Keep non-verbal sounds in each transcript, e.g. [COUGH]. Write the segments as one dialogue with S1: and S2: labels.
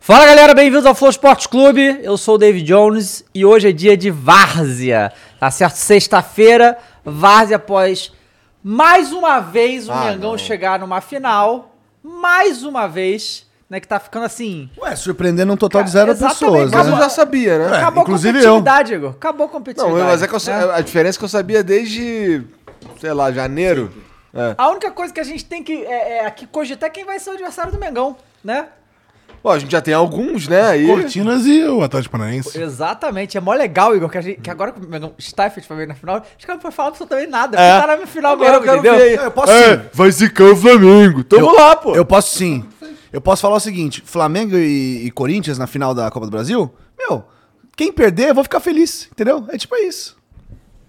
S1: Fala galera, bem-vindos ao Flow Esportes Clube. Eu sou o David Jones e hoje é dia de várzea. Tá certo? Sexta-feira, várzea após mais uma vez o
S2: Ah,
S1: Mengão
S2: não.
S1: chegar numa final. Mais uma vez, né? Que tá ficando assim.
S2: Ué, surpreendendo um total de zero
S1: Cara, exatamente,
S2: pessoas,
S1: mas eu
S2: né?
S1: já
S3: sabia, né?
S1: Acabou
S2: inclusive
S1: a competitividade, Igor. Acabou a
S3: Não,
S1: competitividade.
S3: eu- mas é que eu, sa-
S1: né?
S3: a diferença é que eu sabia desde, sei lá, janeiro. É.
S1: A única coisa que a gente tem que é, é aqui cogitar é quem vai ser o adversário do Mengão, né?
S3: Bom, a gente já tem alguns, né? Aí.
S4: Cortinas e o Atlético Paranaense.
S1: Exatamente, é mó legal, Igor, que, a gente- que agora que o Mengão está efetivamente na final, os caras não podem falar absolutamente nada, porque tá na final
S3: É. Agora
S1: agora,
S3: eu quero
S1: entendeu?
S3: ver aí.
S2: Eu posso
S3: É,
S2: sim.
S3: vai zicar o Flamengo. Tamo
S2: Eu-
S3: lá, pô.
S2: Eu posso sim. Eu posso falar o seguinte: Flamengo e, e Corinthians na final da Copa do Brasil, meu, quem perder, eu vou ficar feliz, entendeu? É tipo isso.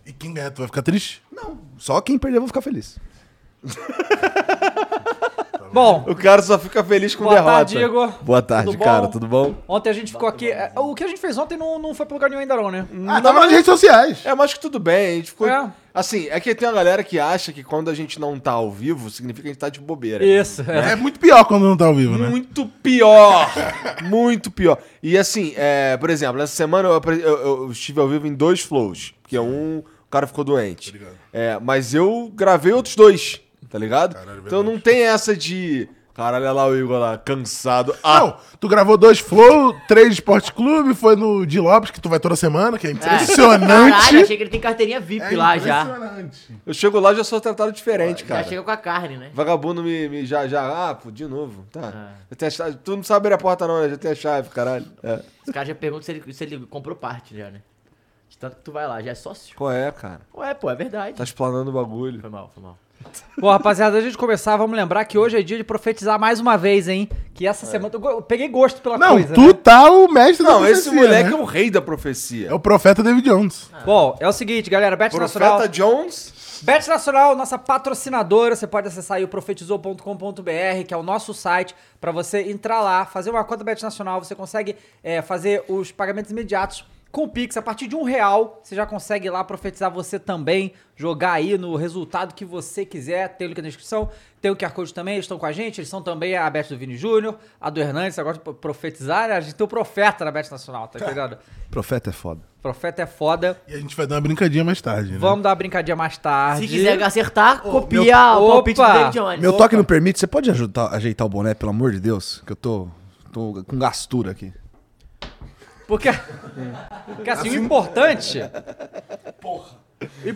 S4: E quem ganhar, tu vai ficar triste?
S2: Não, só quem perder, eu vou ficar feliz.
S1: Bom,
S3: O cara só fica feliz com
S1: Boa
S3: derrota.
S1: tarde, Igor.
S3: Boa tarde,
S1: Tudo bom?
S3: cara. Tudo bom?
S1: ontem a gente ficou aqui, é, o que a gente fez ontem não, não foi pra lugar nenhum ainda não, né?
S4: Ah,
S2: tá
S4: tava nas redes sociais.
S3: É, mas acho que tudo bem. A gente ficou.
S1: É.
S3: Assim, é que tem uma galera que acha que quando a gente não tá ao vivo, significa que a gente tá de bobeira.
S1: Isso, é.
S4: É. muito pior quando não tá ao vivo, né?
S3: Muito pior! [LAUGHS] muito pior. E assim, é, por exemplo, essa semana eu, apre- eu- eu estive ao vivo em dois flows. Porque um, o cara ficou doente. É, mas eu gravei outros dois, tá ligado?
S4: é
S3: então não tem essa de. Caralho, olha lá o Igor lá, cansado. Ah,
S4: Não, tu gravou dois Flow, três Esporte Clube, foi no de Lopes, que tu vai toda semana, que é
S5: Caralho,
S4: impressionante.
S5: achei que ele tem carteirinha
S2: É
S5: VIP
S3: É
S5: lá já.
S4: impressionante.
S3: eu chego lá já sou tratado diferente,
S5: Já
S3: cara.
S5: chega com a carne, né?
S3: Vagabundo me, me- já, já. Ah, pô, de novo. Tá. Eu tenho a chave. Tu não sabe abrir a porta, não, né? Já tem a chave, caralho. É.
S5: Os caras já perguntam se ele, se ele comprou parte já, né? De tanto que tu vai lá, já é sócio.
S3: Qual é, cara?
S5: Ué, pô, é verdade.
S3: Tá explanando o bagulho.
S5: Foi mal, foi mal.
S1: Bom, rapaziada, antes de começar, vamos lembrar que hoje é dia de profetizar mais uma vez, hein? Que essa semana eu go- eu peguei gosto pela
S4: É. Não,
S1: coisa.
S4: tu
S1: né?
S4: tá o mestre da
S3: Não, esse
S4: profecia,
S3: moleque
S4: né?
S3: é o rei da profecia.
S2: um
S4: é o profeta David Jones.
S1: Bom, é o seguinte, galera, Bet Nacional...
S3: Profeta Jones.
S1: Bet Nacional, nossa patrocinadora, você pode acessar aí o profetizou.com.br, que é o nosso site, pra você entrar lá, fazer uma conta Bet Nacional, você consegue é, fazer os pagamentos imediatos com o Pix, a partir de um real, você já consegue ir lá profetizar você também, jogar aí no resultado que você quiser, tem o link na descrição, tem o QR Code também, eles estão com a gente, eles são também a Bet do Vini Júnior, a do Hernandes, agora de pro- profetizar, né? a gente tem o profeta na Bet Nacional, tá entendendo?
S2: Profeta é foda.
S1: profeta é foda,
S4: E a gente vai dar uma brincadinha mais tarde, né?
S1: vamos dar uma brincadinha mais tarde.
S5: Se quiser acertar, copia
S1: meu-
S5: o palpite do
S1: Opa!
S5: David Jones.
S2: Meu toque não permite, você pode ajudar- ajeitar o boné, pelo amor de Deus? Que eu tô, tô com gastura aqui.
S1: Porque, porque assim, o importante. Porra.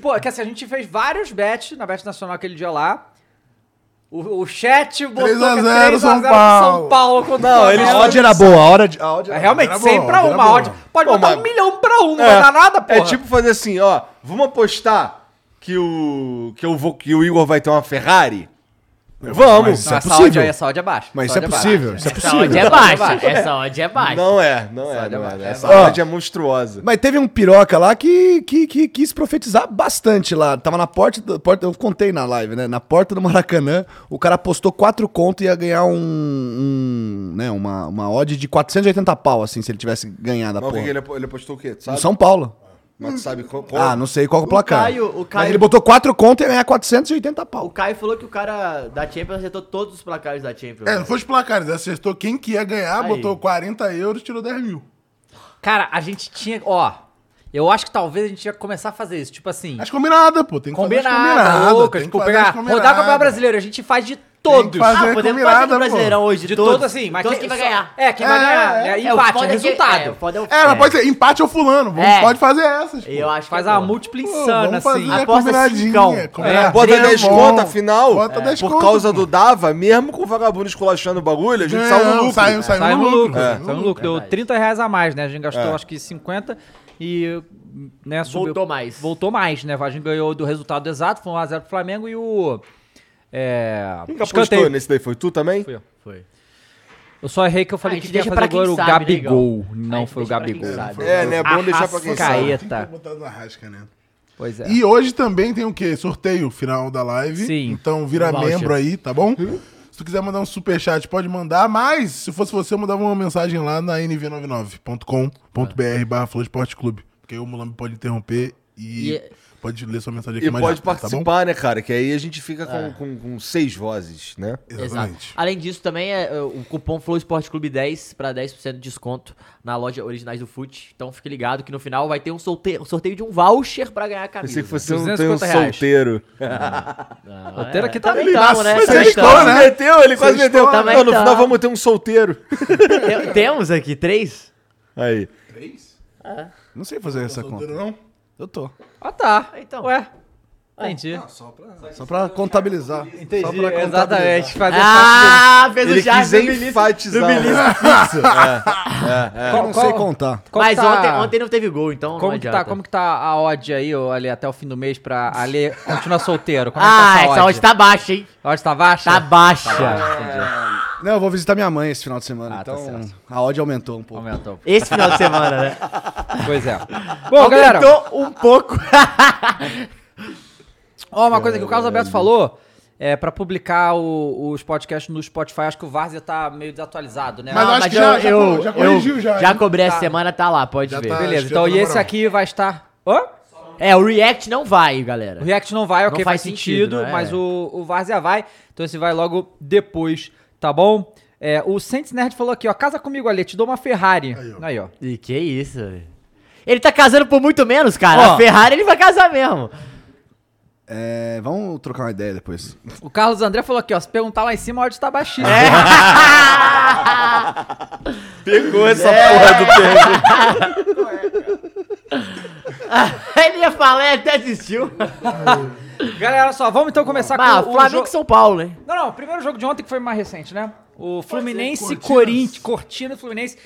S1: Porque assim, a gente fez vários bets na Bet Nacional aquele dia lá. O, o chat botou
S4: 3 a
S1: que é
S4: 0
S1: 3 a
S4: São
S1: 0
S4: Paulo.
S1: São Paulo contra o Flamengo.
S2: A odd era boa, a odd, a odd
S1: É,
S2: era
S1: Realmente,
S4: Era
S1: 100
S4: bom,
S1: pra
S4: era
S1: uma
S4: bom.
S1: odd. Pode
S3: Pô,
S1: botar
S3: mas-
S1: um milhão pra um, não vai dar nada, porra.
S3: É tipo fazer assim, ó, vamos apostar que o que eu vou que o Igor vai ter uma Ferrari? Vamos.
S1: Não,
S2: é
S1: essa
S2: possível.
S1: odd aí, essa odd é baixa.
S2: Mas
S1: Essa
S2: isso é
S1: odd baixa.
S2: possível, isso é
S5: Essa odd
S2: possível.
S5: é baixa, essa odd é baixa.
S3: Não é, não é,
S1: Essa
S3: não
S1: é
S3: é.
S1: ba-
S3: Essa
S2: é
S3: odd é monstruosa.
S2: Mas teve um piroca lá que, que, que quis profetizar bastante lá. Tava na porta, do- porta. Eu contei na live, né? Na porta do Maracanã, o cara apostou quatro conto e ia ganhar um. um, né? Uma, uma odd de 480 pau, assim, se ele tivesse ganhado a
S3: Mas o
S2: porra.
S3: que que ele, ele apostou o quê? Tu
S2: Em
S3: sabe?
S2: São Paulo.
S3: Mas tu sabe qual, qual?
S2: Ah, não sei qual que é o placar.
S5: Caio- o
S2: Mas
S5: Caio-
S2: ele botou quatro conto e ia ganhar 480
S5: O
S2: pau.
S5: Caio falou que o cara da Champions acertou todos os placares da Champions. Ah,
S4: É, não foi os placares, acertou quem que ia ganhar,
S5: Aí.
S4: botou 40 euros, tirou 10 mil.
S1: Cara, a gente tinha. Ó, eu acho que talvez a gente ia começar a fazer isso. Tipo assim.
S4: As combinadas, pô, tem que fazer as
S1: Combinada,
S4: combinadas,
S1: louca.
S4: tem
S1: Tipo,
S4: que fazer as
S1: pegar, rodar
S4: combinadas.
S1: com a brasileira. A gente faz de
S4: Tem que
S5: todos.
S4: fazer
S5: ah, podemos
S4: combinado,
S5: fazer do
S4: pô.
S5: Brasileirão hoje,
S1: De
S5: todos.
S1: todo assim, mas
S5: todos
S1: quem
S5: quem vai
S1: só-
S5: ganhar.
S1: É, quem vai
S4: É,
S1: ganhar.
S4: é,
S1: né?
S5: o
S1: Empate,
S5: foda
S1: é
S5: que- é,
S1: resultado.
S5: o foda é, o-
S4: É, mas pode ser empate ou fulano. Vamos,
S5: É.
S4: Pode fazer essas. pô.
S5: Eu acho que
S1: Faz
S5: é
S1: uma
S5: boa.
S1: múltipla
S4: Pô,
S1: insana,
S4: vamos fazer
S1: assim.
S4: a
S5: Aposta cincão.
S4: combinadinha. combinadinha.
S3: Bota
S4: É
S3: 10
S4: bom.
S3: conto, afinal. É.
S4: Bota 10
S3: por
S4: conto,
S3: causa
S4: pô.
S3: do Dava, mesmo com o vagabundo esculachando o bagulho, a gente
S4: Ganhamos,
S3: saiu no lucro.
S4: Saiu, saiu,
S1: Saiu
S4: no lucro.
S1: É,
S4: saiu no
S1: saiu no lucro. Deu
S5: Verdade.
S1: 30 reais a mais, né? A gente gastou acho que 50 e. Né,
S5: Voltou mais.
S1: Voltou mais, né? A gente ganhou do resultado exato, foi 1x0 pro Flamengo e o. É.
S3: Quem que
S1: escanteio.
S3: apostou nesse daí? Foi tu também?
S1: Fui eu.
S5: Foi.
S1: Eu só errei que eu falei
S5: Ah, a
S1: que
S5: gente
S1: quem ia
S5: deixa
S1: fazer
S5: pra quem
S1: agora o
S5: sabe, né, Igão?
S1: Gabigol.
S5: A
S1: Não
S5: gente
S1: foi o
S5: deixa pra quem
S1: Gabigol.
S5: sabe.
S3: É, né? É bom deixar pra
S4: Tem
S3: quem sabe.
S4: que
S1: Arrascaeta.
S4: botar no Arrasca, né?
S1: Pois é.
S4: E hoje também tem o quê? Sorteio final da live.
S1: Sim.
S4: Então vira
S5: Voucher.
S4: membro aí, tá bom? Se tu quiser mandar um superchat, pode mandar, mas se fosse você, eu mandava uma mensagem lá na nv99.com.br barra Flow Esporte Clube. Porque aí o Mulambi pode interromper e,
S5: E-
S4: pode ler sua mensagem aqui
S3: E
S4: mais
S3: pode
S4: rápido, Tá
S3: participar, né, cara? Que aí a gente fica com, com- com seis vozes, né?
S4: bom?
S5: Exato.
S4: Exatamente.
S5: Além disso, também é, é, o cupom Flow Esporte Clube 10 para 10% de desconto na loja Originais do Fute. Então fique ligado que no final vai ter um sorteio, um sorteio de um voucher para ganhar a camisa.
S3: Pensei que você não tem um
S1: 250 reais.
S3: solteiro.
S5: Ah,
S1: Roteiro aqui tá
S5: também
S1: bem
S5: tamo, né?
S4: Mas
S5: Também
S4: ele
S5: tamo.
S4: Então, né?
S3: meteu, ele quase meteu.
S5: estão, né?
S3: Não, no final
S5: Então.
S3: vamos ter um solteiro.
S5: Tem- Temos aqui três?
S3: Aí.
S2: Não sei fazer essa conta.
S4: Não?
S2: Eu tô.
S1: Ah, tá.
S5: Então.
S1: Ué. Entendi.
S2: Só pra contabilizar.
S1: Entendi.
S2: Só pra
S1: Exatamente. Fazer
S5: Ah, fez
S3: Ele
S5: o charme
S3: quis
S5: do Milício.
S3: [LAUGHS] enfatizar. né?
S1: parte-
S2: Eu
S1: qual,
S2: não sei
S1: qual-
S2: contar.
S1: qual
S5: Mas
S1: que tá-
S5: ontem, ontem não teve gol, então não
S1: Como que, tá,
S5: adianta.
S1: como que tá a odd aí, ô, Ale, até o fim do mês pra Ale continuar solteiro? Como é que
S5: Ah,
S1: tá
S5: essa odd tá baixa, hein?
S1: A odd tá baixa?
S5: Tá baixa.
S2: Não, eu vou visitar minha mãe esse final de semana.
S1: Ah, tá
S2: então
S1: certo.
S2: a odd aumentou um pouco.
S1: Aumentou.
S5: Esse final de semana, né?
S1: Pois
S5: [LAUGHS]
S1: é. Bom, galera,
S5: Aumentou um pouco.
S1: ó, uma coisa que o Carlos Alberto falou, é pra publicar o- os podcasts no Spotify, acho que o Várzea tá meio desatualizado, né?
S4: Mas
S5: Ah,
S4: acho que já- já co- já corrigiu,
S5: eu
S4: já,
S5: já
S4: né?
S5: cobrei
S1: Tá.
S5: essa semana, tá lá, pode
S4: Já
S5: ver.
S4: tá.
S1: Beleza,
S4: acho que
S1: então
S4: já
S1: e
S4: tá
S1: esse
S4: moral.
S1: aqui vai estar... Hã?
S5: É, o React não vai, galera.
S1: O React não vai, ok,
S5: Não
S1: faz,
S5: faz
S1: sentido,
S5: sentido, não é?
S1: mas o, o Várzea vai, então esse vai logo depois, tá bom? É, o Saints Nerd falou aqui, ó, casa comigo, Ale, te dou uma Ferrari. Aí, ó.
S5: E que isso, velho. Ele tá casando por muito menos, cara.
S1: Ó.
S5: A Ferrari ele vai casar mesmo.
S2: É, vamos trocar uma ideia depois.
S1: O Carlos André falou aqui, ó, se perguntar lá em cima, a odd tá baixíssima.
S5: É.
S1: [LAUGHS]
S3: Pegou essa porra do tempo.
S5: É. [LAUGHS] ele ia falar e até desistiu.
S1: Galera, olha só, vamos então começar
S5: Ah,
S1: com o
S5: Flamengo
S1: jo-
S5: e São Paulo, né?
S1: Não, não, o primeiro jogo de ontem que foi mais recente, né? O Fluminense, Corinthians, Cortina e Fluminense.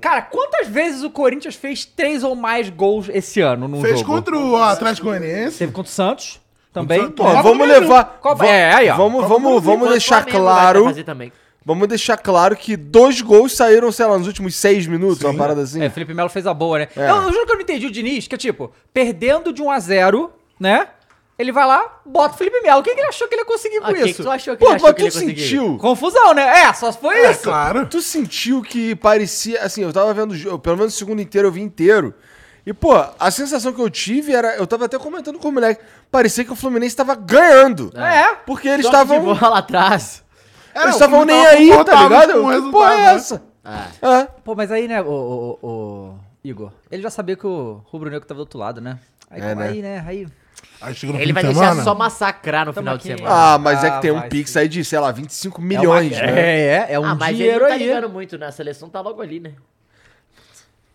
S1: Cara, quantas vezes o Corinthians fez três ou mais gols esse ano num
S4: Fez
S1: jogo?
S4: contra o Atlético Goianiense.
S1: Teve contra o Santos também.
S4: Santos,
S3: Pô,
S4: Copa
S3: vamos
S4: do Brasil.
S3: levar.
S1: Copa-
S3: va-
S1: é, aí, ó.
S3: Vamos, vamos, vamos
S5: Enquanto o
S3: deixar
S5: Flamengo vai
S3: claro.
S5: fazer também.
S3: Vamos deixar claro que dois gols saíram, sei lá, nos últimos seis minutos, uma parada assim.
S1: É, Felipe Melo fez a boa, né?
S3: É.
S1: Eu, eu juro que eu não entendi o Diniz, que é tipo, perdendo de 1 a 0 né? Ele vai lá, bota o Felipe Melo. O que, que ele achou que ele ia conseguir com
S5: Ah, o que que
S1: isso?
S5: tu achou que
S3: Pô,
S5: ele achou
S3: mas
S5: que
S3: tu
S5: ele conseguiu?
S3: sentiu.
S1: Confusão, né? É, só foi
S4: É
S1: isso.
S4: claro.
S3: Tu sentiu que parecia. Assim, eu tava vendo o jogo, pelo menos o segundo inteiro eu vi inteiro. E, pô, a sensação que eu tive era. Eu tava até comentando com o moleque. Parecia que o Fluminense tava ganhando.
S1: É.
S3: Porque eles
S5: Só que
S3: estavam.
S5: de bola [LAUGHS] lá atrás.
S4: é, o
S3: Eles estavam
S4: time
S3: nem
S4: tava
S3: aí, tá
S4: confortável
S3: ligado?
S4: com o
S3: Que porra
S4: resultado,
S3: é
S4: né?
S3: essa? É.
S1: Pô, mas aí, né, o, Igor, ele já sabia que o Rubro Negro tava do outro lado, né? Aí,
S3: É, né?
S1: aí né? Aí.
S4: Aí chega no
S5: Ele vai
S4: de
S5: deixar
S4: semana,
S5: só massacrar no
S1: Tamo
S5: final
S1: aqui.
S5: de semana.
S3: Ah, mas é
S1: Ah,
S3: que tem um
S1: vai,
S3: pix
S1: sim.
S3: aí de, sei lá, 25 milhões, né?
S1: É, é, é um
S5: ah, mas ele
S1: dinheiro
S5: não tá
S1: aí.
S5: ligando muito, né? A seleção tá logo ali, né?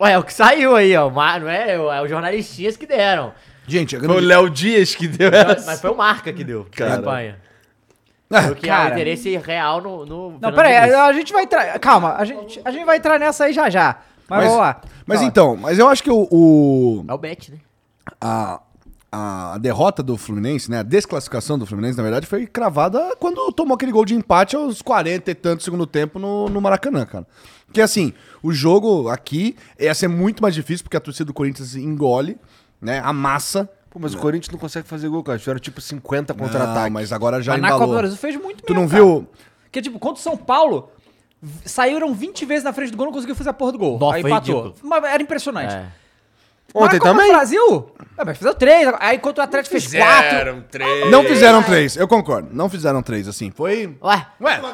S5: Ué, é o que saiu aí, ó. Mas não é, eu- é os jornalistinhas que [LAUGHS] deram.
S2: Gente, a
S3: Foi o
S2: grande...
S3: Léo Dias que deu
S5: Mas
S3: essa.
S5: mas foi o Marca que deu.
S3: Cara.
S5: Cara. Campanha.
S2: Ah,
S5: Porque há
S1: cara.
S5: o interesse real no. no
S1: Não,
S5: Fernando
S1: pera aí,
S5: Diniz.
S1: a gente vai entrar. Calma, a gente, a gente vai entrar nessa aí já já. Mas,
S2: Mas-
S1: vamos lá.
S2: Mas
S1: Fala.
S2: então, mas eu acho que o- o,
S5: É o Bet, né?
S2: a, a derrota do Fluminense, né? A desclassificação do Fluminense, na verdade, foi cravada quando tomou aquele gol de empate aos 40 e tanto do segundo tempo no, no Maracanã, cara. Porque assim, o jogo aqui ia ser muito mais difícil, porque a torcida do Corinthians engole, né? Amassa.
S3: Pô, mas o Corinthians não consegue fazer gol, cara. Tiveram tipo 50
S2: Não,
S3: contra-ataques.
S4: ah,
S2: mas agora já
S1: Mas na Copa do
S2: embalou.
S1: Brasil fez muito
S2: Tu
S1: mesmo,
S2: não
S1: cara.
S2: viu?
S1: Porque, tipo, contra o São Paulo, v- saíram 20 vezes na frente do gol, não conseguiu fazer a porra do gol.
S5: Nossa,
S1: aí
S5: foi
S1: empatou.
S5: ridículo.
S1: Mas era impressionante.
S5: É.
S3: Ontem
S1: Mas como
S3: também?
S1: O Brasil? Ah, mas fizeram três. Aí enquanto o Atlético fez quatro.
S3: três.
S2: Não fizeram três, eu concordo. Não fizeram três, assim. Foi.
S6: Ué,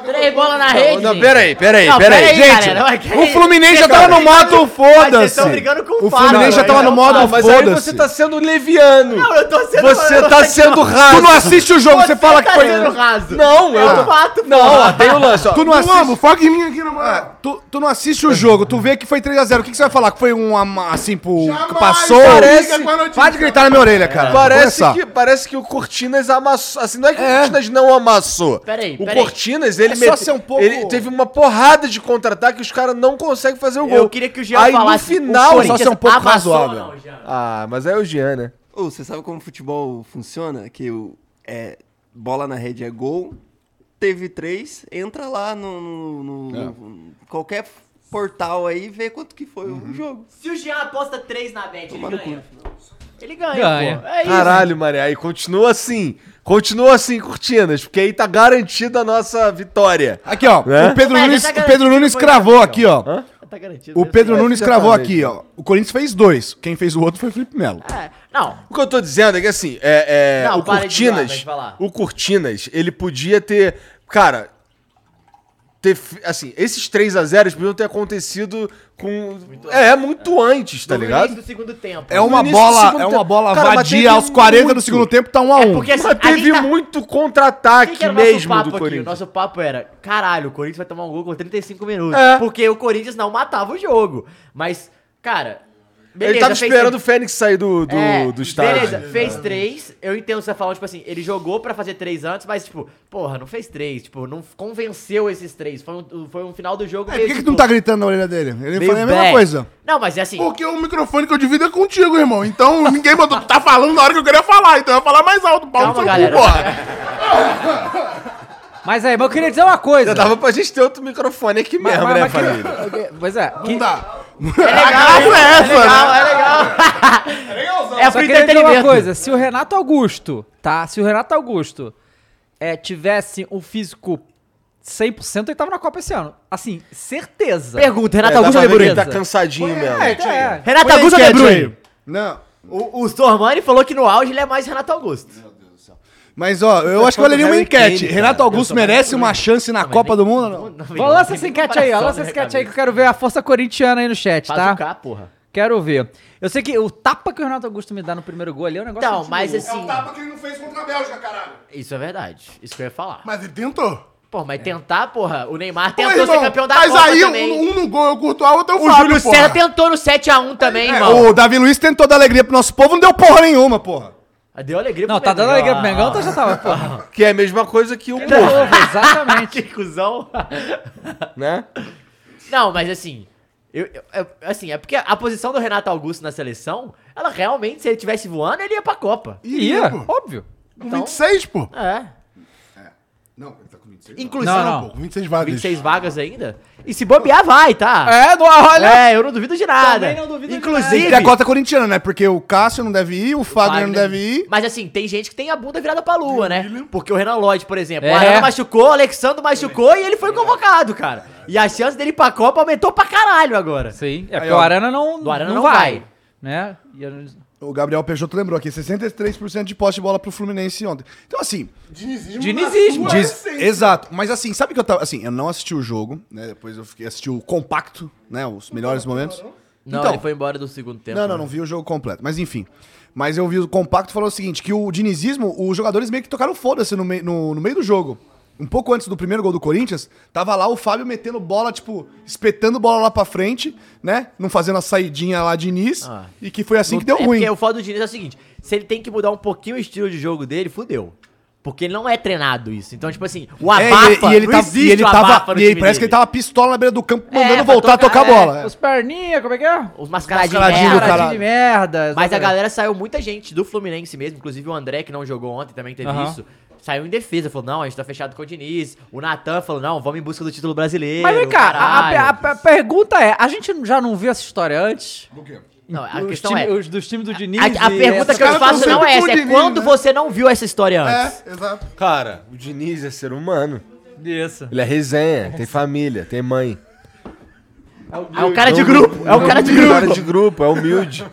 S6: três bolas na rede.
S3: Não,
S6: gente.
S3: peraí, peraí,
S6: Não,
S3: peraí.
S6: peraí,
S3: Gente,
S6: galera, ué, que
S3: é
S2: O
S6: isso?
S2: Fluminense
S6: Vocês
S2: já tava
S6: tão
S2: no modo
S6: brigando- Mas vocês
S2: foda-se.
S6: tão brigando com
S2: O
S6: Fábio,
S2: Fluminense já
S6: né?
S2: tava no
S6: Não,
S2: modo
S6: não,
S3: Mas aí
S2: foda-se.
S3: você tá sendo leviano.
S5: Não, eu tô sendo.
S3: Você
S5: eu
S3: tá
S5: tô
S3: sendo raso.
S2: Tu não assiste o jogo, você fala que
S5: tá
S2: foi.
S5: sendo raso.
S3: Não,
S5: é
S3: eu-
S5: um fato,
S3: Não, ó, tem o lance, ó.
S2: Tu não
S4: Não,
S2: assiste.
S4: amo, foca em mim aqui na moral.
S2: Tu, tu não assiste o jogo, tu vê que foi 3x0. O que, que você vai falar? Que foi um ama- assim pro. que passou?
S3: parece-
S4: liga com a notícia.
S2: Para de gritar na minha orelha, cara.
S3: Parece
S2: Vamos
S3: que, parece que o Cortinas amassou. Assim, não é que o Cortinas não amassou.
S5: Peraí,
S3: o
S5: peraí.
S3: Cortinas, ele
S2: É só ser um pouco-
S3: Ele teve uma porrada de contra-ataque e os caras não conseguem fazer o gol.
S5: Eu queria que o Jean
S3: aí,
S5: falasse.
S3: no final.
S5: o
S2: só
S5: Corinthians
S2: ser um pouco
S5: amassou,
S2: razoável.
S5: não, Jean.
S3: Ah, mas aí é o Jean, né?
S7: Ô, você sabe como futebol funciona? Que o, é, bola na rede é gol, teve três, entra lá no, no- no- no- qualquer portal aí e vê quanto que foi o jogo.
S5: Se o Jean aposta 3 na bet, ele
S7: Tomar no
S5: ganha. Ele ganha,
S1: Ganha.
S5: pô. É isso.
S3: Caralho, Maria. Aí continua assim. Continua assim, Cortinas, porque aí tá garantida a nossa vitória.
S2: Aqui, ó.
S3: Né?
S2: O Pedro
S5: Mas já
S2: Nunes,
S5: tá
S2: o Pedro
S5: garantido,
S2: Nunes
S5: foi
S2: cravou
S5: garantido.
S2: aqui, ó.
S5: Tá garantido.
S2: O
S5: né?
S2: Pedro
S3: Mas
S2: Nunes
S3: já
S2: cravou
S3: falei.
S2: aqui, ó. O Corinthians fez dois. Quem fez o outro foi o Felipe Melo.
S5: É. Não,
S3: O que eu tô dizendo é que assim, é, é,
S5: Não,
S3: o
S5: para de zoar,
S3: Cortinas,
S5: vai falar.
S3: o Cortinas, ele podia ter, cara, ter, fe- assim, esses 3 a 0 podiam ter acontecido com é muito antes, tá
S5: no
S3: ligado?
S5: início do segundo tempo.
S2: É uma
S3: início do
S2: bola,
S3: segundo
S2: é uma
S3: tempo.
S2: bola
S3: Cara, mas teve
S2: vadia aos 40
S3: muito.
S2: do segundo tempo, tá 1 a 1
S5: É porque assim,
S3: Mas
S5: a gente
S3: teve
S5: tá-
S3: muito
S5: Quem
S3: contra-ataque
S5: que era o nosso
S3: mesmo
S5: papo
S3: do
S5: aqui? O
S3: Corinthians.
S5: nosso papo era, caralho, o Corinthians vai tomar um gol com 35 minutos.
S3: É.
S5: Porque o Corinthians não matava o jogo. Mas, cara, beleza.
S3: ele tava
S5: fez
S3: esperando o
S5: três-
S3: Fênix sair do, do,
S5: É,
S3: do estádio.
S5: Beleza, fez três. Eu entendo você falando, tipo assim, ele jogou pra fazer três antes, mas, tipo, porra, não fez três. Tipo, não convenceu esses três. Foi um, foi um final do jogo. tipo,
S2: É, por que, que tu não tá gritando na orelha dele? Ele falou a mesma
S5: bad.
S2: coisa.
S5: Não, mas é assim.
S4: Porque o microfone que eu divido é contigo, irmão. Então ninguém mandou. Tu tá falando na hora que eu queria falar, então eu ia falar mais alto. Paulo
S5: Calma,
S4: no seu cu,
S5: galera.
S4: porra.
S1: Mas aí, mas eu queria dizer uma coisa.
S3: Já dava pra gente ter outro microfone aqui
S1: Mas-
S3: mesmo,
S1: mas-
S3: né,
S1: mas que-
S3: família?
S1: [LAUGHS] Pois é. que-
S4: Não dá.
S5: É legal, é, legal, é legal. É legalzão. É
S1: Só
S5: pro
S1: queria dizer uma
S5: entretenimento.
S1: coisa, se o Renato Augusto, tá? Se o Renato Augusto é, tivesse um físico 100%, ele tava na Copa esse ano. Assim, certeza.
S5: Pergunta, Renato
S3: É, dá
S5: Augusto
S3: pra
S5: ou De
S3: ver que
S5: Bruyne?
S3: ele tá cansadinho mesmo.
S1: É, é.
S5: Renato Augusto ou De Bruyne?
S2: Não.
S5: O, o Stormani falou que no auge ele é mais Renato Augusto.
S2: Mas, ó, eu acho que valeria uma
S3: Harry
S2: enquete.
S3: Kane,
S2: Renato Augusto merece uma chance na Copa do Mundo? ou Não.
S5: É.
S1: Vou lançar essa enquete aí, ó. Lança essa enquete aí que eu quero ver a força corintiana aí no chat,
S5: Tá?
S1: tá? Quero ver. Eu sei que o tapa que o Renato Augusto me dá no primeiro gol ali é um negócio...
S5: Então,
S1: de
S5: mas
S1: louco.
S5: assim,
S4: que ele não fez contra a Bélgica, caralho.
S5: isso é verdade. Isso que eu ia falar. É.
S4: Mas ele tentou.
S5: Pô, mas tentar, porra, o Neymar
S4: Pô,
S5: tentou ser
S4: irmão,
S5: campeão da
S4: mas
S5: Copa
S4: aí
S5: também.
S4: um, um no gol eu curto a outra eu
S5: o
S4: falo,
S5: Júlio
S4: porra. É,
S5: César tentou no 7x1 também, irmão.
S2: O Davi Luiz tentou dar alegria pro nosso povo, não deu porra nenhuma, porra.
S5: Ah, Deu alegria Ah.
S1: Não, tá dando alegria pro Mengão, então já tava,
S5: [LAUGHS]
S1: porra.
S3: Que é a mesma coisa que o
S1: De
S3: Porra,
S1: novo, exatamente.
S5: Que [LAUGHS] cuzão.
S3: né?
S5: Não, mas assim. Eu, eu- eu- assim, é porque a posição do Renato Augusto na seleção, ela realmente, se ele tivesse voando, ele ia pra Copa.
S1: Ia,
S4: pô.
S1: óbvio.
S4: Com
S5: Então?
S4: 26, pô.
S2: Ah,
S5: É.
S4: Não, ele tá com 26.
S5: Inclusive,
S1: Não,
S2: tá
S1: não.
S4: Pô, com 26 vagas.
S5: 26 vagas ainda. E se bobear, vai, tá?
S1: É, não, olha...
S5: É, eu não duvido de nada.
S1: Também não duvido de
S5: Inclusive,
S2: E a cota corintiana, né? Porque o Cássio não deve ir, o Fagner não deve ir.
S5: Mas assim, tem gente que tem a bunda virada pra lua, né? Porque o Renan Lloyd, por exemplo, o
S1: É.
S5: Arana machucou, o Alexandre machucou e ele foi convocado, cara. E a chance dele ir pra Copa aumentou pra caralho agora.
S1: Sim, é
S2: Aí,
S1: porque
S2: ó.
S1: o Arana não,
S5: Do Arana
S1: não,
S5: não
S1: vai.
S5: vai.
S1: Né? E eu não-
S2: O Gabriel Peixoto lembrou aqui, 63% de posse de bola pro Fluminense ontem. Então, assim,
S5: é
S4: Dinizismo.
S1: Dinizismo.
S4: na sua
S2: Diz-
S4: essência.
S2: exato. Mas assim, sabe que eu tava. Assim, eu não assisti o jogo, né? Depois eu fiquei assisti o compacto, né? Os melhores momentos.
S5: Não,
S2: Então-
S5: ele foi embora do segundo tempo.
S2: Não, não, não vi o jogo completo. Mas enfim. Mas eu vi o compacto falou o seguinte: que o dinizismo, os jogadores meio que tocaram foda-se no, mei- no- no meio do jogo. Um pouco antes do primeiro gol do Corinthians, tava lá o Fábio metendo bola, tipo, espetando bola lá pra frente, né? Não fazendo a saidinha lá de Diniz.
S5: Ah.
S2: E que foi assim
S5: Não-
S2: que deu
S5: é
S2: ruim.
S5: Porque o foda do Diniz é o seguinte: se ele tem que mudar um pouquinho o estilo de jogo dele, fudeu. Porque ele não é treinado isso. Então, tipo assim, o
S2: É,
S5: abafa,
S2: e, e ele
S5: não
S2: tava,
S5: existe
S2: e ele
S5: o abafa
S2: tava,
S5: no
S2: e ele-
S5: time
S2: parece que
S5: dele.
S2: ele tava pistola na beira do
S1: É.
S2: campo, mandando
S5: pra
S2: voltar
S5: tocar,
S2: a tocar a
S5: é,
S2: bola.
S1: Os perninha, como é que é?
S5: Os mascaradinhos.
S2: mascaradinhos,
S5: é,
S2: do caralho.
S1: de merda.
S5: Mas a
S1: exatamente.
S5: galera saiu, muita gente do Fluminense mesmo, inclusive o André, que não jogou ontem, também teve
S1: Aham.
S5: isso. Saiu em defesa, falou: não, a gente tá fechado com o Diniz. O Natan falou: não, vamos em busca do título brasileiro.
S1: Mas vem cá, a-
S5: caralho."
S1: a, a- a pergunta é: a gente já não viu essa história antes?
S5: Não, a
S1: Os
S5: questão
S1: time-
S5: é.
S1: os dos times do Diniz.
S5: A, a
S1: e
S5: pergunta
S1: essa-
S5: que eu
S4: caras tão
S5: faço não
S4: sempre
S5: é
S4: com
S5: essa,
S4: o
S5: é
S4: Diniz,
S5: quando
S4: né?
S5: você não viu essa história antes?
S4: É, exato.
S3: Cara, o Diniz é ser humano.
S1: Isso.
S3: Ele é resenha, tem família, tem mãe.
S5: É, um cara de grupo, é um cara de grupo.
S3: de grupo, é humilde.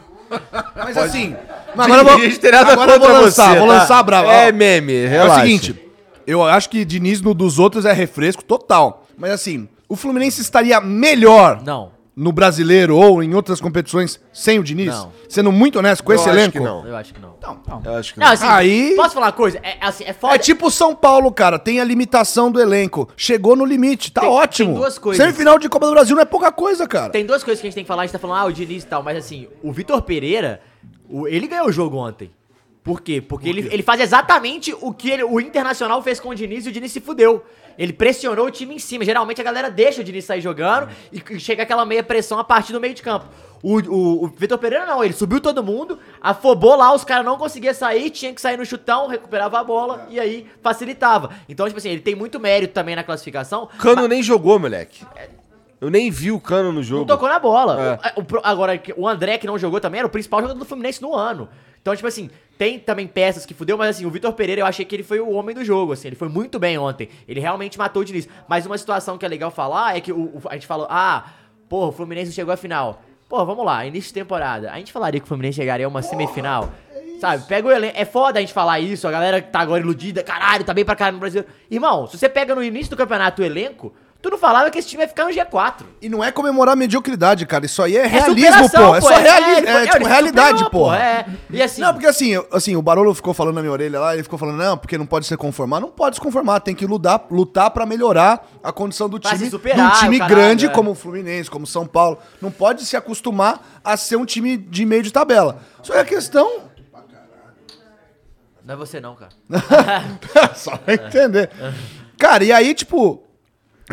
S8: Mas
S2: Pode.
S8: assim.
S2: Mas
S3: Agora eu vou- agora eu vou lançar, vou lançar a brava.
S2: É
S3: Ó,
S2: meme,
S3: é
S2: relaxa.
S3: o
S2: É o
S3: seguinte,
S2: seguinte, eu acho que Diniz no dos outros é refresco total. Mas assim, o Fluminense estaria melhor no brasileiro ou em outras competições sem o Diniz?
S5: Não.
S2: Sendo muito honesto com
S5: Eu
S2: esse
S5: acho
S2: elenco?
S5: que não. Eu acho que não. Não, não.
S3: Eu acho
S5: Não, assim,
S2: Aí-
S5: posso falar uma coisa? É, assim, é foda.
S2: É tipo o São Paulo, cara. Tem a limitação do elenco. Chegou no limite, tá ótimo.
S5: tem duas coisas.
S2: Semifinal de Copa do Brasil não é pouca coisa, cara.
S5: Tem duas coisas que a gente tem que falar, a gente tá falando, ah, o Diniz e tal, mas assim, o Vitor Pereira, o- ele ganhou o jogo ontem. Por quê? Porque ele, ele faz exatamente o que ele- o Internacional fez com o Diniz e o Diniz se fudeu. Ele pressionou o time em cima. Geralmente a galera deixa o Diniz sair jogando e c- chega aquela meia pressão a partir do meio de campo. O, o- o Vitor Pereira não, ele subiu todo mundo, afobou lá, os caras não conseguiam sair, tinha que sair no chutão, recuperava a bola e aí facilitava. Então, tipo assim, ele tem muito mérito também na classificação.
S3: Cano nem jogou, moleque. Eu nem vi o Cano no jogo.
S5: Não tocou na bola. O- o pro- agora, o André, que não jogou também, era o principal jogador do Fluminense no ano. Então, tipo assim, tem também peças que fudeu, mas assim, o Vitor Pereira, eu achei que ele foi o homem do jogo, assim, ele foi muito bem ontem. Ele realmente matou o Diniz. Mas uma situação que é legal falar é que o, o- a gente falou, ah, porra, o Fluminense chegou à final. Pô, vamos lá, início de temporada. A gente falaria que o Fluminense chegaria a uma semifinal? Sabe, pega o elenco. É foda a gente falar isso, a galera que tá agora iludida, caralho, tá bem pra caralho no Brasil. Irmão, se você pega no início do campeonato o elenco, tu não falava que esse time ia ficar no G4.
S2: E não é comemorar a mediocridade, cara. Isso aí é,
S5: É
S2: realismo,
S5: superação,
S2: pô. É
S5: pô.
S2: só
S5: É,
S2: reali-
S5: ele foi-
S2: é,
S5: é,
S2: tipo,
S5: ele
S2: realidade,
S5: superou,
S2: pô.
S5: pô, é. E assim-
S2: Não, porque assim, eu- assim, o Barolo ficou falando na minha orelha lá, ele ficou falando, não, porque não pode se conformar. Não pode se conformar, tem que lutar, lutar pra melhorar a condição do
S5: Pra
S2: time.
S5: se superar,
S2: de um time
S5: o caralho,
S2: grande
S5: é.
S2: como o Fluminense, como o São Paulo. Não pode se acostumar a ser um time de meio de tabela. Só que a questão
S5: Não é você não, cara.
S2: Só pra entender. Cara, e aí, tipo.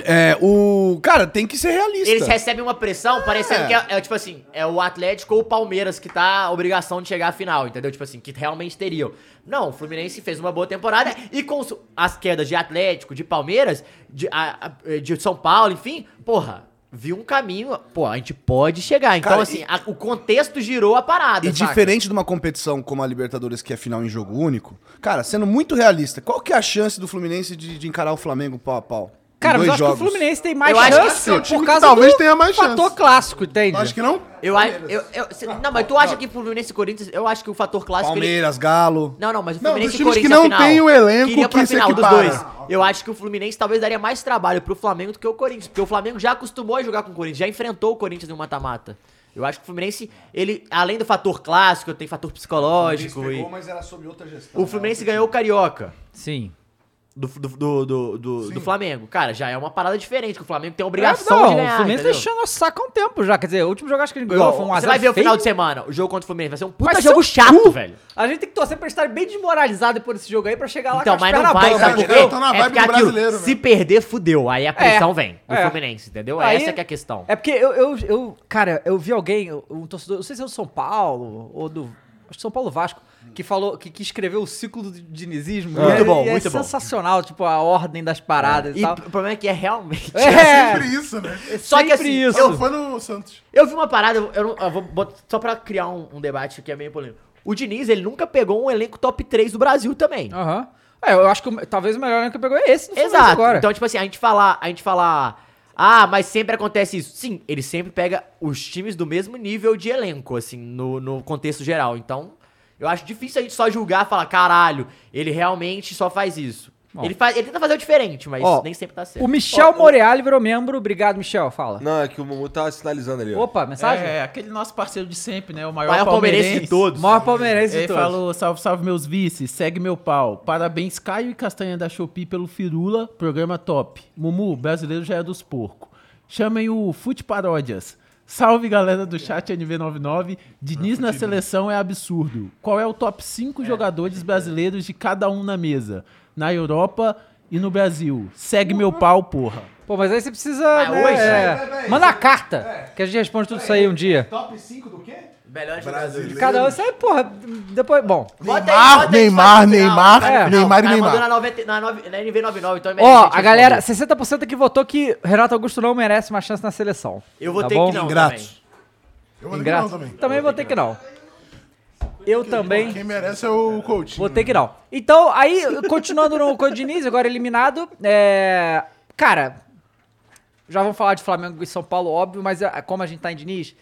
S2: É, o. Cara, tem que ser [LAUGHS] realista.
S5: Eles recebem uma pressão parecendo que é, é, tipo assim, é o Atlético ou o Palmeiras que tá a obrigação de chegar à final, entendeu? Tipo assim, que realmente teriam. Não, o Fluminense fez uma boa temporada e com su- as quedas de Atlético, de Palmeiras, de, a- a- de São Paulo, enfim, porra, viu um caminho, pô, a gente pode chegar. Então,
S2: Cara,
S5: assim, a- o contexto girou a parada.
S2: E
S5: saca?
S2: diferente de uma competição como a Libertadores, que é final em jogo único, cara, sendo muito realista, qual que é a chance do Fluminense de, de encarar o Flamengo pau a pau? Em
S1: Cara, mas eu
S2: dois
S1: acho
S2: jogos.
S1: que o Fluminense tem mais
S5: Eu acho que
S1: chance
S5: esse é o time
S1: por
S5: que
S1: causa
S5: talvez
S1: do
S5: tenha mais
S1: fator
S5: chance.
S1: clássico, entende?
S5: Acho
S2: que não.
S5: Eu, acho- eu, eu, cê-
S8: Ah,
S5: não, mas tu acha que Fluminense e Corinthians, eu acho que o fator clássico... ele-
S2: Palmeiras, Galo.
S5: Não, não, mas o
S2: Não,
S5: Fluminense
S2: dos
S5: e
S2: times que
S5: Corinthians,
S2: não
S5: afinal,
S2: tem o elenco
S5: queria pra
S2: que se
S5: final dos
S2: equipara.
S5: dois. Eu acho que o Fluminense talvez daria mais trabalho pro Flamengo do que o Corinthians, porque o Flamengo já acostumou a jogar com o Corinthians, já enfrentou o Corinthians no mata-mata. Eu acho que o Fluminense, ele, além do fator clássico, tem fator psicológico.
S8: O Fluminense pegou,
S5: e...
S8: mas era sob outra gestão,
S5: O Fluminense ganhou o Carioca.
S1: Sim.
S5: Do, do, do, do, do- do Flamengo. Cara, já é uma parada diferente, que o Flamengo tem
S1: É,
S5: a obrigação
S1: não,
S5: de ganhar.
S1: O Fluminense
S5: entendeu?
S1: deixou nosso saco há um tempo já. Quer dizer, o último jogo acho que a gente ganhou foi um
S5: Você
S1: azar
S5: vai ver o
S1: feio.
S5: final de semana, o jogo contra o Fluminense. Vai ser um puta
S1: Vai ser
S5: jogo
S1: um
S5: chato,
S1: cu.
S5: velho.
S1: A gente tem que torcer pra estar bem desmoralizado por esse jogo aí pra chegar lá
S5: Então,
S1: com as
S5: mas
S1: pernas
S5: não vai,
S1: bambas,
S5: sabe por quê?
S1: entendeu?
S5: É porque aquilo, se perder, fudeu. Aí a pressão vem do
S1: é.
S5: Fluminense, entendeu?
S1: Aí-
S5: Essa que é a questão.
S1: É porque eu, eu, eu- cara, eu vi alguém, um torcedor, não sei se é do São Paulo ou do. Acho que São Paulo Vasco, que falou, que, que escreveu o ciclo do dinizismo.
S5: Muito
S1: E é-
S5: bom,
S1: e é
S5: muito bom.
S1: sensacional, tipo, a ordem das paradas e,
S5: E
S1: tal.
S5: o problema é que é realmente.
S1: É, É
S4: sempre isso, né?
S5: [LAUGHS]
S4: é
S5: Só que assim,
S4: Sempre isso.
S5: Eu,
S4: Foi no Santos.
S5: eu vi uma parada, eu, não- eu vou botar, só pra criar um, um debate que é meio polêmico. O Diniz, ele nunca pegou um elenco top 3 do Brasil também.
S1: Aham. É, eu acho que o- talvez o melhor elenco que pegou é esse do Fluminense
S5: Exato.
S1: agora.
S5: Então, tipo assim, a gente falar, a gente falar, ah, mas sempre acontece isso. Sim, ele sempre pega os times do mesmo nível de elenco, assim, no, no contexto geral. Então, eu acho difícil a gente só julgar e falar, caralho, ele realmente só faz isso.
S1: Bom.
S5: Ele, faz, ele tenta fazer o diferente, mas
S1: Ó,
S5: nem sempre tá certo.
S1: O Michel Moreali virou membro. Obrigado, Michel. Fala.
S3: Não, é que o Mumu tá sinalizando ali. ó.
S1: Opa, mensagem?
S8: É, aquele nosso parceiro de sempre, né? O maior,
S1: Maior palmeirense
S8: palmeirense,
S1: de todos. Maior palmeirense de
S8: Ele
S1: todos.
S8: falou, salve, salve meus vices, segue meu pau. Parabéns, Caio e Castanha da Shopee pelo Firula, programa top. Mumu, brasileiro já é dos porcos. Chamem o Fute Paródias. Salve, galera do chat NV99. Diniz na seleção é absurdo. Qual é o top 5 jogadores brasileiros de cada um na mesa? Na Europa e no Brasil. Segue meu pau, porra.
S1: Pô, mas aí você precisa. né,
S8: hoje?
S1: é,
S8: Vai, vai, vai.
S1: Manda a carta. Que a gente responde tudo isso aí um dia.
S8: Top 5 do quê?
S5: Melhor
S1: De cada um, isso aí, porra, depois. Bom.
S4: Neymar, Neymar, Neymar,
S1: É.
S4: Neymar e
S5: Cara, mandou
S4: Neymar.
S5: na, 90 na, 9 na NV99, então é melhor
S1: Ó,
S5: gente
S1: a galera,
S5: responder.
S1: 60% aqui votou que Renato Augusto não merece uma chance na seleção.
S5: Eu vou
S1: Tá
S5: ter
S1: bom?
S5: que não Ingratos.
S4: Eu
S1: Ingrato.
S4: vou ter que não também.
S1: Também vou ter que não. Eu também.
S4: Quem merece é o coach.
S1: Vou ter que não. Então, aí, continuando no Codiniz, agora eliminado, é... Cara, já vamos falar de Flamengo e São Paulo, óbvio, mas ah, como a é, gente tá em Diniz,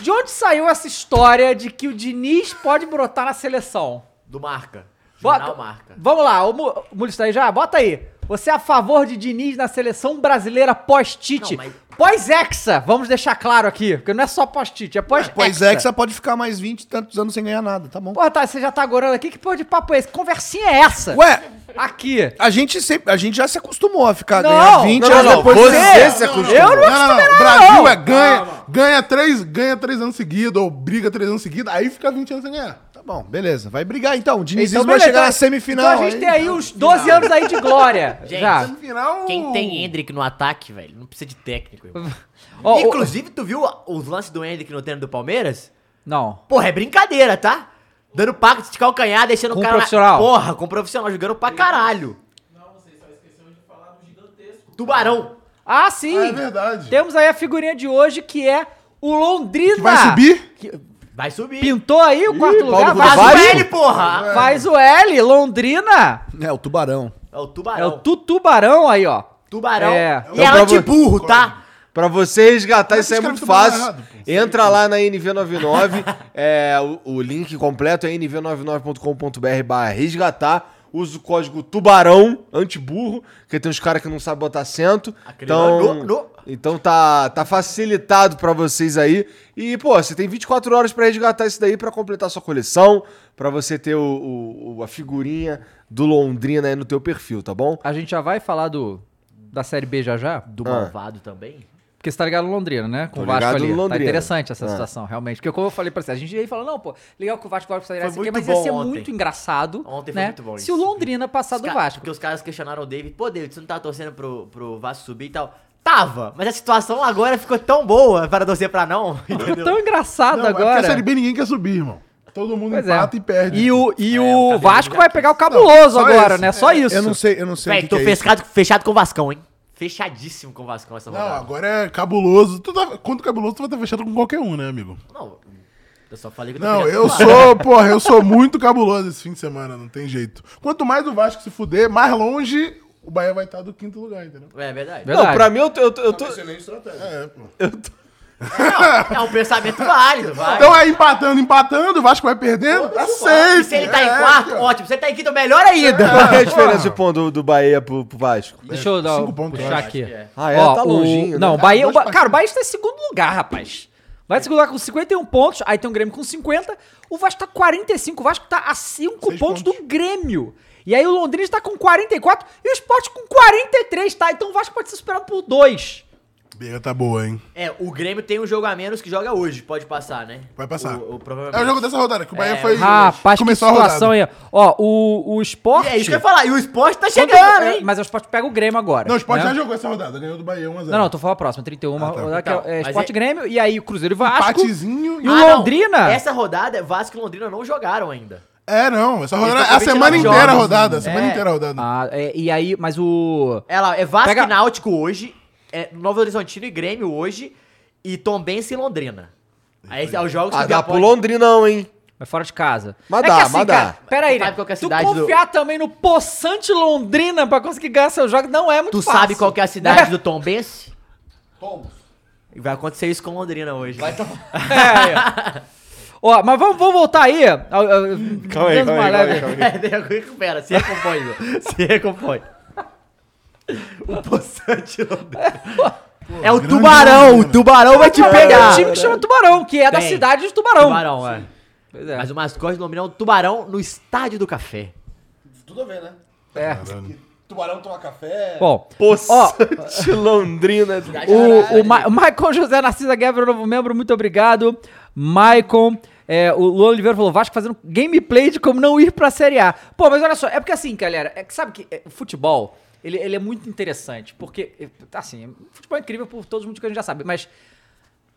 S1: De onde saiu essa história de que o Diniz pode brotar na seleção?
S5: Do Marca.
S1: Bota, marca. Vamos lá, o Mu- o Mulis tá aí já? Bota aí. Você é a favor de Diniz na seleção brasileira pós-Tite? Pós-Hexa, vamos deixar claro aqui, porque não é só pós-Tite, é pós-Hexa.
S2: Pois é, que você pode ficar mais 20 e tantos anos sem ganhar nada, tá bom?
S1: Porra, tá, você já tá agorando aqui, que porra de papo é esse? Que conversinha é essa?
S2: Ué,
S1: aqui.
S4: Ah,
S2: A gente sempre, a gente já se acostumou a ficar
S1: Não,
S2: ganhar 20
S1: não,
S2: anos
S1: não, não,
S2: depois
S1: você se acostumou. Eu não acostumei,
S4: Brasil
S1: não.
S4: é ganha, ganha, três, ganha três anos seguidos, ou briga três anos seguidos, aí fica 20 anos sem ganhar.
S2: Tá bom, beleza. Vai brigar então. O Dinizismo
S4: Então,
S2: vai
S4: beleza,
S2: chegar
S4: então-
S2: na semifinal.
S1: então a gente tem aí uns 12 anos aí de glória.
S5: Gente,
S1: já.
S5: quem
S1: É
S5: tem Hendrick no ataque, velho, não precisa de técnico, irmão.
S1: [LAUGHS] Ó,
S5: Inclusive, tu viu os lances do Hendrick no treino do Palmeiras?
S1: Não.
S5: Porra, é brincadeira, tá? Dando pacto de calcanhar, deixando
S1: Com
S5: o
S1: um
S5: cara. na-
S1: profissional?
S5: Porra, com um profissional, jogando pra caralho. Tubarão.
S1: Ah, sim.
S4: Ah, é verdade.
S1: Temos aí a figurinha de hoje que é o Londrina.
S4: vai subir?
S5: Vai subir.
S1: Pintou aí o quarto lugar.
S2: Paulo
S1: Vai-
S2: Faz o
S1: Vai-
S2: L, porra.
S1: Faz o L, Londrina.
S2: É, o Tubarão.
S5: É o
S1: É o
S5: Tubarão.
S1: Tutubarão aí, ó.
S5: Tubarão.
S1: É.
S5: E é antiburro, tá?
S3: Pra você resgatar, isso é
S5: Esses
S2: tá
S3: muito
S5: caras
S3: fácil.
S5: estão
S3: Entra lá na NV99. é, o, o link completo é nv99.com.br barra resgatar. Usa o código tubarão, antiburro, porque tem uns caras que não sabem botar acento. Então,
S5: no- no-
S3: então tá, tá facilitado pra vocês aí. E, pô, você tem 24 horas pra resgatar isso daí, pra completar sua coleção, pra você ter o, o- o- a figurinha do Londrina aí no teu perfil, tá bom?
S1: A gente já vai falar do da Série B já já?
S5: Do Malvado também.
S1: Porque você tá ligado no Londrina, né? Com
S3: Tô
S1: o Vasco
S3: ligado no
S1: ali. Tá
S3: Londrina.
S1: interessante essa
S3: É.
S1: situação, realmente. Porque como eu falei pra você, a gente aí falou, não, pô, legal que o Vasco vai pra sair
S5: Foi
S1: assim, aqui,
S5: muito
S1: mas ia
S5: bom
S1: ser
S5: ontem.
S1: muito engraçado.
S5: Ontem foi
S1: né?
S5: muito bom
S1: Se
S5: isso.
S1: o Londrina passar do
S5: Ca-
S1: Vasco.
S5: Porque os caras questionaram o David, pô, David, você não tá torcendo pro, pro Vasco subir e tal. Tava, mas a situação agora ficou tão boa para torcer pra não. [LAUGHS] entendeu?
S1: Tão engraçado
S4: Não, é porque
S1: um agora.
S4: a Série B ninguém quer subir, irmão. Todo mundo
S1: Pois é.
S4: empata e perde.
S1: E o,
S5: É,
S1: e
S5: tá
S1: o Vasco vai pegar o cabuloso
S4: Não, só
S1: agora,
S4: esse.
S1: né? Só isso.
S2: Eu não sei, eu não sei.
S5: Véi, tô
S4: é
S5: fechado, fechado com o Vascão, hein? Fechadíssimo com o Vascão essa
S4: Não,
S5: rodada.
S4: agora é cabuloso. Tu tá, quanto cabuloso, tu vai estar fechado com qualquer um, né, amigo?
S5: Não, eu só falei que tô
S4: Não,
S5: fechado
S4: eu
S5: com o Vasco.
S4: sou, porra, eu sou muito cabuloso esse fim de semana, não tem jeito. Quanto mais o Vasco se fuder, mais longe o Bahia vai estar do quinto lugar, entendeu?
S5: É verdade.
S3: Não, pra mim eu tô. Eu tô, eu
S2: Tá
S3: tô-
S4: É, pô.
S5: É um pensamento válido, vai.
S4: Então é empatando, empatando, o Vasco vai perdendo, tá
S5: E
S4: safe.
S5: se ele tá
S4: É,
S5: em quarto, ótimo. Se ele tá em quinto, melhor ainda.
S3: Qual
S2: Ah,
S3: que é a diferença de ponto do, do Bahia pro, pro Vasco?
S1: Deixa eu dar,
S5: um-
S3: Cinco pontos, eu
S4: né?
S1: puxar
S3: acho.
S1: aqui.
S3: Ah, é? Tá longinho, né?
S1: Não, o
S3: Ah,
S1: Bahia, o
S3: dois
S1: Ba- cara, o Bahia está em segundo lugar, rapaz. O Bahia está em segundo lugar com 51 pontos, aí tem o Grêmio com 50, o Vasco tá 45, o Vasco tá a 5 pontos, do Grêmio. E aí o Londrina está com 44 e o Sport com 43, tá? Então o Vasco pode ser superado por 2.
S4: Bega tá boa, hein?
S5: É, o Grêmio tem um jogo a menos que joga hoje. Pode passar, né?
S4: Vai passar.
S5: O, o,
S4: É o jogo dessa rodada, que o Bahia
S5: É,
S4: foi.
S1: Rapaz,
S4: começou
S1: que
S4: a
S1: situação
S4: rodada.
S1: aí. Ó, o, o Sport...
S5: E é isso que eu ia falar. E o esporte tá
S1: Quando-
S5: chegando,
S1: é,
S5: hein?
S1: Mas o Sport pega o Grêmio agora.
S4: Não, o Sport
S1: né?
S4: já jogou essa rodada, ganhou do Bahia 1x0.
S1: Não, não, tô falando a próxima, 31, rodada que é-
S5: Então,
S1: é
S5: mas
S1: Sport
S5: é-
S1: Grêmio, e aí o Cruzeiro e Vasco.
S4: Empatezinho
S1: E o
S5: Ah, não.
S1: Londrina...
S5: Essa rodada, Vasco e Londrina não jogaram ainda.
S4: É, não, essa rodada
S1: tá
S4: é
S5: Eles tão
S4: a
S5: com
S4: semana
S5: 29
S4: inteira a
S5: jogos.
S4: rodada, a semana
S5: É.
S4: inteira a rodada.
S1: Ah, é, e aí, mas o...
S5: Ela é Vasco
S1: Pega-
S5: e Náutico hoje, é Novo Horizontino e Grêmio hoje, e Tombense e Londrina. Aí é os jogos
S3: Ah,
S5: que
S3: dá pro Londrinão, hein?
S1: É fora de casa.
S3: Mas
S1: é
S3: dá,
S1: que assim,
S3: mas
S1: cara,
S3: dá.
S1: pera aí,
S5: Sabe
S1: né?
S5: qual que é a
S1: tu
S5: cidade do-
S1: confiar também no poçante Londrina pra conseguir ganhar seu jogo não é muito
S5: Tu
S1: fácil. Né?
S5: sabe qual que é a cidade
S1: [LAUGHS]
S5: do Tombense? Tombos. E vai acontecer isso com Londrina hoje. Vai [LAUGHS]
S1: É, Ó, mas vamos, vamos voltar aí. ao- ao- dando uma
S4: um
S1: leve-
S5: Recupera, se recompõe, Igor. se recompõe. O poçante Londrina. é o
S4: grande
S5: Tubarão,
S4: Londrina.
S5: o Tubarão vai te
S1: Mas Tem um
S5: pegar.
S1: time que chama Tubarão, que é da
S5: Tem.
S1: cidade de Tubarão.
S5: Tubarão, é. Mas o mascote do Londrina é o Tubarão no Estádio do Café.
S9: Tudo a ver, né?
S1: É.
S9: Tubarão toma café.
S1: Bom, ó,
S3: Poçante Londrina.
S1: né?
S5: [LAUGHS]
S1: o, o, Ma- o Maicon José Narcisa Guevra, novo membro, muito obrigado. Maicon. É, o Lu Oliveira falou, Vasco fazendo gameplay de como não ir pra Série A. Pô, mas olha só, é porque assim, galera, é que sabe que é, o futebol, ele, ele é muito interessante, porque, é, assim, o futebol é incrível por todos os motivos que a gente já sabe, mas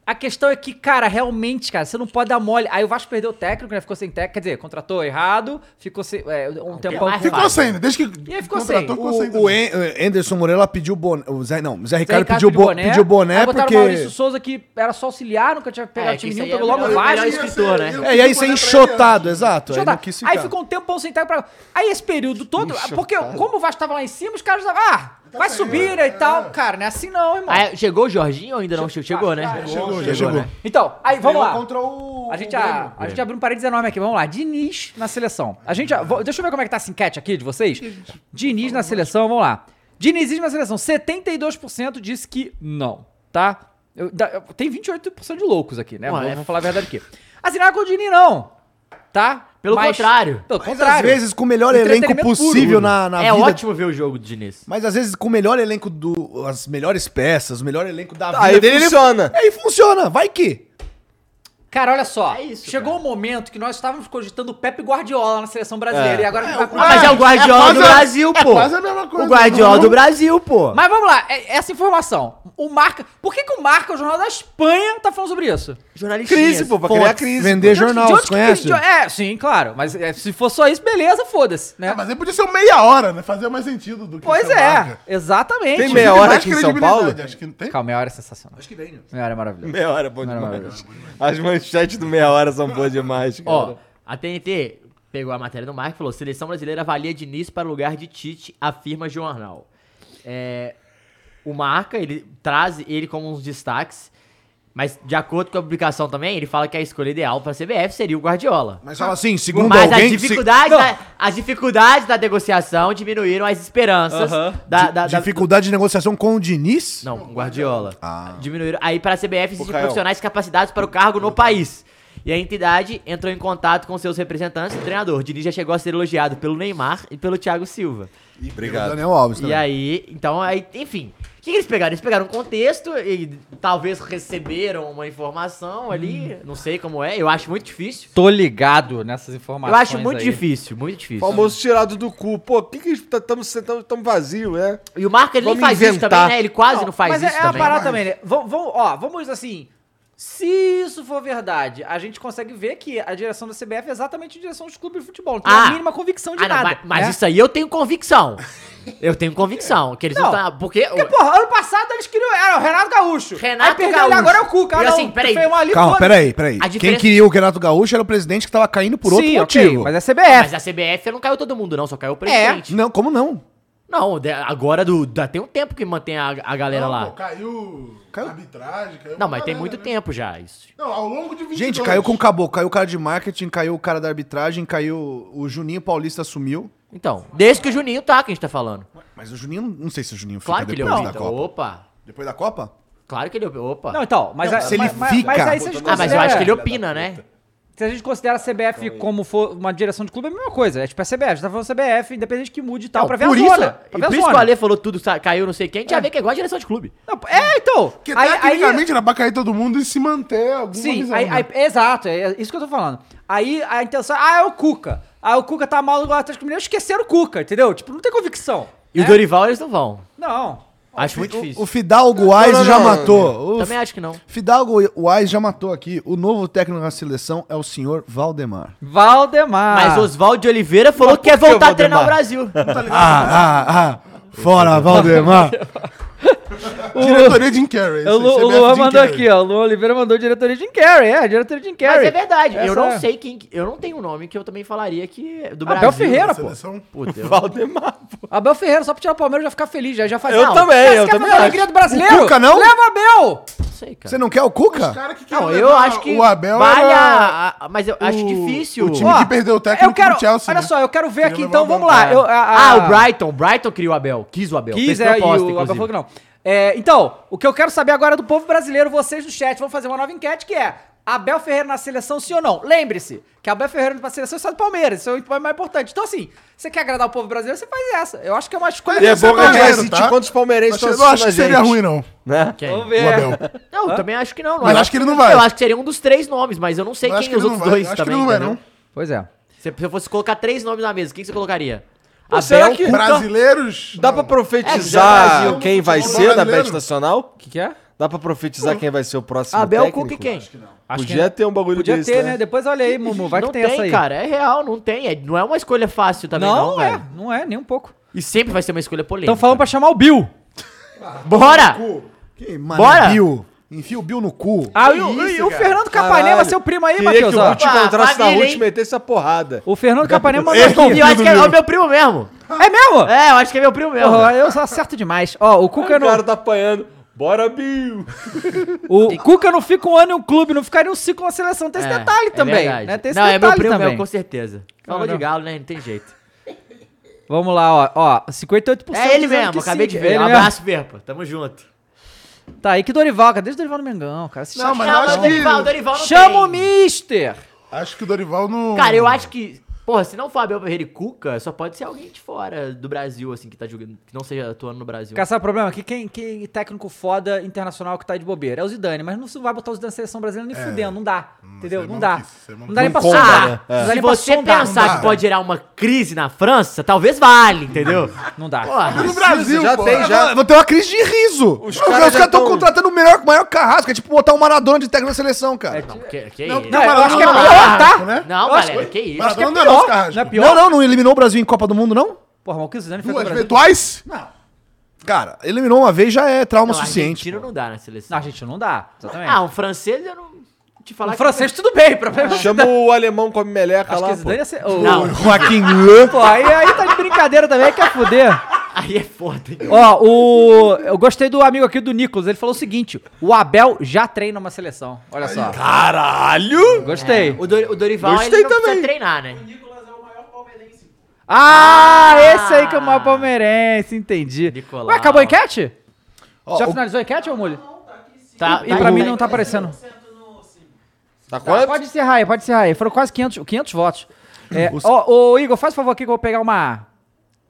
S1: a questão é que, cara, realmente, cara, você não pode dar mole. Aí o Vasco perdeu o técnico, né, ficou sem técnico, quer dizer, contratou errado, ficou sem, é, um tempão...
S5: mais
S4: Ficou
S5: Vai.
S4: sem, né? Desde que.
S1: E aí ficou sem.
S4: contratou, ficou sem.
S2: O, o En- eh, Anderson Moreira pediu boné. O Zé, não, o Zé
S1: Zé
S2: Ricardo, pediu, bo- pediu boné,
S1: Aí botaram
S2: porque.
S1: o Maurício Souza que era só auxiliar, nunca tinha pegado
S5: É,
S1: o
S5: que
S1: time
S5: isso
S1: nenhum,
S5: aí é
S1: pegou logo o
S5: melhor- melhor
S1: Vasco.
S5: escritor, né?
S2: É, e aí você enxotado, exato.
S1: Deixa eu
S2: Aí,
S1: dar.
S2: não quis
S1: Aí
S2: ficar.
S1: ficou um tempão sem técnico pra. Aí esse período todo. Porque como o Vasco tava lá em cima, os caras. estavam, Ah,
S5: Tá
S1: vai subir, né, e tal. Cara, não é assim não, irmão.
S5: Ah, chegou o Jorginho ou ainda não? Chegou, chegou né?
S1: Chegou, já chegou. Então, aí vamos
S5: Ganhou
S1: lá.
S5: contra
S1: a gente, a, a gente abriu um parênteses enorme aqui. Vamos lá. Diniz na seleção. A gente, vou- deixa eu ver como é que tá essa enquete aqui de vocês. Diniz na seleção, vamos lá. Dinizismo na seleção. 72% disse que não, tá? Eu- da- eu- tem 28% de loucos aqui, né?
S5: Ué,
S1: vou,
S5: é.
S1: vou falar a verdade aqui. Assinar com o Diniz não, tá?
S5: Pelo contrário.
S1: Pelo
S5: Mas às
S1: contrário.
S2: Às vezes com o melhor elenco
S1: Entretenimento puro.
S2: possível na, na
S5: É
S2: vida.
S5: ótimo ver o jogo do Diniz.
S2: Mas às vezes com o melhor elenco do. As melhores peças, o melhor elenco da vida.
S3: Aí
S2: dele, é ele-
S3: funciona.
S2: Aí funciona, vai que.
S1: Cara, olha só. Chegou um momento que nós estávamos cogitando o Pepe Guardiola na seleção brasileira.
S5: É.
S1: E agora a gente vai pro
S5: Ah, mas é o Guardiola do Brasil, pô.
S4: é
S5: O
S4: né?
S5: Guardiola do Brasil, pô.
S1: Mas vamos lá, é- essa informação. O Marca. Por que, que o Marca, o Jornal da Espanha, tá falando sobre isso?
S5: Jornalista.
S3: Crise, pô, pra criar crise.
S2: Vender
S1: De onde-
S2: jornal,
S1: de onde
S2: você
S1: que-
S2: conhece?
S1: de- É, sim, claro. Mas é, se for só isso, beleza, foda-se, né?
S4: Mas aí podia ser um meia hora, né? Fazia mais sentido do que
S1: Pois
S4: essa
S1: é,
S4: marca.
S1: exatamente.
S3: Tem meia hora aqui em São
S4: credibilidade,
S3: Paulo?
S4: acho que não tem.
S1: Calma, meia hora é sensacional.
S2: Acho que vem, né?
S1: Meia hora é maravilhosa.
S3: Meia hora é bom
S1: Meia hora é
S3: demais. As manchetes do meia hora são boas demais, cara.
S5: Ó, a TNT pegou a matéria do Marco e falou: seleção brasileira avalia Diniz para lugar de Tite, afirma jornal. É, o Marca, ele traz ele como uns destaques, mas de acordo com a publicação também, ele fala que a escolha ideal para a CBF seria o Guardiola.
S2: Mas fala assim, segundo
S5: Mas
S2: alguém.
S5: as, dificuldades da, as dificuldades da negociação diminuíram as esperanças
S2: Aham.
S5: da,
S2: Di-
S5: da- da-
S2: dificuldade de negociação com o Diniz?
S5: Não, com o Guardiola. Diminuíram. Aí para a CBF
S2: Ô,
S5: existem
S2: Caio.
S5: profissionais capacitados para o cargo no país. E a entidade entrou em contato com seus representantes e treinador. Diniz já chegou a ser elogiado pelo Neymar e pelo Thiago Silva.
S2: Obrigado. Daniel Alves
S5: E
S2: também.
S5: aí, então, aí, enfim. O que, que eles pegaram? Eles pegaram um contexto e talvez receberam uma informação ali. Não sei como é. Eu acho muito difícil.
S1: Tô ligado nessas informações.
S5: Eu acho muito difícil, muito difícil.
S3: Famoso tirado do cu. Pô, por que tá, que estamos sentando tão vazio, né?
S5: E o Marco, ele nem faz isso também, né? Ele quase não, faz
S1: Mas
S5: isso
S1: é, é uma
S5: também.
S1: parada também, né? Vamos, vamos- ó, vamos assim. Se isso for verdade, a gente consegue ver que a direção da CBF é exatamente a direção dos clubes de futebol. Não tem a
S5: Ah.
S1: mínima convicção de
S5: Ah, não,
S1: nada.
S5: mas, mas
S1: né?
S5: isso aí eu tenho convicção. [LAUGHS] Eu tenho convicção. Que eles não,
S1: Não,
S5: tá- Porque.
S1: Porque, porra, ano passado eles queriam. Era o Renato Gaúcho.
S5: Renato
S1: aí perdeu,
S5: Gaúcho.
S1: e agora é o cu,
S5: E
S1: cara.
S5: assim, peraí.
S2: Calma, peraí, peraí. Quem queria o Renato Gaúcho era o presidente que tava caindo por outro
S5: Sim, ok,
S2: motivo.
S5: mas
S1: é CBF.
S5: Mas a CBF não caiu todo mundo, não, só caiu o presidente.
S2: Não, como não?
S5: Não, de- agora do, da- tem um tempo que mantém a, a galera
S4: Não,
S5: lá.
S4: pô, caiu, arbitragem, caiu.
S5: não, mas tem
S4: galera,
S5: muito
S4: né?
S5: tempo já isso.
S4: Não, ao longo de 22.
S2: Gente, caiu com o Caboclo, caiu o cara de marketing, caiu o cara da arbitragem, caiu o Juninho Paulista assumiu.
S5: Então, desde que o Juninho tá, que a gente tá falando.
S2: Mas o Juninho, não sei se o Juninho
S5: Claro
S2: fica
S5: que ele
S2: depois
S5: opta.
S2: da Copa.
S5: Opa.
S2: Depois da Copa?
S5: Claro que ele opta. Opa.
S1: Não, é. então, mas
S2: Não,
S1: a-
S2: se ele
S1: mas- mas-
S2: fica-
S1: mas aí vocês
S5: Ah, mas eu
S1: consideram-
S5: acho que ele opina, né?
S1: Se a gente considera a CBF como for uma direção de clube, é a mesma coisa. É tipo a CBF, a gente tá falando CBF, independente que mude e tal,
S5: Não,
S1: pra ver
S5: por
S1: a
S5: isso,
S1: zona. pra
S5: e
S1: ver a
S5: por isso que o
S1: zona.
S5: Ale falou tudo, sa- caiu, não sei quem, a gente já vê que é igual a direção de clube.
S1: Não, é, então.
S4: Porque tecnicamente era pra cair todo mundo e se manter alguma
S1: Sim,
S4: visão,
S1: aí-
S4: né?
S1: aí- exato, é isso que eu tô falando. Aí a intenção, ah, é o Cuca. Ah, o Cuca tá mal no Atlético Mineiro, esqueceram o Cuca, entendeu? Tipo, não tem convicção.
S5: E o Dorival eles não vão.
S1: Não.
S5: Acho muito difícil.
S2: O Fidalgo Wise
S5: não,
S2: já
S5: não,
S2: matou. O
S5: Também acho que não.
S2: Fidalgo Wise já matou aqui. O novo técnico da seleção é o senhor Valdemar.
S1: Valdemar.
S5: Mas Oswaldo de Oliveira falou Ah. que quer voltar a treinar o [LAUGHS] Brasil.
S1: Tá
S2: Ah, ah, ah. Fora,
S1: [LAUGHS]
S2: Valdemar.
S4: Diretoria Jim Carrey.
S1: O, Lu, o Luan mandou aqui, ó. O Luan Oliveira mandou diretoria de Jim Carrey. É, diretoria de Jim Carrey.
S5: Mas é verdade, eu
S1: Essa
S5: não
S1: é.
S5: sei quem. Eu não tenho um nome que eu também falaria que é do Brasil.
S1: Abel Ferreira, pô.
S5: Puta, eu-
S3: Valdemar.
S1: Abel Ferreira, só pra tirar o Palmeiras já ficar feliz, já, já faz
S3: Eu
S1: Não,
S3: também,
S1: cara, você
S3: eu
S1: quer
S3: também
S1: fazer a
S3: acho.
S1: alegria do brasileiro?
S2: O Cuca não?
S1: Leva Abel!
S5: Não sei, cara.
S2: Você não quer o Cuca?
S4: Cara que quer
S5: Não,
S4: levar
S5: eu acho que.
S4: O Abel
S5: vai
S4: era...
S5: a- a- Mas eu acho difícil.
S4: O time
S1: Ó,
S4: que perdeu o técnico
S1: eu quero,
S4: pro Chelsea.
S1: Olha
S4: né?
S1: só, eu quero ver aqui,
S4: levar
S1: então
S4: o Abel.
S1: vamos lá. Eu, a- a-
S5: Ah, o Brighton. O Brighton queria o Abel. Quis o Abel.
S1: Quis,
S5: fez
S1: é, e o
S5: proposta,
S1: Abel
S5: um inclusive.
S1: falou que não. É, então, o que eu quero saber agora do povo brasileiro, vocês do chat, vamos fazer uma nova enquete que é Abel Ferreira na seleção, sim ou não? Lembre-se que Abel Ferreira na seleção é só do Palmeiras, isso é o mais importante. Então, assim, você quer agradar o povo brasileiro, você faz essa. Eu acho que é uma escolha...
S3: E é bom que a gente vai
S4: maneiro,
S3: sentir
S4: tá?
S3: quantos palmeirenses
S4: Mas
S3: estão
S4: eu não
S3: assistindo
S4: acho que seria
S3: a gente.
S4: ruim, não.
S3: Né?
S5: Quem?
S1: Vamos
S4: O Abel.
S1: ver.
S5: Não, eu também acho que não. não
S4: Mas acho que ele não vai.
S5: Eu acho que seria um dos três nomes, mas eu não sei
S4: Eu acho
S5: quem
S4: que
S5: os
S4: ele não
S5: outros
S4: vai.
S5: dois
S4: Acho que
S5: também.
S4: ele não vai,
S5: entendeu?
S4: não.
S1: Pois é.
S5: Se, se eu fosse colocar três nomes na mesa, quem que você colocaria?
S3: Pô,
S1: é
S3: será
S1: Então,
S3: que-
S5: Cuca-
S4: Brasileiros...
S3: Dá pra
S2: um-
S5: É, já é
S3: profetizar
S5: Brasil,
S3: Ah, quem
S1: um
S3: vai
S4: futebol
S3: ser da
S4: brasileiro.
S3: Bet Nacional?
S1: O que, que é?
S3: Dá pra profetizar quem vai ser o próximo
S5: Abel,
S3: técnico?
S5: Cuca e quem?
S1: Acho que
S3: Podia ter um bagulho
S1: Podia
S3: desse,
S1: ter,
S3: né?
S1: né? Depois olha aí, Mumu, vai
S5: não
S1: que tem, essa aí.
S5: cara. É real, não tem. É- não é uma escolha fácil também, não,
S1: não, é,
S5: velho.
S1: não é, nem um pouco.
S5: E sempre vai ser uma escolha polêmica.
S1: Estão falando pra chamar o Bill.
S5: Bora!
S2: Que mano,
S5: Bora!
S2: Bill. Enfia o Bill no cu.
S1: Ah, e o, e o Fernando Capanema,
S3: Caralho.
S1: seu primo aí,
S3: Queria
S1: Matheus.
S3: que o
S1: ó.
S3: Guti entrasse na
S5: Ah, família,
S3: última
S5: hein?
S3: e metesse a porrada.
S5: [LAUGHS]
S1: O Fernando Capanema mandou
S5: E eu
S1: aqui. [LAUGHS]
S5: acho que é o meu primo mesmo.
S1: É mesmo?
S5: É, eu acho que é meu primo mesmo.
S1: Porra, eu só acerto demais. Ó, o Cuca não. O cara
S3: tá apanhando.
S1: [LAUGHS]
S3: Bora, Bill!
S1: o Cuca não fica um ano em um clube, não ficaria um ciclo na seleção. Tem esse
S5: É,
S1: detalhe
S5: é
S1: também.
S5: verdade.
S1: né? Tem esse
S5: não, é
S1: detalhe
S5: meu primo
S1: também.
S5: mesmo, com certeza. Falou de
S1: Caramba.
S5: galo, né? Não tem jeito.
S1: Vamos lá, ó. Ó, 58%.
S5: É
S1: dizendo que
S5: ele mesmo, acabei
S1: sim,
S5: de
S1: é
S5: ver.
S1: ele
S5: Um
S1: mesmo.
S5: abraço, Verpa. Tamo junto.
S1: Tá, aí que Dorival, cadê o Dorival no Mengão, cara? Esse
S5: Não,
S1: chato
S5: mas eu
S1: não.
S5: acho que- Dorival, Dorival não
S1: Chama
S5: tem.
S1: o Mister!
S4: Acho que o Dorival não.
S5: Cara, eu acho que. Porra, se não for Abel Ferreira e Cuca, só pode ser alguém de fora do Brasil, assim, que tá jogando. Que não seja atuando no Brasil.
S1: Cara, sabe o problema? Que quem, quem é técnico foda internacional que tá de bobeira é o Zidane, mas não se vai botar o Zidane na seleção brasileira nem
S5: É.
S1: fudendo, não dá. Entendeu? Não dá. Não dá nem pra
S5: Não conta,
S1: sondar.
S5: né?
S1: Não dá
S5: Se
S1: nem Ah, é pra
S5: você
S1: sondar, não
S5: pensar
S1: dá.
S5: que pode gerar uma crise na França, talvez vale, entendeu?
S1: Não dá.
S2: No Brasil,
S5: já
S2: pô.
S5: tem,
S2: Eu
S5: já.
S2: vou- eu Vou ter uma crise de riso.
S5: Os
S2: Os
S5: caras
S2: caras
S5: já
S2: estão
S5: tão-
S2: contratando o melhor, maior carrasco. É tipo botar um Maradona de técnico na seleção,
S1: É,
S2: cara.
S1: tipo,
S5: Que, que
S2: Não,
S5: isso?
S2: não, Maradona não é Carrasco, né?
S5: Não,
S2: Eu acho
S5: galera, que isso?
S2: Maradona
S4: um
S5: Acho que é
S2: não é
S5: pior.
S2: nosso carrasco.
S5: Não é pior?
S2: Não, não, não eliminou o Brasil em Copa do Mundo, não?
S1: Porra, mas o que o Zidane fez com o
S2: Duas
S1: Brasil?
S2: vezes. Twice? Não. Cara, eliminou uma vez já é trauma
S5: Não,
S2: suficiente.
S5: Argentina não dá na seleção.
S1: Não, Argentina não dá, exatamente.
S5: Ah, um francês eu não. Te falar Ah.
S1: Um francês tudo bem, problema é-
S3: Chama o alemão com a meleca
S1: Acho
S3: lá.
S1: que o
S3: pô.
S1: Zidane ia ser.
S2: [LAUGHS]
S3: Não.
S2: Joaquim.
S1: Pô, aí, aí tá de brincadeira também, quer fuder.
S5: Aí é foda, hein?
S1: Ó, o. Eu gostei do amigo aqui do Nicolas. Ele falou o seguinte: o Abel já treina uma seleção. Olha só.
S3: Caralho!
S1: Gostei.
S5: O, Dor- o Dorival
S1: Gostei
S5: ele não
S1: também.
S5: precisa treinar, né?
S1: Ah, esse aí que é o maior palmeirense, entendi. Ué, acabou a enquete? Já finalizou a enquete, ô Mulho?
S5: Tá,
S1: e
S5: tá
S1: pra
S5: em-
S1: mim
S5: tá
S1: não
S5: em-
S1: tá aparecendo.
S3: Tá
S1: quanto? Pode encerrar aí, pode encerrar aí. Foram quase 500, 500 votos. É,
S3: Hum,
S5: Os-
S1: Ô, ô, Igor, faz favor aqui que eu vou pegar uma...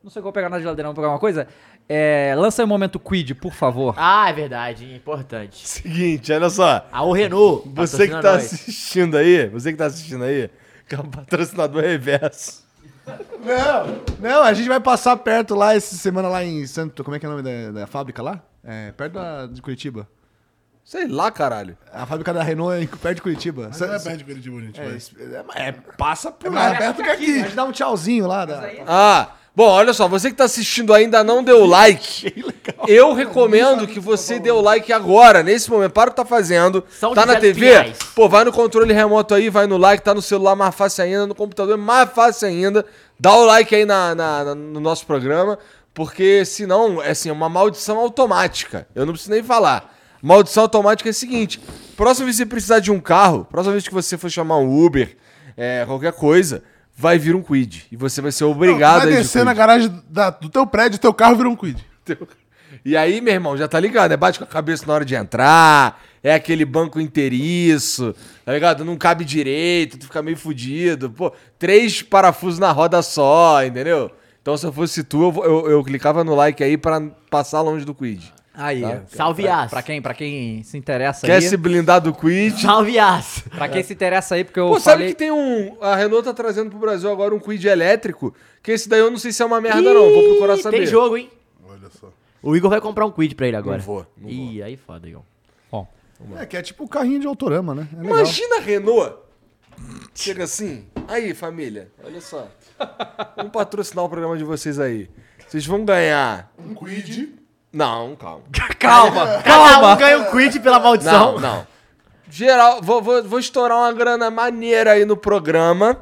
S1: Não sei o que eu vou pegar na geladeira, vou pegar uma coisa. É, lança aí um momento quid, por favor.
S5: Ah, é verdade, hein? importante.
S3: Seguinte, olha só.
S5: Ah, o Renault.
S3: Você
S5: patrocina
S3: que tá
S5: nós.
S3: assistindo aí, você que tá assistindo aí, que é um patrocinador reverso.
S2: Não, não, a gente vai passar perto lá essa semana lá em Santo. Como é que é o nome da, da fábrica lá? É, perto da, de Curitiba.
S3: Sei lá, caralho.
S2: A fábrica da Renault é em- perto de Curitiba.
S4: Mas não é perto de Curitiba, gente.
S2: É,
S4: vai.
S2: es- é, é, passa por
S4: É
S2: lá.
S4: mais
S2: é
S4: perto que aqui.
S2: A gente dá um tchauzinho lá. Da...
S5: é
S3: Ah, bom, olha só, você que tá assistindo ainda não deu like. Eu recomendo
S1: tá
S3: que você dê o like agora, nesse momento. Para o que tá fazendo.
S5: São
S3: tá na
S5: 18
S3: TV?
S5: reais.
S3: Pô, vai no controle remoto aí, vai no like, tá no celular mais fácil ainda, no computador mais fácil ainda. Dá o like aí na, na- na- no nosso programa, porque senão, é assim, é uma maldição automática. Eu não preciso nem falar. Maldição automática é o seguinte: próxima vez que você precisar de um carro, próxima vez que você for chamar um Uber, é, qualquer coisa, vai vir um quid. E você vai ser obrigado
S4: Vai
S3: a ir de
S4: descer
S3: quid.
S4: na garagem da- do teu prédio, teu carro vira um quid.
S3: E aí, meu irmão, já tá ligado, é bate com a cabeça na hora de entrar, é aquele banco inteiriço, tá ligado? Não cabe direito, tu fica meio fudido, pô, três parafusos na roda só, entendeu? Então se eu fosse tu, eu, vou- eu- eu clicava no like aí pra passar longe do quid.
S1: Aí,
S3: Tá.
S5: Salve
S1: pra,
S5: aço.
S1: pra quem, pra quem se interessa
S3: Quer
S1: aí.
S3: se blindar do quid?
S5: Salve aço.
S1: Pra quem se interessa aí, porque eu
S3: Pô, sabe
S1: falei...
S3: que tem um. A Renault tá trazendo pro Brasil agora um quid elétrico? Que esse daí eu não sei se é uma merda, não. Vou procurar
S5: Ih,
S3: saber.
S5: Tem jogo, hein? O Igor vai comprar um quid pra ele agora. vou. Ih, aí foda, Igor.
S1: Bom.
S2: É que é tipo o carrinho de autorama, né? É legal.
S3: Imagina a Renault. Chega assim. Aí, família, olha só. Vamos patrocinar o programa de vocês aí. Vocês vão ganhar.
S4: Um quid.
S3: Não, calma.
S5: Calma, calma. um ganha um quid pela maldição.
S3: Não, não. Geral, vou, vou, vou estourar uma grana maneira aí no programa.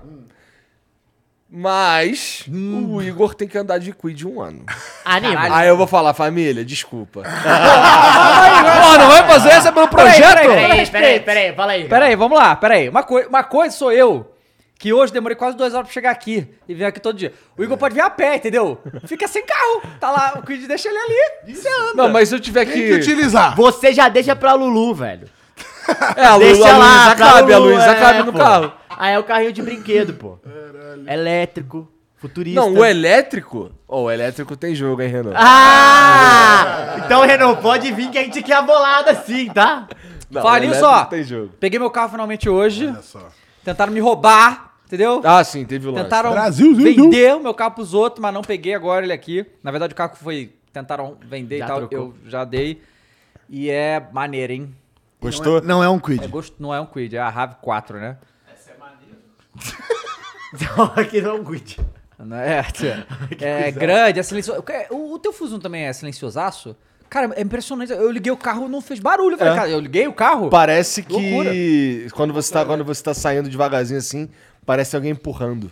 S3: Mas
S5: Hum.
S3: o Igor tem que andar de quid um ano.
S5: Anima.
S3: Aí eu vou falar, família, desculpa.
S1: Pô, não vai fazer essa pelo
S3: Peraí,
S1: projeto?
S3: peraí,
S5: peraí, peraí, peraí, fala aí.
S1: Peraí, vamos lá, peraí. Uma, coi- uma coisa sou eu, que hoje demorei quase duas horas pra chegar aqui e vim aqui todo dia. O Igor pode vir a pé, entendeu? Fica sem carro. Tá lá, o Quid deixa ele ali. Você anda.
S3: Não, mas se eu tiver que.
S5: Ah. Você já deixa pra Lulu, velho.
S3: É, a Lu-
S5: Deixa
S3: a
S5: lá
S3: Luísa
S5: pra
S3: cabe, a Luísa cabe no
S5: pô.
S3: carro.
S5: Aí é o carrinho de brinquedo, pô. Elétrico, futurista.
S3: Não, o elétrico. Ó, o elétrico tem jogo, hein, Renan?
S5: Ah! [LAUGHS] Então, Renan, pode vir que a gente quer a bolada sim, [LAUGHS] tá?
S1: Fala
S3: o
S1: nisso,
S3: elétrico
S1: ó.
S3: é Tem jogo.
S1: Peguei meu carro finalmente hoje. Tentaram me roubar, entendeu?
S5: Tá,
S3: Ah, sim, teve o lance.
S1: Tentaram
S3: Brasil, viu, viu?
S1: vender o meu carro pros outros, mas não peguei agora ele aqui. Na verdade, o carro foi. Tentaram vender
S5: Já
S1: e tal.
S5: trocou.
S1: Eu já dei. E é maneiro, hein?
S2: Gostou? Não é um quid.
S1: É gosto- não é um quid, é a RAV 4, né?
S5: Aqui não é um quid.
S1: Não é, tia.
S5: Que
S1: é
S5: coisa.
S1: grande, é silencioso. O, o teu Fusum também é silenciosaço? Cara, é impressionante. Eu liguei o carro não fez barulho. Eu falei,
S3: É.
S1: cara, eu liguei o carro.
S3: Parece que
S1: Loucura.
S3: quando você tá quando você tá saindo devagarzinho assim, parece alguém empurrando.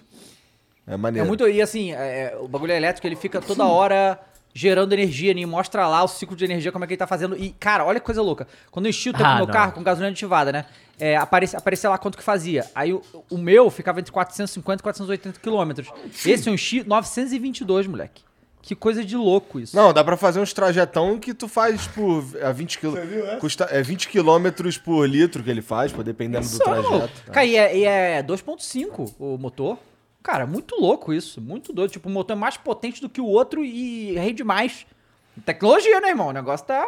S3: É maneiro.
S1: É muito. E assim, é, é, o bagulho elétrico ele fica toda hora gerando energia, ele mostra lá o ciclo de energia, como é que ele tá fazendo. E, cara, olha que coisa louca. Quando eu enchi o tanque
S5: Ah,
S1: do meu
S5: não.
S1: carro com gasolina aditivada, né? É, aparecia, aparecia lá quanto que fazia. Aí o, o meu ficava entre 450 e 480 quilômetros. Esse eu enchi 922, moleque. Que coisa de louco isso.
S3: Não, dá pra fazer uns trajetão que tu faz, tipo, a 20 quil... custa É 20 quilômetros por litro que ele faz, pô, dependendo do
S1: Só,
S3: trajeto. tá.
S1: maluco. Cara, e é, e é 2.5 o motor. Cara, muito louco isso. Muito doido. Tipo, o motor é mais potente do que o outro e rende mais. Tecnologia, né, irmão? O negócio tá...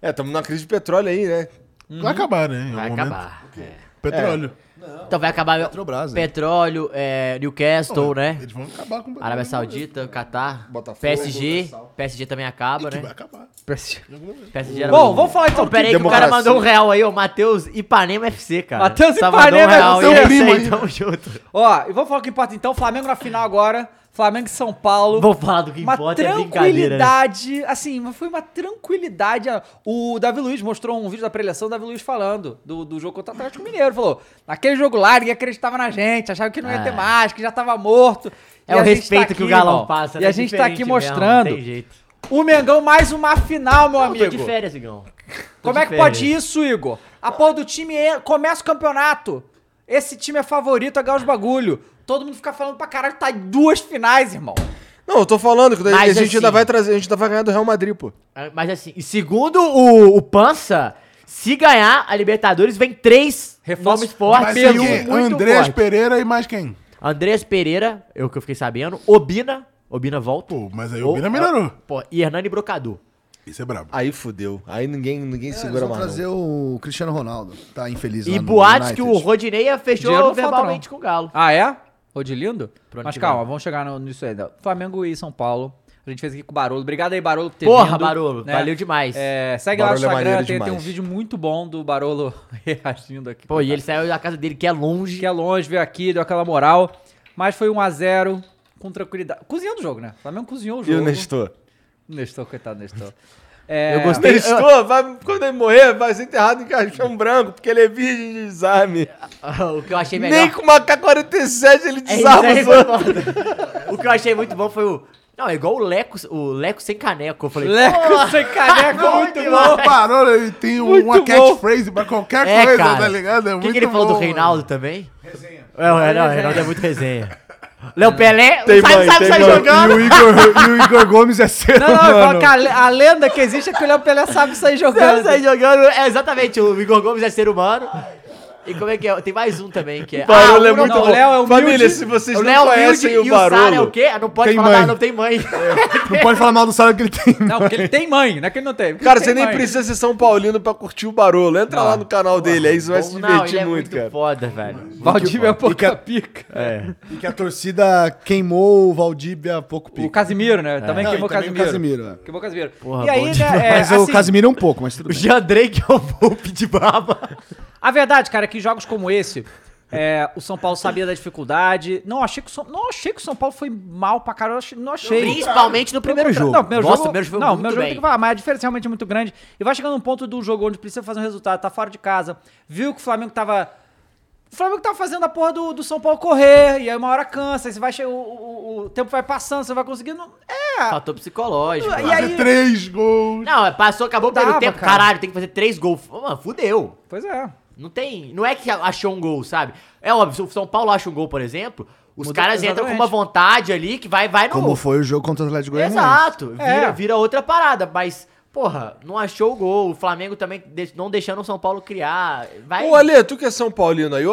S3: É, estamos na crise de petróleo aí, né?
S4: Vai acabar, né?
S5: Vai acabar. é.
S4: Petróleo.
S5: Então vai acabar
S2: Petrobras, né?
S5: petróleo, é, Newcastle,
S4: Não,
S5: né?
S4: eles vão acabar com o petróleo.
S5: Arábia Saudita, Catar,
S3: Botafogo,
S5: PSG,
S3: Botafogo.
S5: PSG também acaba, né?
S4: Vai acabar.
S5: PSG era
S1: Bom,
S3: um
S5: bom.
S1: vamos falar então
S5: Ô, pera aí que o cara
S1: democracia.
S5: mandou um real aí, ó. Matheus Ipanema FC, cara.
S1: Matheus
S5: Só mandou
S1: Ipanema
S5: um real
S1: FC.
S5: e é
S1: Primo,
S5: isso aí,
S1: hein?
S5: tamo junto.
S1: Ó, e vamos falar o que importa então. Flamengo na final agora. Flamengo e São Paulo.
S5: Vou falar do que importa, é brincadeira, né?
S1: tranquilidade, assim, mas foi uma tranquilidade. Ah, O Davi Luiz mostrou um vídeo da preleção, o Davi Luiz falando do, do jogo contra o Atlético Mineiro. Falou, naquele jogo lá ninguém acreditava na gente, achava que não ia
S5: Ah.
S1: ter mais, que já tava morto.
S5: É
S1: E
S5: o
S1: a gente
S5: respeito
S1: tá
S5: que o
S1: aqui,
S5: Galão
S1: irmão.
S5: passa,
S1: E
S5: né?
S1: a gente tá aqui
S5: Diferente mesmo,
S1: mostrando
S5: não tem jeito.
S1: o Mengão mais uma final, meu
S5: Não, tô
S1: amigo.
S5: de férias, Igão.
S1: Como é que pode isso, Igor? A porra do time é- começa o campeonato. Esse time é favorito a ganhar os bagulho. Todo mundo fica falando pra caralho, tá em duas finais, irmão.
S3: Não, eu tô falando que daí
S5: Mas
S3: a gente
S5: assim-
S3: ainda vai trazer, a gente ainda vai ganhar do Real Madrid, pô.
S5: Ah, Mas assim, e segundo o, o Pança, se ganhar a Libertadores, vem três
S1: Reforço
S5: nomes fortes.
S4: Mas
S5: peso
S4: quem?
S5: muito
S4: Andrés
S5: forte.
S4: Pereira e mais quem?
S5: Andrés Pereira, é o que eu fiquei sabendo. Obina. Obina volta.
S4: Pô, mas aí o Bina melhorou.
S5: Pô, e Hernani Brocador.
S4: Isso é brabo.
S3: Aí fudeu. Aí ninguém, ninguém
S2: Eles
S3: segura
S2: vão
S3: mais. não.
S2: É, trazer o Cristiano Ronaldo. Tá infeliz lá
S5: E
S2: no
S5: boatos que o
S2: United.
S5: Rodinei fechou
S1: Dinheiro não falta,
S5: verbalmente
S1: não.
S5: com o Galo.
S1: Ah, é? Rodilindo?
S5: ano
S1: Mas
S5: que
S1: calma,
S5: vem.
S1: vamos chegar no- nisso ainda. Flamengo e São Paulo. A gente fez aqui com o Barolo. Obrigado aí, Barolo, por ter
S5: Porra,
S1: vindo, né?
S5: Barolo, valeu demais.
S1: É, segue
S3: Barolo é
S1: lá no Instagram,
S3: maneiro
S1: tem, tem um
S3: demais.
S1: vídeo muito bom do Barolo [LAUGHS] reagindo aqui.
S5: Pô, e ele saiu da casa dele, que é longe.
S1: Que é longe, veio aqui, deu aquela moral. Mas foi 1x0 com tranquilidade. Cozinhando o jogo, né? O Flamengo cozinhou o
S3: E
S1: jogo.
S3: o Nestor?
S1: Nestor, coitado,
S3: [LAUGHS]
S1: Nestor. É,
S5: Eu gostei.
S3: Nestor, vai, quando ele morrer, vai ser enterrado em caixão branco, porque ele é virgem de desarme.
S5: [LAUGHS] o que eu achei melhor.
S3: Nem com uma K-47 ele
S5: É, isso aí
S3: desarma os
S5: foi
S3: outros.
S5: foda. o que eu achei muito bom foi o. Não, é igual o Leco, o Leco sem caneco. Eu falei.
S1: Leco sem caneco,
S5: Bom
S1: muito
S5: demais.
S1: bom.
S4: Pô, parou, ele tem
S5: Muito
S4: uma
S5: bom.
S4: catchphrase pra qualquer
S5: É,
S4: coisa,
S5: cara.
S4: tá ligado? É
S5: o que,
S4: muito
S5: que ele falou
S4: bom,
S5: do
S4: mano.
S5: Reinaldo também? Resenha. É, o Reinaldo, o Reinaldo é muito resenha. [LAUGHS] Léo Pelé, sai,
S3: mãe,
S5: sabe,
S3: tem
S5: sai
S3: mãe.
S5: jogando.
S2: E o Igor, e o Igor Gomes é ser
S1: Não, não, eu falo
S2: humano.
S1: que a, le- a lenda que existe é que o Léo Pelé sabe sair
S5: Sabe,
S1: jogando.
S5: sai jogando. É, exatamente, o Igor Gomes é ser humano. E como é que é? Tem mais um também que é.
S3: O Barolo
S5: Ah,
S3: é
S5: um
S3: muito
S5: não,
S3: bom.
S1: o Léo é humilde.
S3: Família, se vocês
S5: O
S3: não
S5: Léo é Humilde
S3: conhecem
S5: e
S3: o
S5: o Sara é
S3: Barolo...
S5: o quê? Ah, Não pode
S2: Tem
S5: falar,
S2: mãe.
S5: ah, não
S1: [LAUGHS]
S5: tem mãe.
S1: É,
S2: Não pode falar mal do salário que ele tem.
S1: Não, porque ele tem mãe, não é que ele não tem. porque
S3: Cara,
S1: ele
S3: você
S1: tem
S3: nem
S1: mãe.
S3: precisa ser São Paulino pra curtir o Barolo. Entra lá no canal dele, aí você
S5: [LAUGHS]
S3: vai se
S5: Não, ele
S3: divertir
S5: é
S3: muito, cara.
S5: foda, velho.
S1: Valdívia é
S5: um
S1: o pica-pica.
S2: E que a torcida queimou o Valdívia há pouco
S1: O
S2: pico.
S1: Casimiro, né? Também
S2: Não,
S1: queimou
S2: e também
S1: o Casimiro.
S2: o Casimiro, é.
S1: Queimou o Casimiro.
S5: É. Porra,
S1: e aí,
S5: bom
S1: né?
S5: demais.
S1: é,
S2: mas o
S1: assim,
S2: Casimiro é um pouco, mas tudo
S5: O
S2: bem.
S5: Jean Drake é o Volpe de Braba.
S1: A verdade, cara, é que jogos como esse, é, o São Paulo sabia da dificuldade. Não achei que o São, não achei que o São Paulo foi mal pra caralho. achei- Não achei.
S5: Principalmente no primeiro
S1: Pelo
S5: jogo.
S1: contrário. Não, o primeiro
S5: Nossa,
S1: jogo,
S5: o primeiro jogo foi
S1: não, o
S5: muito
S1: primeiro jogo
S5: bem.
S1: tem que falar, mas a diferença é realmente muito grande. E vai chegando um ponto do jogo onde precisa fazer um resultado, tá fora de casa. Viu que o Flamengo tava. O Flamengo tava fazendo a porra do, do São Paulo correr, e aí uma hora cansa, aí você vai che- o, o- o tempo vai passando, você vai conseguindo. É!
S5: Fator psicológico.
S1: E aí.
S4: Três gols.
S5: Não, é, passou, acabou o
S1: é- Dava,
S5: primeiro tempo.
S1: cara.
S5: Caralho, tem que fazer três gols. Mano, fudeu.
S1: Pois é.
S5: Não tem. Não é que achou um gol, sabe? É óbvio, se o São Paulo acha um gol, por exemplo, os
S1: Muda-
S5: caras entram com
S1: exatamente.
S5: uma vontade ali que vai, vai no.
S2: Como foi o jogo contra o Atlético Goianiense.
S5: Exato. Vira,
S1: É.
S5: vira outra parada, mas. Porra, não achou o gol. O Flamengo também de- não deixando o São Paulo criar. Vai.
S3: Ô, Ale, tu que é São Paulino aí,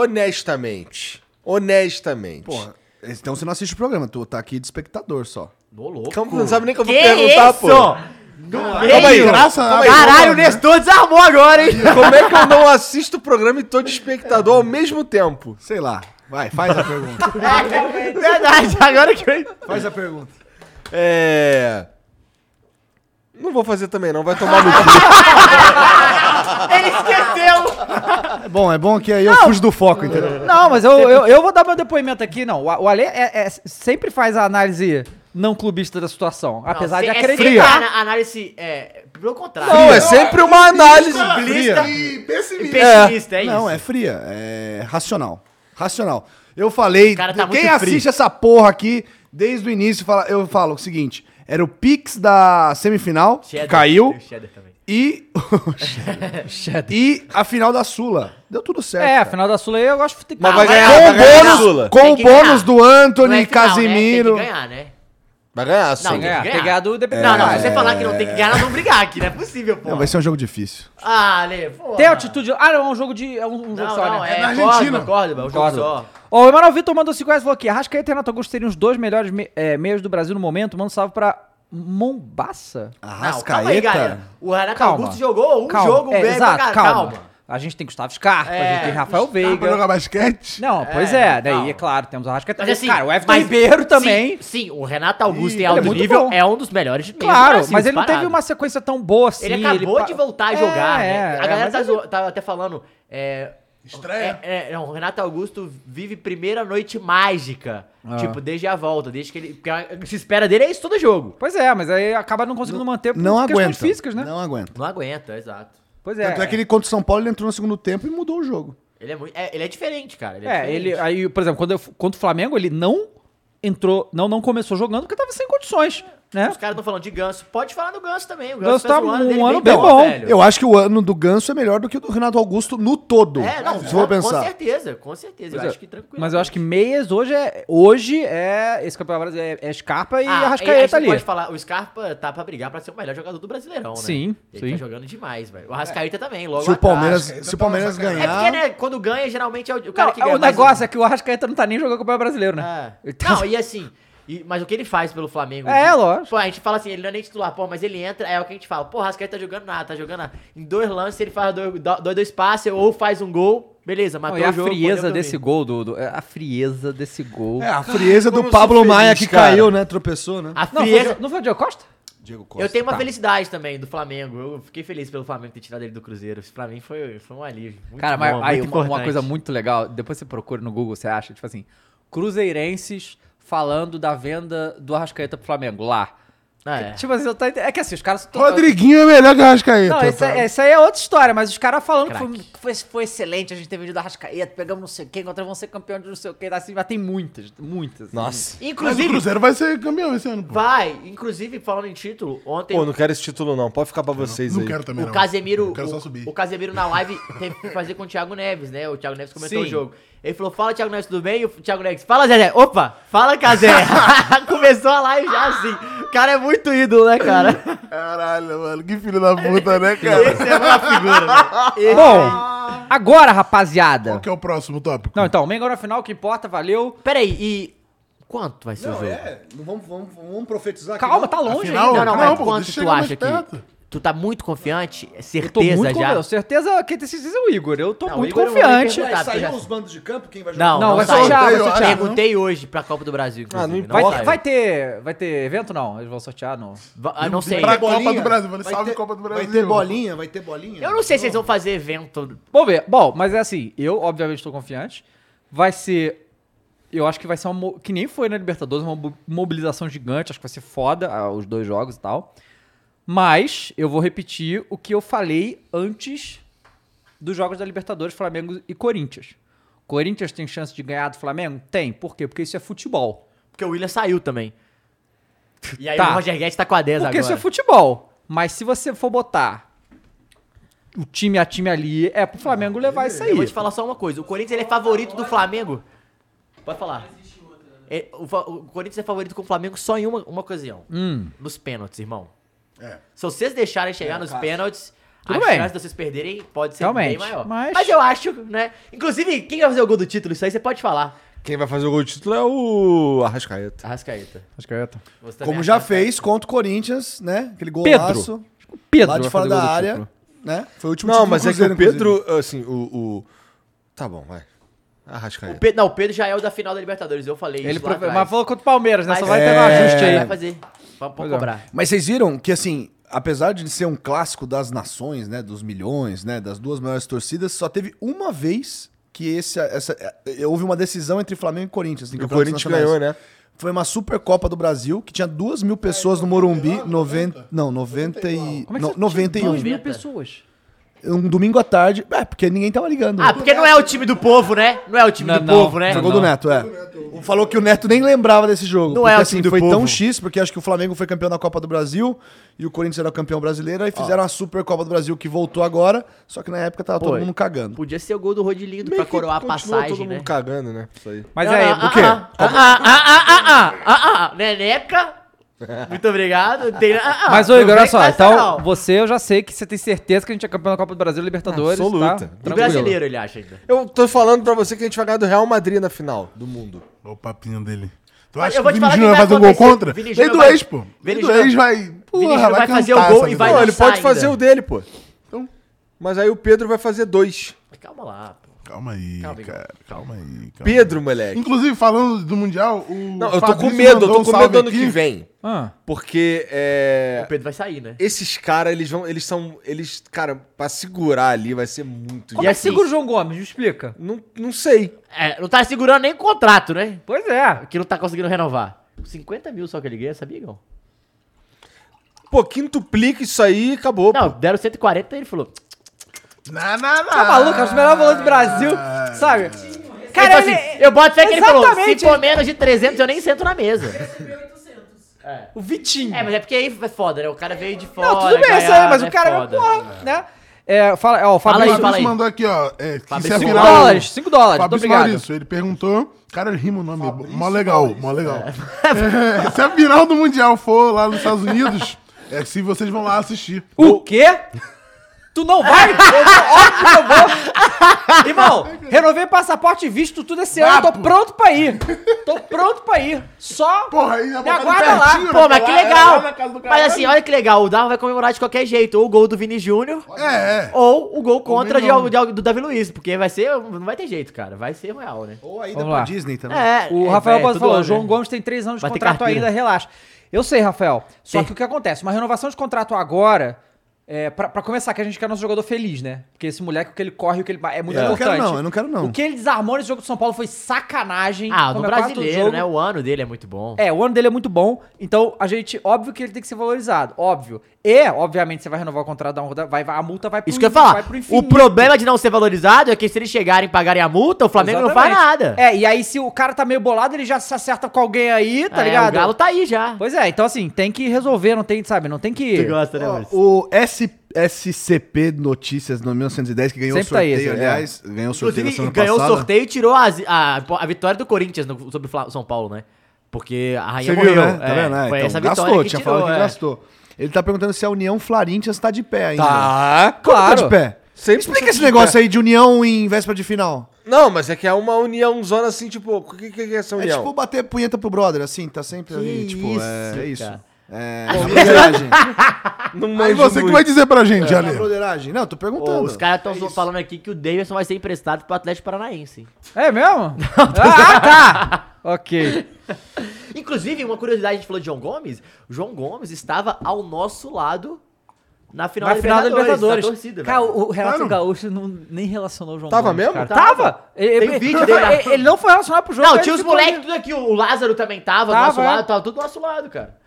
S3: honestamente. Honestamente.
S2: Porra, então você não assiste o programa, tu tá aqui de espectador só.
S5: Ô, louco.
S3: Calma, que você não sabe nem o que eu
S5: Que
S3: vou perguntar,
S5: isso?
S3: pô.
S5: No
S3: Calma aí,
S5: meio.
S3: graça, calma aí,
S5: Caralho, o
S3: calma aí.
S5: Nestor desarmou agora, hein?
S3: Como é que eu não assisto o programa e tô de espectador ao mesmo tempo?
S2: Sei lá. Vai, faz a pergunta.
S5: É, verdade, agora que eu.
S2: faz a pergunta.
S3: É. Não vou fazer também, não. Vai tomar no cu.
S5: [LAUGHS] Ele esqueceu!
S2: É bom, é bom que aí eu fujo do foco,
S5: É
S2: entendeu?
S1: Não, mas eu, eu, eu vou dar meu depoimento aqui, não. O o Ale é- é- sempre faz a análise não clubista da situação, apesar de
S5: Não, se- é sempre
S1: acreditar.
S5: ana- análise. É, pelo contrário.
S3: Não, é sempre uma análise.
S5: Pessimista.
S4: E pessimista.
S5: Pessimista, é, isso.
S2: Não, é fria, é racional. Racional. Eu falei,
S5: O cara tá
S2: quem
S5: muito
S2: assiste
S5: free.
S2: essa porra aqui, desde o início, fala- eu falo o seguinte, era o Pix da semifinal, que
S5: Cheddar.
S2: caiu,
S5: E o Cheddar também.
S2: e... [LAUGHS]
S5: [LAUGHS]
S2: e a final da Sula. Deu tudo certo.
S1: É, final da Sula aí eu gosto de
S5: Ah,
S2: Mas vai ganhar, Com vai ganhar bônus- a Sula. com
S5: Tem que
S2: bônus
S5: ganhar.
S2: do Anthony,
S5: Não é final, né?
S2: Casimiro.
S5: Tem que ganhar, né?
S3: Vai ganhar,
S5: Não, tem que ganhar.
S1: Tem que ganhar É. do Independente.
S5: Não, não, se você falar que não tem que ganhar, nós vamos brigar aqui, não é possível, pô.
S2: Não, vai ser um jogo difícil.
S5: Ah, Ale, pô.
S1: Tem altitude. Ah, não, é um jogo de. É um, um jogo
S5: Não,
S1: só,
S5: não,
S1: né?
S5: é, na Argentina. Córdoba, Córdoba, é um jogo só.
S1: Ó, o Emanuel Vitor mandou 5 reais e falou aqui: Arrascaeta e Renato Augusto seriam os dois melhores me- eh, meias do Brasil no momento. Manda um salve pra Mombassa.
S5: Não, calma aí, galera. O Renato Augusto jogou um
S1: Calma,
S5: jogo
S1: é,
S5: bem
S1: exato,
S5: pra cá,
S1: calma.
S5: calma.
S1: A gente tem Gustavo Scarpa, a gente
S5: É,
S1: tem Rafael Veiga.
S4: pra jogar basquete?
S1: Não, pois é. Daí, é claro, temos o Arrascaeta.
S5: Mas assim,
S1: cara, o Everton
S5: mas-
S1: Ribeiro
S5: sim,
S1: também.
S5: Sim, o Renato Augusto
S1: Ih, ele
S5: em
S1: é
S5: alto
S1: muito
S5: nível
S1: bom.
S5: é um dos melhores meios do
S1: Claro,
S5: Brasil,
S1: mas ele não teve
S5: assim, disparado.
S1: uma sequência tão boa assim.
S5: Ele acabou
S1: pa-
S5: de voltar a
S1: É,
S5: jogar,
S1: é,
S5: né?
S1: é,
S5: A galera
S1: mas
S5: tá,
S1: ele-
S5: zo- tá até falando. É, Estranho. não, o Renato Augusto vive primeira noite mágica.
S1: Ah.
S5: Tipo, desde a volta, desde que ele. Porque a- se espera dele é isso todo jogo.
S1: Pois é, mas aí acaba não conseguindo manter por
S2: não
S1: questões
S2: aguenta,
S1: físicas, né?
S2: Não aguenta.
S5: Não aguenta, exato.
S1: Pois é.
S2: Tanto é que ele contra o São Paulo, ele entrou no segundo tempo e mudou o jogo.
S5: Ele é, muito, é, ele é diferente, cara. Ele é,
S1: É,
S5: diferente.
S1: ele aí, por exemplo, quando eu, contra o Flamengo, ele não entrou, não não começou jogando porque tava sem condições, né?
S5: Os caras estão falando de ganso. Pode falar do ganso também. O ganso,
S1: Ganso
S5: fez
S1: tá
S5: um ano,
S1: um
S5: dele
S1: ano bem
S5: bom,
S1: bom.
S5: velho.
S2: Eu acho que o ano do Ganso é melhor do que o do Renato Augusto no todo.
S5: É, não,
S2: se for
S5: com
S2: pensar.
S5: certeza, com certeza.
S1: Pois
S5: eu
S1: é.
S5: acho que tranquilo.
S1: Mas eu acho que meias hoje é hoje é esse campeonato brasileiro é, é Scarpa e
S5: Ah, a gente
S1: Arrascaeta
S5: não
S1: ali.
S5: pode falar, o Scarpa tá pra brigar pra ser o melhor jogador do Brasileirão, né?
S1: Sim,
S5: Ele
S1: sim.
S5: tá jogando demais, velho. O Arrascaeta também, logo
S2: Se o
S5: atrás.
S2: Palmeiras, se o Palmeiras
S4: tá
S5: É porque,
S2: ganhar.
S5: né, quando ganha, geralmente é o, o cara
S1: Não,
S5: que ganha
S1: o
S5: mais.
S1: negócio é que o Arrascaeta não tá nem jogando campeonato brasileiro, né?
S5: Ah.
S1: Ele tá-
S5: Não, e assim... e- mas o que ele faz pelo Flamengo?
S1: É, lógico.
S5: Pô, a gente fala assim, ele não é nem titular, pô, mas ele entra, é o que a gente fala. Pô, o Arrascaeta tá jogando nada, tá jogando nada. Em dois lances ele faz dois, do- dois, dois passes ou faz um gol, beleza,
S1: Não,
S5: matou
S1: e a
S5: o jogo.
S1: frieza
S5: podemos
S1: desse
S5: dormir.
S1: gol, Dudu. é, A frieza desse gol.
S2: É, a frieza
S3: Como
S2: do
S3: eu sou
S2: Pablo
S3: feliz,
S2: Maia que
S3: cara.
S2: caiu, né? Tropeçou, né?
S5: A
S1: Não, foi,
S5: frieza...
S1: o- não foi o Diego Costa?
S2: Diego
S5: Eu tenho uma
S1: Tá.
S5: felicidade também do Flamengo. Eu fiquei feliz pelo Flamengo ter tirado ele do Cruzeiro. Isso pra mim foi, foi um alívio. Muito
S1: Cara, mas
S5: bom,
S1: aí
S5: muito
S1: uma, uma
S5: importante.
S1: coisa muito legal, depois você procura no Google, você acha, tipo assim, cruzeirenses falando da venda do Arrascaeta pro Flamengo, lá.
S5: Ah, é.
S1: Tipo assim, eu tô ente- é que assim, os caras...
S4: Rodriguinho é melhor que o Arrascaeta.
S1: Não, isso,
S4: tá?
S1: é, isso aí é outra história, mas os caras falando que foi,
S5: Craque.
S1: que foi, foi excelente a gente ter vendido a Rascaeta, pegamos não sei o quê, encontramos vão ser campeão de não sei o quê, assim, mas tem muitas, muitas. assim.
S3: Nossa.
S4: Mas o
S5: Inclusive,
S4: Cruzeiro vai ser campeão esse ano, pô.
S5: vai. Inclusive, falando em título, ontem
S3: Pô, não quero esse título não. Pode ficar pra vocês
S4: Não
S3: aí.
S4: quero também,
S5: o
S4: não.
S5: Casemiro.
S4: Eu quero só subir.
S5: O, o Casemiro na live teve que fazer com o Thiago Neves, né? O Thiago Neves comentou
S1: Sim.
S5: o jogo. Ele falou: fala, Thiago Neves, tudo bem? E o Thiago Neves, fala, Zezé. Opa! Fala, Casé!
S4: [LAUGHS]
S5: [LAUGHS] Começou a live já assim. O cara é muito ídolo, né, cara?
S4: [LAUGHS] Caralho, mano. Que filho da puta, né, cara?
S5: Esse é uma figura, velho. Esse
S1: Bom,
S5: é-
S1: agora, rapaziada...
S4: Qual que é o próximo tópico?
S1: Não, então, Mengão na final, o que importa, valeu.
S5: Peraí, e. Quanto vai ser o
S9: Não,
S5: jogo?
S9: é. Não vamos, vamos, vamos profetizar aqui,
S1: Calma,
S9: não.
S1: tá longe
S4: Afinal,
S1: ainda.
S5: Não, não,
S4: Não,
S5: mas
S4: pô,
S5: quanto
S4: deixa
S5: tu
S4: eu
S5: acha
S4: mais
S5: que.
S4: perto.
S5: Tu tá muito confiante? É
S1: Eu tô muito
S5: Certeza já?
S1: confiante. Certeza que esses dias é o Igor. Eu tô
S5: Não,
S1: muito
S5: o Igor eu vou
S1: confiante.
S5: nem
S9: Vai
S5: Tá,
S9: sair
S5: já-
S9: os bandos de campo, quem vai jogar?
S5: Não,
S1: Não,
S5: não,
S1: vai
S5: vai
S1: ser o Thiago, vai ser o Thiago. Ah,
S5: Perguntei hoje pra Copa do Brasil, inclusive.
S3: não
S5: não,
S3: importa.
S5: saiu.
S1: Vai, vai ter, vai ter evento não? Eles vão sortear no.
S5: Va- ah, não sei.
S4: Pra
S9: Vai ter
S4: Copa do Brasil, falei,
S9: vai
S4: salve
S9: ter-
S4: Copa do
S9: Vai ter
S4: Brasil.
S9: bolinha, vai ter bolinha.
S5: Eu não sei se eles vão fazer evento.
S1: Vamos ver. Bom, mas é assim, eu obviamente estou confiante. Vai ser eu acho que vai ser uma mo- que nem foi na Libertadores, uma mo- mobilização gigante, acho que vai ser foda ah, os dois jogos e tal. Mas eu vou repetir o que eu falei antes dos jogos da Libertadores, Flamengo e Corinthians. Corinthians tem chance de ganhar do Flamengo? Tem. Por quê? Porque isso é futebol.
S5: Porque o William saiu também. E aí
S1: Tá.
S5: o Roger Guedes tá com a 10
S1: Porque isso é
S5: agora.
S1: futebol. Mas se você for botar o time a time ali, é pro Flamengo
S2: Ah,
S1: levar isso aí.
S5: Eu vou te falar só uma coisa. O Corinthians ele é favorito do Flamengo. Pode falar. É, o, fa- o Corinthians é favorito com o Flamengo só em uma, uma ocasião.
S1: Hum.
S5: Nos pênaltis, irmão.
S2: É.
S5: Se vocês deixarem chegar nos pênaltis,
S1: Tudo
S5: a
S1: bem.
S5: chance de vocês perderem pode ser
S1: Realmente,
S5: bem maior.
S1: mas-
S5: eu acho, né? Inclusive, quem vai fazer o gol do título? Isso aí você pode falar.
S3: Quem vai fazer o gol de título é o Arrascaeta.
S5: Arrascaeta.
S1: Acho que eu ia tá.
S5: Você também
S2: Como
S5: acha
S2: já
S5: Arrascaeta?
S2: fez contra o Corinthians, né? Aquele
S1: Pedro.
S2: golaço.
S1: Pedro
S2: lá de
S1: vai
S2: fora
S1: fazer gol
S2: da
S1: do
S2: área.
S1: título.
S2: Né? Foi o último
S3: Não,
S2: título do
S3: mas é que
S2: Cruzeiro,
S3: o Pedro, assim, o... o- Tá bom, vai.
S5: O
S3: Arrascaeta.
S5: Pedro, não, o Pedro já é o da final da Libertadores. Eu falei
S1: Ele
S5: isso.
S1: prove-
S5: lá atrás.
S1: mas falou contra o Palmeiras, né? Só
S5: Mas-
S1: vai ter um
S2: É.
S1: ajuste
S5: Vai
S1: aí.
S5: fazer. Pode
S1: Pois é.
S5: cobrar.
S2: Mas vocês viram que, assim, apesar de ser um clássico das nações, né? Dos milhões, né? Das duas maiores torcidas, só teve uma vez que esse, essa, eh, houve uma decisão entre Flamengo e Corinthians. em
S3: E o
S2: campeonatos
S3: Corinthians
S2: nacionais.
S3: ganhou, né?
S2: Foi uma Supercopa do Brasil que tinha duas mil pessoas no Morumbi. 90, não, 90 e.
S1: Como
S2: não,
S1: é que você tinha
S2: 91.
S1: duas mil pessoas.
S2: um domingo à tarde. É, porque ninguém tava ligando.
S5: Ah, porque não é o time do povo, né? Não é o time
S2: Não,
S5: do
S2: não.
S5: povo, né?
S2: Jogou do Neto, é. Falou que o Neto nem lembrava desse jogo.
S5: Não
S2: porque,
S5: é o
S2: assim,
S5: time do
S2: foi tão
S5: povo.
S2: X, porque acho que o Flamengo foi campeão da Copa do Brasil e o Corinthians era o campeão brasileiro, aí fizeram a Supercopa do Brasil que voltou agora, só que na época tava todo
S5: Foi.
S2: mundo cagando.
S5: Podia ser o gol do Rodilindo pra coroar a passagem, né?
S3: cagando, né? Isso aí.
S5: Ah, ah,
S2: o quê?
S5: Ah, ah, ah, ah, ah, ah, ah, ah, Neneca.
S1: [LAUGHS]
S5: Muito obrigado. Tem- ah, ah,
S1: Mas, ô Igor, olha
S5: Nordeste
S1: só,
S5: Nacional.
S1: então você eu já sei que você tem certeza que a gente é campeão da Copa do Brasil e Libertadores.
S3: Absoluta.
S1: Tá?
S3: E
S1: Tranquilo.
S5: brasileiro, ele acha ainda.
S3: Eu tô falando pra você que a gente vai ganhar do Real Madrid na final do mundo.
S4: Olha o papinho dele. Tu
S5: Mas
S4: acha
S5: Ah,
S4: que
S5: eu
S4: o
S5: vou te
S4: Vini
S5: falar
S4: Júnior vai
S5: quem vai
S4: fazer um gol
S5: acontecer.
S4: contra?
S5: Vini
S4: Vem
S5: Júnior
S4: do
S5: vai-
S4: ex, pô. Vem
S5: Vini
S4: do
S5: Júnior
S4: ex,
S5: vai-
S4: vai...
S5: Vini
S4: Porra,
S5: Júnior
S4: vai
S5: vai fazer o
S4: cantar
S5: gol
S4: essa
S5: e vai
S4: vitória.
S3: Não, ele
S5: dançar
S3: pode fazer
S5: ainda.
S3: o dele, pô. Então, mas aí o Pedro vai fazer dois.
S5: Calma lá, pô.
S4: Calma aí,
S5: Calma, Igor.
S4: cara. Calma aí. Calma.
S3: Pedro, moleque.
S4: Inclusive, falando do Mundial, o.
S3: Não, eu tô
S4: Fabrício
S3: com medo, eu
S4: mandou
S3: tô
S4: um
S3: com
S4: salve
S3: medo do ano
S4: aqui.
S3: que vem.
S1: Ah.
S3: Porque é.
S5: O Pedro vai sair, né?
S3: Esses caras, eles vão. Eles são. Eles. Cara, pra segurar ali vai ser muito
S1: Como é que
S5: assim.
S1: segura o João Gomes? Me explica.
S3: Não, não sei.
S5: É, não tá segurando nem contrato, né?
S1: Pois é.
S5: Que não tá conseguindo renovar. 50 mil só que ele ganha, sabia, Igão?
S3: Pô, quintuplica isso aí e acabou.
S5: Não, deram 140 e ele falou.
S4: Não, não, não.
S5: Ah.
S1: Tá maluco? É o melhor volante do Brasil, sabe?
S5: Cara,
S1: Cara,
S5: ele,
S1: ele-
S5: falou assim, eu boto fé que ele falou, se
S1: Exatamente.
S5: for menos de 300 eu nem sento na mesa.
S1: O Vitinho.
S5: É, mas é porque aí é foda, né? O cara veio de fora.
S1: Não, tudo bem,
S5: é
S1: isso aí, mas
S5: Gaiana,
S1: o cara,
S5: é foda.
S1: porra, né? É, fala, ó, o
S5: Fala
S1: Fabrício.
S4: Fabrício
S5: fala aí.
S4: mandou aqui, ó. É, que
S1: Fabrício,
S4: isso é
S1: cinco
S4: viral.
S1: dólares, cinco dólares, muito
S4: Fabrício
S1: obrigado.
S4: Maurício, ele perguntou. Cara, ele rima o nome. mó legal, mó legal. [LAUGHS] É, se a final do Mundial for lá nos Estados Unidos, é se vocês vão lá assistir.
S1: O quê? Tu não vai? Eu tô- óbvio que eu vou. Irmão, [LAUGHS] renovei passaporte e visto tudo esse ano, eu tô pronto pra ir. Tô pronto pra ir. Só
S4: Porra, aí
S1: me aguarda
S4: né?
S1: né? lá.
S5: Pô, mas que legal.
S4: Mas
S5: Mas assim, olha que legal. O Darwin vai comemorar de qualquer jeito. Ou o gol do Vini Júnior,
S4: É, é.
S5: ou o gol contra de,
S4: Milão.
S5: algo- de algo- do Davi Luiz. Porque vai ser. Não vai ter jeito, cara. Vai ser real, né?
S9: Ou ainda
S1: Vamos
S9: pra
S1: lá.
S9: Disney também.
S5: É,
S1: O
S5: é,
S1: Rafael
S5: é,
S1: Bosa
S5: todo
S1: falou,
S5: ano,
S1: João
S5: né?
S1: Gomes tem três anos
S5: Vai
S1: de
S5: ter
S1: contrato
S5: carteira.
S1: ainda, relaxa. Eu sei, Rafael. Só
S5: Tem.
S1: que o que acontece? Uma renovação de contrato agora. É, pra, pra começar, que a gente quer nosso jogador feliz, né? Porque esse moleque, o que ele corre, o que ele. ba- É muito
S2: Eu não
S1: importante.
S2: quero não, eu não quero não.
S1: O que ele desarmou nesse jogo do São Paulo foi sacanagem.
S5: Ah, no
S1: Como é quarto
S5: brasileiro,
S1: jogo.
S5: né? O ano dele é muito bom.
S1: É, o ano dele é muito bom, então a gente, óbvio que ele tem que ser valorizado, óbvio. E, obviamente, você vai renovar o contrato, dá uma roda- vai, vai- a multa vai pro
S5: Isso que eu ia
S1: vai
S5: falar.
S1: pro
S5: O
S1: infinito.
S5: problema de não ser valorizado é que se eles chegarem e pagarem a multa, o Flamengo não faz
S1: Exatamente.
S5: nada.
S1: É, e aí se o cara tá meio bolado, ele já se acerta com alguém aí, tá
S5: É,
S1: ligado?
S5: O Galo tá aí já.
S1: Pois é, então assim, tem que resolver, não tem, sabe, não tem que...
S5: Tu gosta, né,
S2: Ó,
S5: Maurício?
S2: o S- SCP Notícias no 1910, que
S4: um
S2: ganhou o
S1: Sempre tá
S2: sorteio,
S1: esse, né?
S2: aliás. Ganhou o sorteio na semana
S5: Inclusive, ganhou
S2: passada.
S5: o sorteio e tirou a, zi- a, a vitória do Corinthians no- sobre o Fla- São Paulo, né? Porque a rainha
S2: Você viu,
S5: morreu.
S2: né? Tá
S5: é,
S2: vendo? Ah,
S5: Foi
S2: então,
S5: essa vitória
S2: gastou,
S5: que
S2: tinha
S5: tirou,
S2: falado que
S5: é.
S2: gastou. Ele tá perguntando se a União Florinthians tá de pé ainda.
S3: Tá,
S2: Como
S1: claro.
S2: Tá de pé.
S3: 100%
S2: Explica esse
S3: de
S2: negócio
S3: pé.
S2: aí de União em véspera de final.
S3: Não, mas é que é uma união zona assim, tipo, o que, que que é essa
S2: É
S3: união?
S2: tipo bater punheta pro brother, assim, tá sempre ali, tipo, é,
S5: isso,
S2: é isso.
S5: cara.
S2: É, a broderagem.
S3: Não
S4: tipo, Aí
S3: manjo
S4: você que
S3: muito.
S4: vai dizer pra gente,
S2: É a
S4: Ale.
S2: broderagem. Não, eu tô perguntando.
S5: Pô, os caras
S2: É
S5: estão falando aqui que o Davidson vai ser emprestado pro Atlético Paranaense.
S1: É mesmo? ah,
S5: [LAUGHS]
S1: tá! Ok.
S5: Inclusive, uma curiosidade, a gente falou de João Gomes. O João Gomes estava ao nosso lado na final,
S1: Na final da Libertadores.
S5: da tá torcida,
S1: cara,
S5: velho.
S1: o o Renato
S4: Claro.
S1: Gaúcho não, nem relacionou o João
S3: Tava
S1: Gomes,
S3: mesmo?
S1: cara.
S5: Tava.
S1: Tava! Ele,
S5: Tem
S1: ele-
S5: vídeo dele lá.
S1: ele- ele não foi relacionado pro jogo.
S5: Não,
S1: ele
S5: tinha os
S1: ficou
S5: moleques tudo aqui. O Lázaro também tava, do
S1: Tava,
S5: nosso
S1: é.
S5: lado, tava tudo do nosso lado, cara.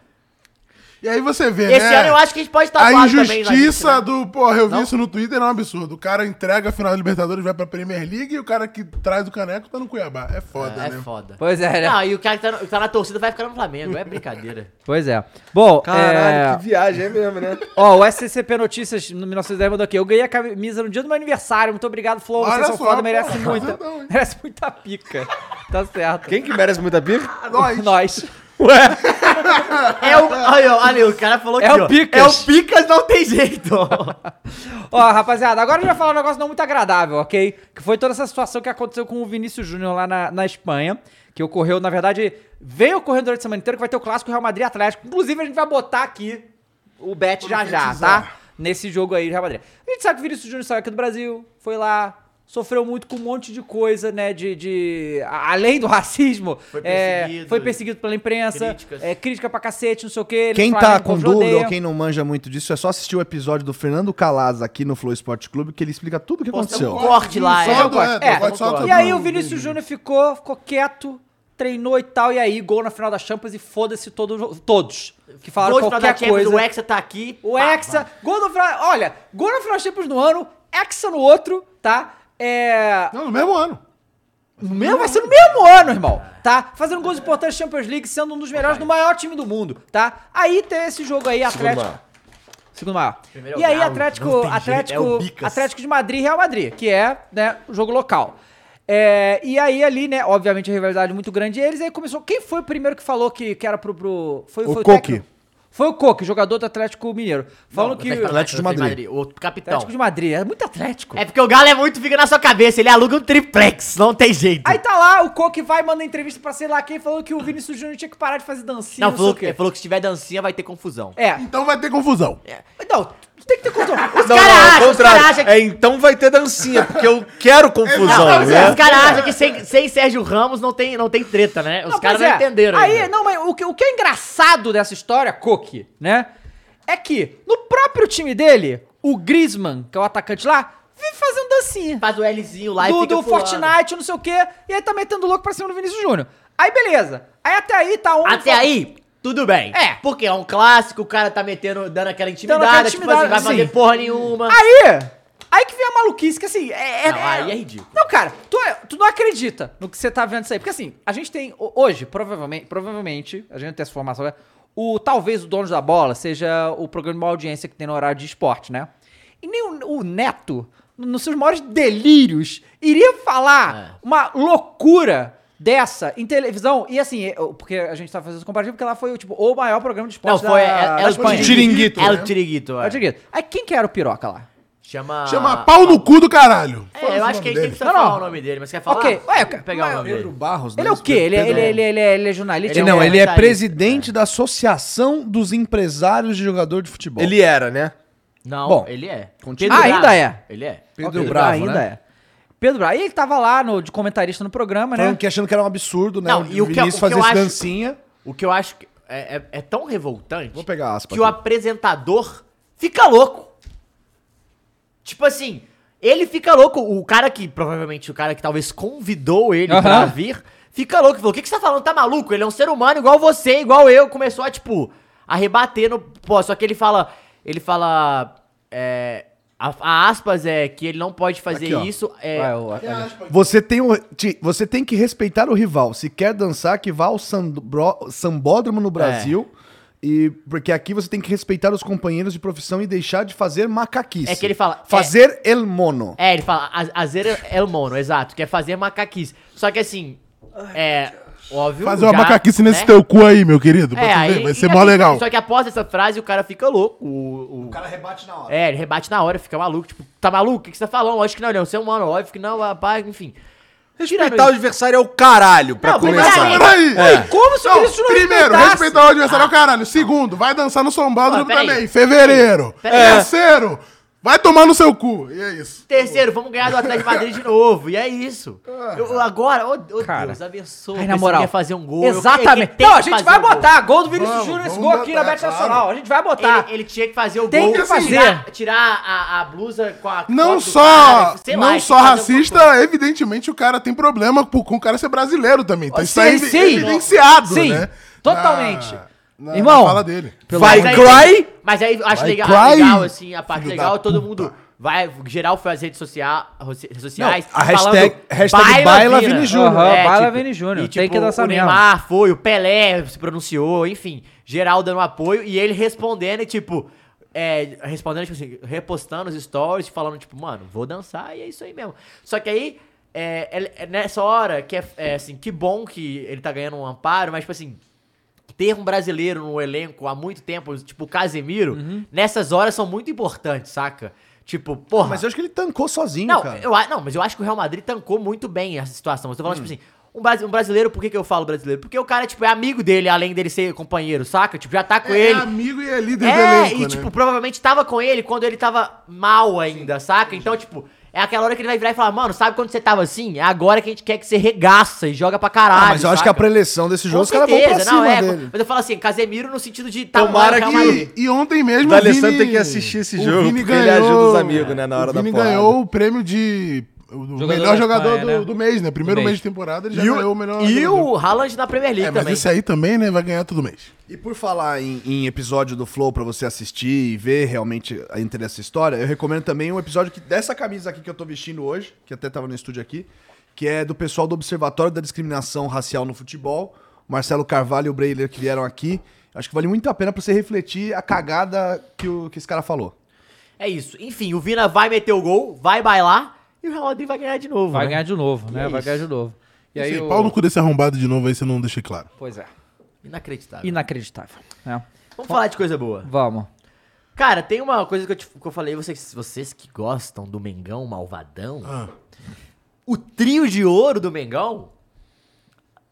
S4: E aí você vê,
S5: Esse
S4: né?
S5: ano eu acho que a gente pode estar
S4: A
S5: do lado também, né,
S4: injustiça
S5: gente, né?
S4: do. Porra, eu vi
S5: Não?
S4: isso no Twitter, é um absurdo. O cara entrega a final da Libertadores, vai pra Premier League e o cara que traz o caneco tá no Cuiabá. É foda,
S5: É
S4: né?
S5: foda.
S1: Pois é, né?
S5: Não, e o cara que tá, que tá na torcida vai ficar no Flamengo. É [LAUGHS] brincadeira.
S1: Pois é. Bom,
S3: Caralho,
S1: é...
S3: que viagem, é mesmo, né?
S1: Ó, o SCP Notícias, no 1910, mandou aqui. Eu ganhei a camisa no dia do meu aniversário. Muito obrigado, Flow.
S4: Olha
S1: Vocês são
S4: só,
S1: foda,
S4: pô,
S1: merece
S4: tá
S1: muita. [LAUGHS]
S4: [LAUGHS] fazendão,
S5: [LAUGHS]
S4: hein?
S1: merece muita pica. Tá certo.
S3: Quem que merece muita pica?
S1: Nós.
S3: [LAUGHS]
S5: É o. Olha, olha, o cara falou
S1: É
S5: aqui,
S1: o
S5: ó.
S1: Picas.
S5: É o Picas, não tem jeito.
S1: Ó, rapaziada, agora a gente vai falar um negócio não muito agradável, ok? Que foi toda essa situação que aconteceu com o Vinícius Júnior lá na, na Espanha. Que ocorreu, na verdade, veio ocorrendo durante a semana inteira, que vai ter o clássico Real Madrid e Atlético. Inclusive, a gente vai botar aqui o bet já já, tá? Nesse jogo aí do Real Madrid. A gente sabe que o Vinícius Júnior saiu aqui do Brasil, foi lá, sofreu muito com um monte de coisa, né? De. de- a- além do racismo,
S5: Foi
S1: é,
S5: perseguido.
S1: foi perseguido pela imprensa,
S5: Críticas.
S1: é, crítica pra cacete, não sei o quê. ele
S2: Quem
S1: Flamengo,
S2: tá com
S1: povo
S2: dúvida
S1: odeia.
S2: ou quem não manja muito disso, é só assistir o episódio do Fernando Calaz aqui no Flow Esporte Clube, que ele explica tudo o que
S5: Posta um
S2: aconteceu.
S5: corte lá,
S4: Só
S5: é.
S4: do- é,
S1: É,
S4: pode só
S1: E aí
S4: do-
S1: o Vinícius Júnior ficou, ficou quieto, treinou e tal, e aí gol na final da Champions e foda-se todo, todos [LAUGHS] que falaram
S5: Gol de final da
S1: qualquer
S5: Champions,
S1: coisa.
S5: o Hexa tá aqui.
S1: O
S5: pá,
S1: Hexa, gol no final, olha, gol na final da Champions no ano, Hexa no outro, tá? É...
S4: Não, no mesmo ano.
S1: No mesmo, vai ser no mesmo ano, irmão, tá? Fazendo gols importantes na Champions League, sendo um dos melhores do maior time do mundo, tá? Aí tem esse jogo aí,
S5: é.
S1: Atlético.
S3: maior.
S1: Segundo maior.
S5: Primeiro é o
S1: E aí,
S5: Galo, não
S1: Atlético,
S5: tem jeito, é
S1: Atlético,
S5: o Bicas.
S1: Atlético de Madrid e Real Madrid, que é, né, o jogo local. É, e aí ali, né, obviamente a rivalidade muito grande. E eles aí começou. Quem foi o primeiro que falou que, que era pro. pro foi,
S4: O
S1: foi
S4: Coque.
S1: técnico? Foi o Coque, jogador do Atlético Mineiro. Falando
S5: Não,
S1: que.
S5: Atlético- Atlético de Madrid.
S1: O capitão. Atlético de Madrid. É muito Atlético.
S5: É porque o Galo é muito, fica na sua cabeça, ele aluga um triplex, não tem jeito.
S1: Aí tá lá, o Coque vai e manda entrevista pra sei lá quem, falou que o Vinícius Júnior tinha que parar de fazer dancinha,
S5: não,
S1: não, sei
S5: falou,
S1: o quê.
S5: ele falou que se tiver dancinha vai ter confusão.
S1: É.
S4: Então vai ter confusão.
S5: É,
S1: Então, tem que ter confusão. Os
S5: Não,
S3: Não,
S5: caras
S3: não,
S5: acham,
S3: ao
S5: os caras
S3: contrário.
S5: acham que...
S3: É, então vai ter dancinha, porque eu quero confusão,
S5: Não,
S3: né?
S5: Os caras acham que sem, sem Sérgio Ramos não tem, não tem treta, né? Os
S1: Não,
S5: caras
S1: pois
S5: não
S1: é.
S5: entenderam
S1: Aí,
S5: ainda.
S1: não, mas o que, o que é engraçado dessa história, Coque, né? É que no próprio time dele, o Griezmann, que é o atacante lá, vive fazendo dancinha.
S5: Faz o Lzinho lá e
S1: do,
S5: fica
S1: do
S5: pulando.
S1: Fortnite, não sei o quê. E aí tá metendo louco pra cima do Vinícius Júnior. Aí beleza. Aí até aí tá um.
S5: Até aí, tudo bem. É. Porque é um clássico, o cara tá metendo, dando aquela intimidade,
S1: aquela
S5: tipo assim, vai
S1: intimidade,
S5: fazer
S1: sim.
S5: porra nenhuma.
S1: Aí! Aí que vem a maluquice, que assim, é. é-
S5: Não, aí é ridículo.
S1: Não, cara, tu, tu não acredita no que você tá vendo isso aí. Porque assim, a gente tem. ho- Hoje, provavelmente, provavelmente, a gente não tem essa formação, né? O, talvez o dono da bola seja o programa de uma audiência que tem no horário de esporte, né? E nem o, o Neto, no- nos seus maiores delírios, iria falar
S5: É.
S1: uma loucura dessa em televisão. E assim, é- porque a gente tá fazendo esse comparativo, porque lá foi tipo, o maior programa de
S5: Não,
S1: esporte
S5: foi. É,
S1: da,
S5: é
S1: da
S5: o
S1: Espanha.
S5: Tiringuito. É
S1: né?
S5: o Tiringuito,
S1: É o
S5: é.
S1: Tiringuito. Aí quem que era o piroca lá?
S5: Chama.
S4: Chama pau no cu do caralho.
S5: Ah, tá É, eu acho que a gente tem que só
S1: Não, não.
S5: falar o nome dele, mas quer falar?
S1: Ok, ué,
S5: Vou pegar o nome dele.
S2: Barros,
S1: Ele é o quê? Ele, é- ele, é- ele, é- ele é- ele é jornalista?
S2: Ele
S5: um
S2: não, ele é
S5: comentarista.
S2: presidente da Associação dos Empresários de Jogador de Futebol.
S3: Ele era, né?
S5: Não,
S2: Bom,
S5: ele é.
S2: continua.
S5: Pedro
S1: Ah,
S5: Bravo.
S1: ainda é.
S5: Ele é.
S2: Pedro
S1: Ok,
S2: Bravo,
S1: ainda
S2: né?
S1: é. Pedro Bravo. E ele tava lá no, de comentarista no programa,
S2: Falando
S1: né?
S2: que achando que era um absurdo, né?
S5: Não, e o que, eu- o
S2: Vinícius
S5: que
S2: fazer
S5: eu
S2: esse
S5: acho.
S2: dancinha.
S5: O que eu acho que é, é- é tão revoltante.
S2: Vou pegar a aspa
S5: Que o
S2: aqui.
S5: apresentador fica louco. Tipo assim, ele fica louco. O cara que, provavelmente, o cara que talvez convidou ele pra
S1: Aham.
S5: vir, fica louco. Falou: O que, que você tá falando? Tá maluco? Ele é um ser humano igual você, igual eu. Começou a, tipo, a rebater no. Pô, só que ele fala. Ele fala. É. A, a aspas é que ele não pode fazer
S2: Aqui, ó.
S5: isso. É,
S1: Vai, ó, olha.
S2: Você tem, o, ti- você tem que respeitar o rival. Se quer dançar, que vá ao sambro- sambódromo
S5: É.
S2: no Brasil. E porque aqui você tem que respeitar os companheiros de profissão e deixar de fazer macaquice.
S5: É que ele fala, é-
S2: Fazer el mono.
S5: É, ele fala, "A- azer é o mono, exato, que é fazer macaquice. Só que assim, é óbvio...
S4: Fazer uma
S5: já,
S4: macaquice nesse
S5: né?
S4: teu cu aí, meu querido. pra
S5: É,
S4: tu
S5: aí,
S4: ver, vai ser
S5: e
S4: mó
S5: assim,
S4: legal.
S5: Só que após essa frase, o cara fica louco. O, o-
S9: cara rebate na hora.
S5: É, ele rebate na hora, fica maluco. Tipo, tá maluco? O que, que você tá falando? Lógico que não, ele é um ser humano, óbvio que não, rapaz, enfim.
S3: Respeitar o adversário é o caralho, pra
S5: Não, mas
S3: começar.
S5: aí-
S4: Peraí.
S3: É.
S1: Como se o Vinícius não
S4: Primeiro,
S1: respeitasse?
S4: respeitar o adversário, é o caralho. Segundo, vai dançar no sombado
S5: Pô, peraí.
S4: também. Fevereiro.
S5: Peraí.
S4: Terceiro, vai tomar no seu cu. E é isso.
S5: Terceiro, vamos ganhar do Atlético de Madrid de novo. E é isso.
S9: Ah.
S5: Eu- eu agora, ô oh,
S1: Cara.
S5: Deus, abençoa.
S1: Aí,
S5: pensei
S1: na
S5: que
S1: moral.
S5: ia fazer um gol. eu- ele
S1: Exatamente.
S5: tem
S1: Não,
S5: que
S1: a gente
S5: fazer
S1: vai
S5: um gol.
S1: botar gol do Vinícius
S4: Vamos,
S1: Júnior, esse
S4: vamos
S1: gol aqui na
S4: botar,
S1: Bet Nacional.
S4: claro.
S1: A gente vai botar.
S5: Ele, ele tinha que fazer o
S1: Tem
S5: gol.
S1: que fazer.
S5: Tirar, tirar a, a blusa com a.
S4: Não
S5: foto do
S4: só,
S5: cara, sei lá,
S4: não
S5: tem que
S4: só
S5: fazer alguma
S4: racista, evidentemente o cara tem problema com, com o cara ser brasileiro também. Então isso tá
S1: Sim,
S4: evi-
S1: sim.
S4: evidenciado,
S1: Sim,
S4: né?
S1: totalmente.
S4: Na, na
S1: Irmão.
S4: fala dele.
S1: Pelo
S3: Vai
S1: amor de-
S3: cry?
S5: Mas aí eu acho
S4: Vai
S5: legal,
S4: cry,
S5: legal, assim, a parte
S4: filho
S5: legal,
S4: da
S5: todo
S4: puta.
S5: mundo vai, geral foi às redes, social, redes sociais,
S2: a hashtag- hashtag Baila Vini Júnior.
S1: Aham, Baila Vini Júnior,
S5: É, tipo, e,
S1: tem que dançar
S5: o
S1: mesmo.
S5: Neymar foi, o Pelé se pronunciou, enfim, geral dando apoio e ele respondendo e tipo, é, respondendo, tipo assim, repostando os stories, falando tipo, mano, vou dançar e é isso aí mesmo. Só que aí, é, é- é nessa hora, que é, é, assim, que bom que ele tá ganhando um amparo, mas tipo assim, ter um brasileiro no elenco há muito tempo, tipo o Casemiro,
S2: Uhum.
S5: nessas horas são muito importantes, saca? Tipo, porra.
S2: Mas eu acho que ele tancou sozinho,
S5: não,
S2: cara.
S5: eu, a- não, mas eu acho que o Real Madrid tancou muito bem essa situação. Eu tô
S2: Hum.
S5: falando, tipo assim, um, brasi- um brasileiro, por que, que eu falo brasileiro? Porque o cara, tipo, é amigo dele, além dele ser companheiro, saca? Tipo, já tá com
S4: É
S5: ele.
S4: amigo e é líder do
S5: É,
S4: elenco,
S5: e
S4: né?
S5: tipo, provavelmente tava com ele quando ele tava mal ainda, saca? Então, tipo, é aquela hora que ele vai virar e falar, mano, sabe quando você tava assim? É agora que a gente quer que você regaça e joga pra caralho.
S2: Ah, mas eu acho que a
S5: saca?
S2: preleção desse jogo,
S5: Com
S2: os caras vão pra
S5: certeza,
S2: cima
S5: não, é,
S2: dele.
S5: Mas eu falo assim, Casemiro no sentido de tá
S3: Tomara
S5: mal,
S3: que-
S5: calma aí.
S4: E, e ontem mesmo
S3: D'Alessandro tem que assistir esse jogo, porque ele ajuda os amigos, né, na hora
S4: o
S3: da
S4: Vini
S3: porrada.
S4: ganhou o prêmio de o
S5: Jogador
S4: melhor
S5: da
S4: jogador
S5: Espanha,
S4: do,
S5: né?
S4: do mês, né? Primeiro
S5: Do
S4: mês
S5: mês.
S4: de temporada, ele já
S5: E o-
S2: É
S4: ganhou o melhor
S5: e
S4: jogador.
S5: o Haaland na Premier League
S4: É, mas
S5: também.
S4: esse aí também, né? Vai ganhar todo mês.
S2: E por falar em, em episódio do Flow pra você assistir e ver realmente a entre essa história, eu recomendo também um episódio que, dessa camisa aqui que eu tô vestindo hoje, que até tava no estúdio aqui, que é do pessoal do Observatório da Discriminação Racial no Futebol, Marcelo Carvalho e o Breiler que vieram aqui. Acho que vale muito a pena pra você refletir a cagada que, o, que esse cara falou.
S5: É isso. Enfim, o Vina vai meter o gol, vai bailar e o Real Madrid vai ganhar de novo.
S1: Vai
S5: né?
S1: ganhar de novo,
S5: E
S1: né?
S5: é
S1: Vai
S5: isso.
S1: ganhar de novo. E
S4: Esse
S1: aí,
S4: aí,
S1: o-
S4: pau no cu desse arrombado de novo aí, você não deixa claro.
S1: Pois é.
S5: Inacreditável.
S1: Inacreditável. né?
S5: Vamos falar de coisa boa.
S1: Vamos.
S5: Cara, tem uma coisa que eu, te- que eu falei, vocês, vocês que gostam do Mengão malvadão,
S4: Ah.
S5: o trio de ouro do Mengão,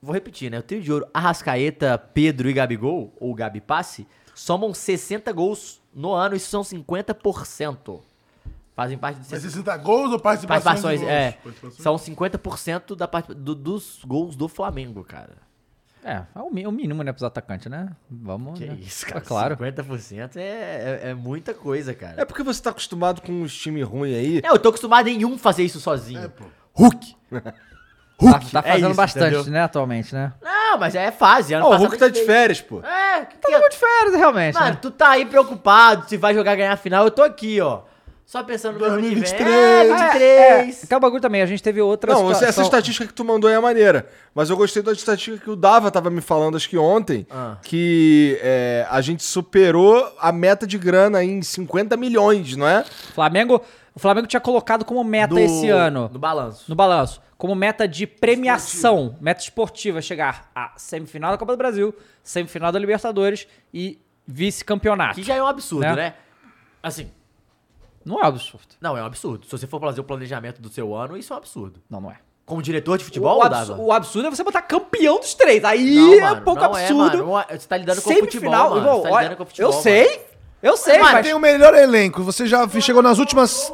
S5: vou repetir, né? O trio de ouro, Arrascaeta, Pedro e Gabigol, ou Gabi Passe, somam 60 gols no ano, isso são 50%. Fazem parte de
S4: Mas 60 gols ou participações?
S5: participações,
S4: dos
S5: é.
S4: gols? Participações?
S5: São 50% da parte do- dos gols do Flamengo, cara.
S1: É, é o mi- o mínimo, né, pros atacantes, né? Vamos.
S5: Que
S1: né?
S5: isso,
S1: Tá
S5: cara.
S1: Claro.
S5: 50% é, é, é muita coisa, cara.
S3: É porque você tá acostumado com os times ruins aí.
S5: É, eu tô acostumado em um fazer isso sozinho.
S2: É,
S3: Hulk!
S1: Tá, tá
S5: É
S1: fazendo
S5: isso,
S1: bastante,
S5: entendeu?
S1: né, atualmente, né?
S5: Não, mas é fase. Ano
S1: Ó, o
S5: passado
S1: Hulk
S5: ele
S1: tá de
S5: fez.
S1: férias, pô.
S5: É, que,
S1: Tá de férias, realmente.
S5: mano,
S1: né?
S5: tu tá aí preocupado se vai jogar ganhar a final. Eu tô aqui, ó. Só pensando no ano que vem.
S3: 2023.
S5: É, 23.
S1: É, que é o bagulho também, a gente teve outra
S3: Não, é
S5: tá,
S3: essa- essa
S1: situação-
S3: estatística que tu mandou aí é maneira. Mas eu gostei da estatística que o Dava tava me falando, acho que ontem,
S2: Ah.
S3: que é, a gente superou a meta de grana aí em 50 milhões, não é?
S1: Flamengo, o Flamengo tinha colocado como
S5: É,
S1: meta
S3: Do-
S1: esse ano.
S5: tá No balanço.
S1: No balanço. Como meta de premiação, meta esportiva, chegar à semifinal da Copa do Brasil, semifinal da Libertadores e vice-campeonato.
S5: Que já é um absurdo, né? Assim.
S1: Não é um absurdo.
S5: Não, é um absurdo. Se você for fazer o planejamento do seu ano, isso é um absurdo.
S1: Não, não é.
S5: Como diretor de futebol,
S1: o, abs-
S5: Dava?
S1: o absurdo é você botar campeão dos três. Aí
S5: Não,
S1: é um
S5: mano,
S1: pouco
S5: não é,
S1: absurdo.
S5: mano. Não é- Você tá lidando com o futebol,
S1: Semifinal,
S5: mano.
S1: irmão,
S5: Você tá
S1: olha,
S5: lidando com o futebol,
S1: eu
S5: mano.
S1: sei, eu sei,
S2: Mas,
S1: mas...
S2: tem o melhor elenco. Você já chegou nas últimas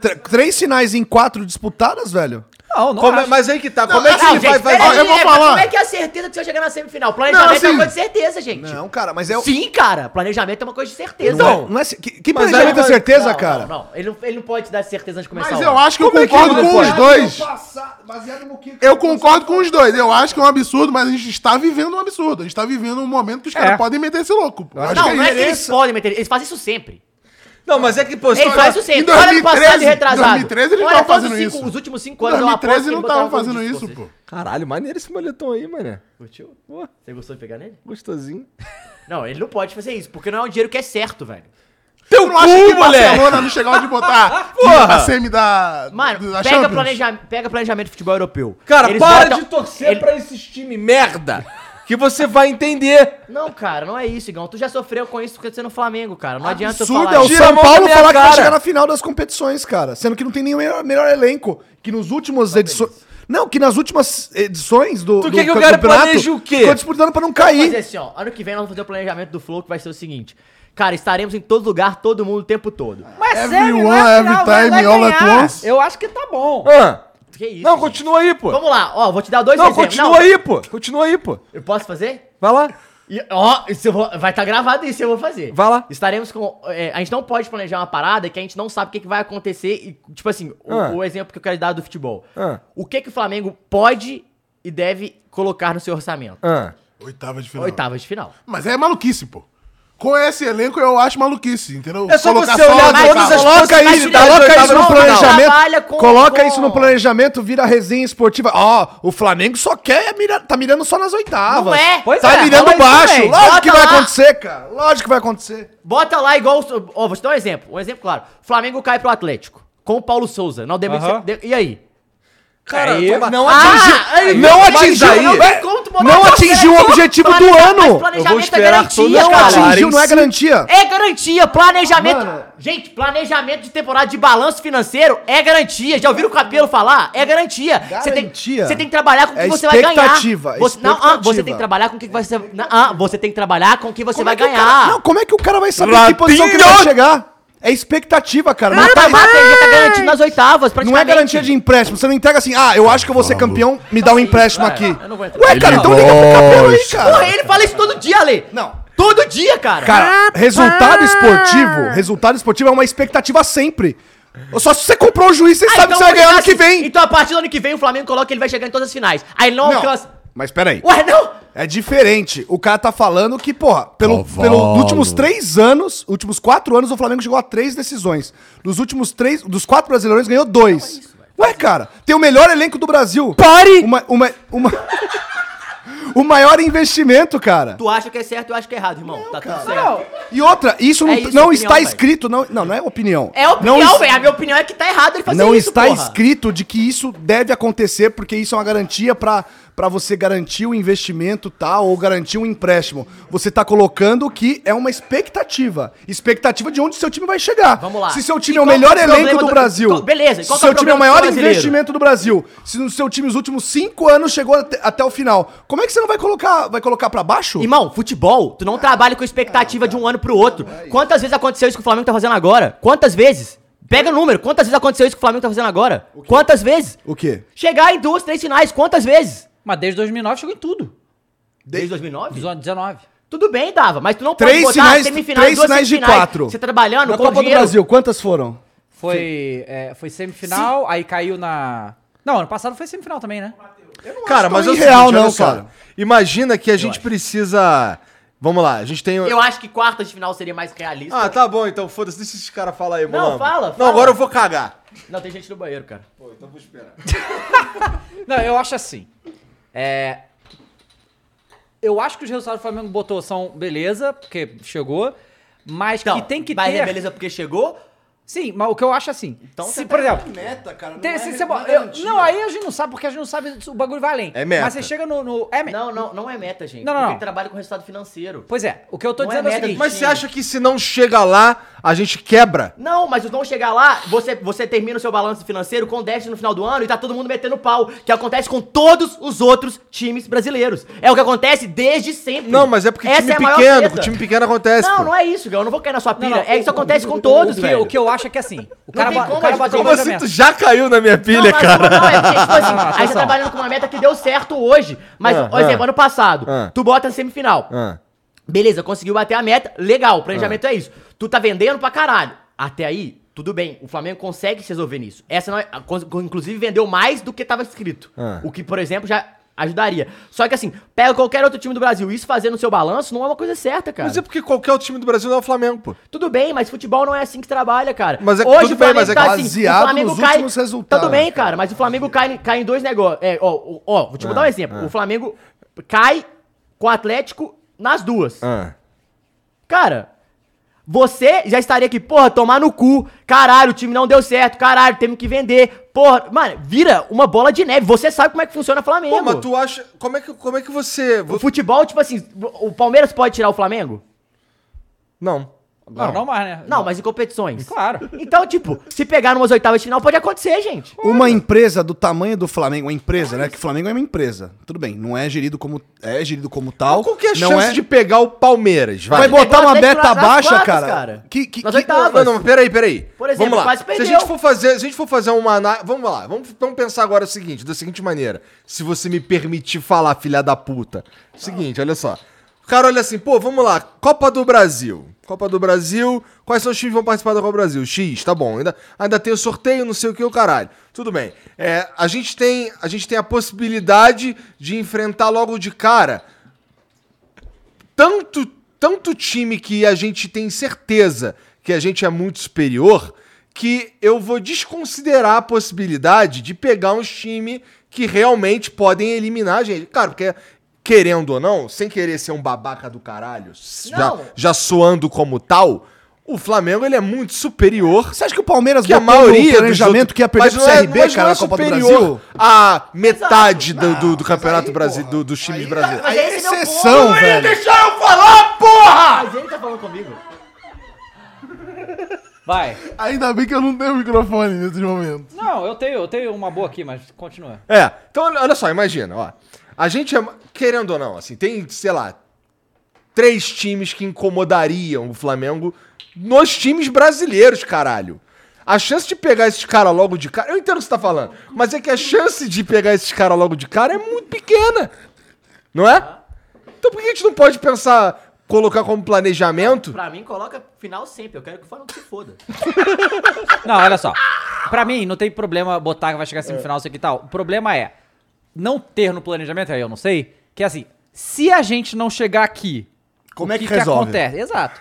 S2: tr- três finais em quatro disputadas, velho?
S1: Não,
S5: não
S3: Como é-
S5: acho.
S3: mas aí que tá,
S5: Não,
S3: como é que
S5: não,
S3: ele
S5: gente,
S3: vai fazer?
S5: peraí,
S3: Ó, eu vou
S5: é,
S3: falar.
S5: Como é que é a certeza que você vai chegar na semifinal? Planejamento
S3: assim-
S5: é uma coisa de certeza, gente. Não,
S2: cara, mas é...
S5: Sim, cara. Planejamento é uma coisa de certeza.
S2: Não, não é, ce- que, que
S5: Mas
S2: planejamento
S5: aí-
S2: é certeza,
S5: não,
S2: cara?
S5: Não, não. Ele, não, ele não pode te dar certeza antes de começar
S4: Mas
S5: o
S4: eu
S5: ano.
S4: acho que eu
S5: Como é
S4: concordo
S5: ele
S4: com os
S5: pode?
S4: dois.
S2: Baseado no que...
S4: Eu concordo com os dois. Eu acho que é um absurdo, mas a gente está vivendo um absurdo. A gente está vivendo um momento que os caras podem meter esse louco. pô. Eu acho
S5: Não,
S4: que
S5: não é que eles
S4: isso.
S5: podem meter. Eles fazem isso sempre.
S3: Não, mas é que, pô,
S5: Eles
S3: olha-
S5: fazem isso
S3: em
S5: sempre. Olha no passado
S3: 2013,
S5: e retrasado.
S3: 2013 eles
S5: Olha
S3: estavam
S5: todos os
S3: fazendo
S5: cinco-
S3: isso.
S5: Os últimos cinco anos eu aposto
S3: 2013
S5: que
S4: tá
S3: não
S5: ele botava
S3: estavam
S5: algum
S3: fazendo
S5: disco,
S3: isso,
S5: vocês.
S3: pô. Caralho, maneiro esse moletom aí, mané.
S5: Curtiu? Você gostou de pegar nele?
S3: Gostosinho.
S5: Não, ele não pode fazer isso, porque não é um dinheiro que é certo, velho.
S3: Teu
S4: não acha que
S5: cu,
S4: Barcelona
S5: moleque!
S4: não chegava de botar
S5: [LAUGHS] Porra!
S4: a semi da.
S5: Mano,
S4: da
S5: pega,
S4: Champions?
S5: planeja pega planejamento de futebol europeu.
S3: Cara,
S5: Eles
S3: para
S5: botam-
S3: de torcer
S5: ele-
S3: pra esses times merda, que você vai entender.
S5: Não, cara, não é isso, Igão. Tu já sofreu com isso porque você é no Flamengo, cara. Não adianta eu
S2: Absurdo
S5: falar
S2: é o
S5: isso.
S2: São Paulo falar que vai
S5: cara.
S2: chegar na final das competições, cara. Sendo que não tem nenhum melhor, melhor elenco. Que nos últimos edições. Não, que nas últimas edições do.
S5: Tu
S2: do
S5: quer que o
S2: ca-
S5: cara
S2: campeonato,
S5: planeje o quê?
S2: Ficou disputando pra não
S5: Vamos fazer
S2: cair.
S5: assim, ó. Ano que vem nós vamos fazer o planejamento do Flow, que vai ser o seguinte. Cara, estaremos em todo lugar, todo mundo, o tempo todo.
S1: Mas
S4: Everyone,
S1: sério, não é
S4: every
S1: final, vai-
S4: time,
S1: vai
S4: all at
S1: ganhar.
S4: once.
S1: Eu acho que tá bom.
S5: Que isso?
S3: Ah! Não, continua aí, pô.
S5: Vamos lá, ó, vou te dar dois
S3: Não,
S5: exemplos.
S3: continua aí, pô. Continua aí, pô.
S5: Eu posso fazer?
S3: Vai lá.
S5: E, ó, isso eu vou- vai estar gravado isso, eu vou fazer.
S3: Vai lá.
S5: Estaremos com. é, a gente não pode planejar uma parada que a gente não sabe o que, que vai acontecer. E, tipo assim, o,
S3: Ah.
S5: o exemplo que eu quero dar do futebol.
S3: Ah.
S5: O que, que o Flamengo pode e deve colocar no seu orçamento?
S3: Ah.
S4: Oitava de final.
S5: Oitavas de final.
S4: Mas é maluquice, pô. Com esse elenco eu acho maluquice, entendeu?
S3: É só você
S4: só
S3: olhar
S4: as
S3: todas as
S4: oitavas.
S2: Coloca isso,
S3: tirar as
S2: coloca
S3: oitavas
S2: isso no
S3: no final.
S5: Trabalha
S2: planejamento.
S5: com-
S2: Coloca
S5: com-
S2: isso no planejamento, vira resenha esportiva. Ó, o Flamengo só quer. mira- tá mirando só nas oitavas.
S5: Não é? Pois
S2: tá
S5: é, fala
S2: mirando
S5: isso
S2: baixo.
S5: também.
S2: Lógico que
S5: Bota
S2: vai
S5: lá.
S2: acontecer, cara. Lógico que vai acontecer.
S5: Bota lá igual. o- Ó, vou te dar um exemplo. Um exemplo claro. Flamengo cai pro Atlético. Com o Paulo Souza. Não deve
S1: Aham.
S5: ser- de- E aí?
S3: Cara,
S5: Aí-
S3: toma- não
S5: Ah,
S3: atingiu-
S5: aí-
S3: não
S5: mas
S3: atingiu-
S5: aí-
S3: não-
S5: é, como tu botar
S3: não
S5: um
S3: atingiu o
S5: planejamento-
S3: objetivo do
S5: planeja-
S3: ano.
S5: mas
S3: Eu vou
S5: Planejamento é
S3: esperar
S5: garantia,
S3: todos
S2: Não
S5: cara.
S2: atingiu, não é garantia.
S5: É garantia, planejamento. Gente, planejamento de temporada de balanço financeiro é garantia. Já ouviram o Capelo falar? É garantia. Você tem,
S2: Garantia?
S5: você tem que trabalhar com o que
S2: É
S5: você vai ganhar.
S2: expectativa,
S5: Você, não, ah, você
S2: expectativa.
S5: tem que trabalhar com o que você, não, ah, você tem que trabalhar com o que você vai
S2: Como é que o
S5: ganhar.
S2: cara- não, como é que o cara vai saber que posição que ele vai
S3: Ratinho!
S2: chegar? É expectativa, cara. Não,
S5: Cara,
S2: tá-
S5: mas mata, ele já tá garantido nas oitavas,
S2: não é
S5: praticamente. É,
S2: garantia de empréstimo. Você não entrega assim, ah, eu acho que eu vou ser campeão, me dá um empréstimo aqui.
S5: eu não vou entrar.
S2: Ué,
S5: Ele
S2: cara, então liga pro cabelo aí,
S5: Porra,
S2: cara.
S5: ele fala isso todo dia, Ale.
S2: Não.
S5: Todo dia, cara.
S2: Cara, resultado esportivo, resultado esportivo é uma expectativa sempre.
S4: Só se você comprou o juiz, você
S5: Ah,
S4: sabe que
S5: então
S4: você vai
S5: vou
S4: ganhar ano
S5: dizer
S4: que
S5: assim,
S4: vem.
S5: Então a partir do ano que vem o Flamengo coloca que ele vai chegar em todas as finais. Aí ele não,
S4: Não.
S5: alcança.
S4: Mas peraí.
S5: Ué, não?
S4: É diferente. O cara tá falando que, porra, pelo, pelos últimos três anos, últimos quatro anos, o Flamengo chegou a três decisões. Dos últimos três, dos quatro brasileiros, ganhou
S5: é
S4: dois. Ué, cara, tem o melhor elenco do Brasil. Pare! Uma, uma, uma- [LAUGHS] o maior investimento, cara.
S5: Tu acha que é certo, eu acho que é errado, irmão. tá tudo certo.
S4: E outra, isso não,
S5: É isso,
S4: não
S5: opinião,
S4: está
S5: velho.
S4: escrito, não, não, não é opinião.
S5: É
S4: Não
S5: opinião,
S4: es-
S5: velho. A minha opinião é que tá errado ele fazer
S4: não
S5: isso,
S4: está
S5: porra.
S4: escrito de que isso deve acontecer, porque isso é uma garantia pra pra você garantir o investimento tal, ou garantir um empréstimo. Você tá colocando que é uma expectativa. Expectativa de onde seu time vai chegar.
S5: Vamos lá.
S4: Se seu time
S5: E
S4: é o
S5: qual
S4: melhor
S5: que é o
S4: elenco
S5: problema
S4: do
S5: do-
S4: Brasil.
S5: qual- beleza, e
S4: Se
S5: qual que é
S4: seu
S5: o
S4: time é o
S5: problema do
S4: maior
S5: brasileiro?
S4: investimento do Brasil. Se o seu time, os últimos cinco anos, chegou até, até o final. Como é que você não vai colocar, vai colocar pra baixo?
S5: Irmão, futebol, tu não trabalha com expectativa de um ano pro outro.
S4: é
S5: Quantas vezes aconteceu isso que o Flamengo tá fazendo agora? Quantas vezes? Pega o número, quantas vezes aconteceu isso que o Flamengo tá fazendo agora? Quantas vezes?
S4: O quê?
S5: Chegar em duas, três finais, quantas vezes?
S1: Mas desde 2009 chegou em tudo.
S5: Desde 2009?
S1: 19.
S5: Tudo bem, Dava, mas tu não
S4: Três finais-
S5: semifinais,
S4: três
S5: duas
S4: finais de
S5: semifinais.
S4: quatro.
S5: Você tá trabalhando
S4: Na
S5: com
S4: Copa do
S5: dinheiro.
S4: Brasil, quantas foram?
S1: Foi, é, foi semifinal, aí caiu na. Não, ano passado foi semifinal também, né?
S3: Cara, mas
S4: tão
S3: é o
S4: irreal,
S3: seguinte, olha
S4: não,
S3: só.
S4: cara.
S3: Imagina que a gente precisa. Vamos lá, a gente tem.
S5: Eu acho que quartas de final seria mais realista.
S3: Ah, tá bom, então foda-se, deixa esses caras falar aí,
S5: Não,
S3: mano.
S5: fala,
S3: Não,
S5: fala.
S3: agora eu vou cagar.
S5: Não, tem gente no banheiro, cara.
S3: Pô, então vou esperar.
S1: Não, eu acho assim. É. Eu acho que os resultados que o Flamengo botou são beleza, porque chegou, mas que Então, tem que
S5: mas
S1: ter.
S5: é beleza porque chegou?
S1: Sim, mas o que eu acho assim. Então, se, por exemplo.
S10: Meta, cara. Não,
S1: tem-
S10: é,
S1: se você
S10: não
S1: bo-
S10: é
S1: eu-
S10: garantia.
S1: não, aí a gente não sabe, porque a gente não sabe se o bagulho vai além.
S5: É meta.
S1: Mas você chega no. no- é meta.
S5: Não, não, não é meta, gente.
S1: Não, não,
S5: Porque
S1: não.
S5: trabalha com resultado financeiro.
S1: Pois é, o que eu tô
S5: Não é
S1: dizendo é, o
S5: meta,
S1: seguinte.
S3: Mas você acha que se não chega lá, a gente quebra?
S5: Não, mas os não chegar lá, você, você termina o seu balanço financeiro com déficit no final do ano e tá todo mundo metendo pau. Que acontece com todos os outros times brasileiros. É o que acontece desde sempre.
S3: Não, mas é porque time
S5: a maior
S3: pequeno,
S5: treta.
S3: com time pequeno acontece,
S5: Não,
S3: pô.
S5: não é isso, Gal. Eu não vou cair na sua pira.
S1: não,
S5: é isso
S1: o-
S5: acontece com todos,
S1: o que,
S5: velho.
S1: o que eu acho é que assim. O
S5: Não
S1: cara,
S5: tem
S1: ba-
S5: como
S1: o cara
S5: a gente
S1: bateu
S5: ter
S1: o
S5: uma
S1: balanço.
S3: Você já caiu na minha pilha,
S5: mas
S3: cara.
S5: Não, é porque, tipo assim,
S1: Não,
S5: aí você
S1: atenção.
S5: tá trabalhando com uma meta que deu certo hoje. Mas,
S3: Ah,
S5: por exemplo,
S3: ah.
S5: ano passado,
S3: Ah.
S5: tu bota na semifinal.
S3: [LAUGHS] Ah.
S5: Beleza, conseguiu bater a meta, legal, o planejamento é isso. Tu tá vendendo pra caralho. Até aí, tudo bem, o Flamengo consegue se resolver nisso. Essa não é, a- cons- inclusive vendeu mais do que tava escrito.
S3: Ah.
S5: O que, por exemplo, já ajudaria. Só que assim, pega qualquer outro time do Brasil, isso fazer no seu balanço não é uma coisa certa, cara.
S3: Mas é porque qualquer outro time do Brasil não é o Flamengo, pô.
S5: Tudo bem, mas futebol não é assim que trabalha, cara.
S3: Mas é- tudo
S5: o
S3: bem,
S5: Flamengo
S3: mas é
S5: tá
S4: baseado
S5: o Flamengo
S4: nos
S5: cai- Tá
S4: últimos resultados.
S5: Tudo bem, cara, mas o Flamengo cai, cai em dois negócios. É, ó, ó, ó, vou te
S3: Ah,
S5: dar um exemplo.
S3: ah.
S5: O Flamengo cai com o Atlético nas duas.
S3: Ah.
S5: Cara, você já estaria aqui, porra, tomar no cu. Caralho, o time não deu certo. Caralho, temos que vender. Porra, mano, vira uma bola de neve. Você sabe como é que funciona o Flamengo.
S3: Pô, mas tu acha. Como é que, como é que você.
S5: O futebol, tipo assim, o Palmeiras pode tirar o Flamengo?
S3: Não.
S1: Não, não mais, né?
S5: Não, mas em competições.
S1: Claro.
S5: Então, tipo, se pegar numas oitavas de final, pode acontecer, gente.
S4: Uma empresa do tamanho do Flamengo, uma empresa, né? Que o Flamengo é uma empresa. Tudo bem, não é gerido como é gerido como tal.
S3: Qual que é a
S4: não
S3: chance
S4: é...
S3: de pegar o Palmeiras? Vai.
S4: Vai botar
S5: Pegou
S4: uma
S5: o Atlético
S4: beta
S5: nas- nas
S4: baixa,
S5: quartas,
S4: cara.
S5: cara. tá,
S4: Que, que,
S5: Nas
S4: que-
S5: oitavas.
S3: Não, não, peraí, peraí.
S5: Por exemplo,
S3: vamos lá.
S5: quase perdeu.
S3: Se a gente for fazer, se a gente for fazer uma ana- vamos lá, vamos, vamos pensar agora o seguinte, da seguinte maneira. Se você me permitir falar, filha da puta. Seguinte, olha só. O cara olha assim, pô, vamos lá, Copa do Brasil. Copa do Brasil, quais são os times que vão participar da Copa do Brasil? X, tá bom. Ainda, ainda tem o sorteio, não sei o que, o caralho. Tudo bem. É, a, gente tem, a gente tem a possibilidade de enfrentar logo de cara tanto, tanto time que a gente tem certeza que a gente é muito superior, que eu vou desconsiderar a possibilidade de pegar uns time que realmente podem eliminar a gente. Cara, porque querendo ou não, sem querer ser um babaca do caralho, s- já,
S5: Não.
S3: já soando como tal, o Flamengo ele é muito superior.
S4: Você acha que o Palmeiras
S3: Que a
S4: botou no
S3: maioria dos
S4: planejamento
S3: outros-
S4: que ia perder
S3: Mas
S4: pro
S3: não é-
S4: CRB,
S3: mas não
S4: cara,
S3: é
S4: na Copa do
S3: superior
S4: Brasil?
S3: A metade do, do- do Campeonato Brasileiro, do- dos times brasileiros.
S5: Mas é esse meu
S4: Exceção, velho.
S3: Deixa eu falar, porra!
S5: Mas ele tá falando comigo.
S1: Vai.
S11: Ainda bem que eu não tenho microfone nesses momentos.
S1: Não, eu tenho, eu tenho uma boa aqui, mas continua.
S3: É, então olha olha só, imagina, ó. A gente é, querendo ou não, assim, tem, sei lá, três times que incomodariam o Flamengo nos times brasileiros, caralho. A chance de pegar esses caras logo de cara. Eu entendo o que você tá falando, mas é que a chance de pegar esses caras logo de cara é muito pequena. Não é? Então por que a gente não pode pensar. colocar como planejamento.
S5: Pra mim, coloca final sempre. Eu quero que o Flamengo se foda. [LAUGHS]
S1: Não, olha só. Pra mim, não tem problema botar que vai chegar semifinal, isso aqui e tal. O problema é não ter no planejamento, aí eu não sei, que é assim, se a gente não chegar aqui,
S4: como
S5: é que resolve?
S1: acontece? Exato.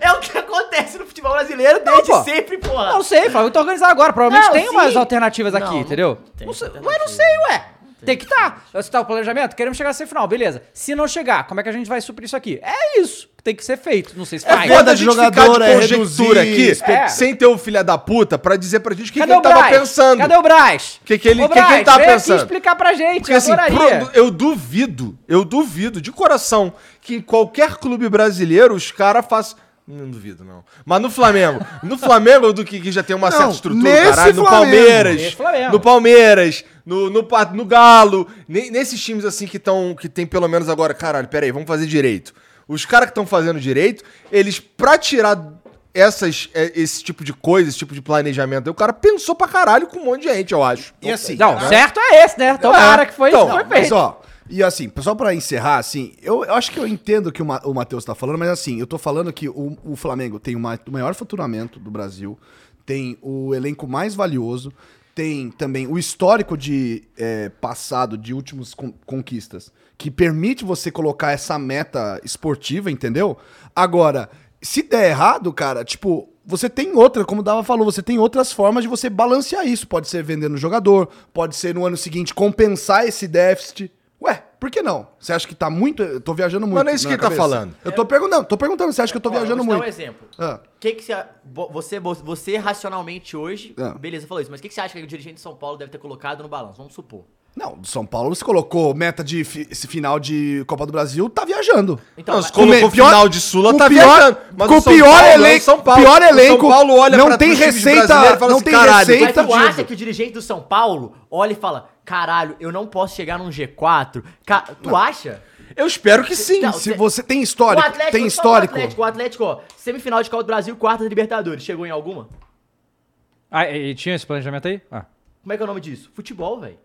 S5: É o que acontece no futebol brasileiro
S1: Não,
S5: desde
S1: pô.
S5: sempre, porra.
S1: Não sei, Flávio, eu tô organizando agora. Provavelmente
S5: Não,
S1: tem
S5: sim.
S1: umas alternativas aqui,
S5: Não, não
S1: entendeu? Não sei, ué, não sei, ué. Tem que tá. Se tá o planejamento, queremos chegar a semifinal, beleza. Se não chegar, como é que a gente vai suprir isso aqui? É isso que tem que ser feito. Não sei se vai.
S3: foda a gente
S1: é
S3: ficar de conjectura aqui, sem ter o filho da puta, pra dizer pra gente o que, que
S1: Cadê
S3: ele
S1: o
S3: tava
S1: Braz?
S3: pensando.
S1: Cadê o Braz?
S3: O que, que ele,
S1: Ô,
S3: o que, que
S1: Braz,
S3: ele tava
S1: vem aqui
S3: pensando?
S1: explicar pra gente,
S3: Porque, assim,
S1: adoraria.
S3: pro- eu duvido, eu duvido de coração que em qualquer clube brasileiro os caras façam. Não duvido, não. Mas no Flamengo. No Flamengo, do que, que já tem uma
S12: Não,
S3: certa estrutura,
S12: nesse
S3: caralho. No
S12: Flamengo.
S3: Palmeiras.
S12: Nesse Flamengo.
S3: No Palmeiras. No, no, Pa- no Galo. ne- Nesses times assim que estão. Que tem pelo menos agora. Caralho, peraí, vamos fazer direito. Os caras que estão fazendo direito, eles, pra tirar essas, é, esse tipo de coisa, esse tipo de planejamento, o cara pensou pra caralho com um monte de gente, eu acho.
S4: E assim,
S1: Não,
S4: né?
S1: certo é esse, né? Tomara que foi isso que foi
S4: Mas
S1: feito.
S4: ó, e assim, só pra encerrar, assim, eu, eu acho que eu entendo o que o, Ma- o Matheus tá falando, mas assim, eu tô falando que o, o Flamengo tem o ma- o maior faturamento do Brasil, tem o elenco mais valioso, tem também o histórico de eh, passado, de últimas con- conquistas, que permite você colocar essa meta esportiva, entendeu? Agora, se der errado, cara, tipo, você tem outra, como o Dava falou, você tem outras formas de você balancear isso. Pode ser vendendo jogador, pode ser no ano seguinte compensar esse déficit. Ué, por que não? Você acha que tá muito. Eu tô viajando muito.
S3: não é isso
S4: na
S3: que ele tá
S4: cabeça.
S3: falando.
S4: Eu tô perguntando, tô perguntando, você acha que eu tô viajando
S5: vou te dar
S4: muito?
S5: um exemplo.
S4: Ah.
S5: Que que você, vo- você, você racionalmente hoje,
S4: Ah.
S5: beleza, falou isso, mas o que, que você acha que o dirigente de São Paulo deve ter colocado no balanço? Vamos supor.
S4: Não, do São Paulo se colocou meta de fi- esse final de Copa do Brasil, tá viajando.
S5: Então, Não, se
S3: colocou
S4: me-
S3: final de Sula,
S4: o
S3: tá
S4: pior,
S3: viajando. Mas
S4: Com
S3: o
S4: o
S3: São
S4: pior
S3: Paulo é o
S4: elenco,
S3: São Paulo.
S4: pior
S3: O São
S4: elenco,
S3: Paulo olha
S4: não
S3: pra
S4: tem
S3: os times
S4: receita,
S3: brasileiros e fala
S4: não
S3: assim,
S4: tem
S3: "Caralho,
S4: receita.
S5: Mas tu acha que o dirigente do São Paulo olha e fala: caralho, eu não posso chegar num G4? Ca- tu acha?
S3: Eu espero que sim.
S4: se você tem histórico, tem
S5: só Então, o
S4: histórico.
S5: Atlético, o Atlético, ó, semifinal de Copa do Brasil, quarta da Libertadores. Chegou em alguma?
S1: Ah, e e tinha esse planejamento aí? Ah.
S5: Como é que é o nome disso? Futebol, velho.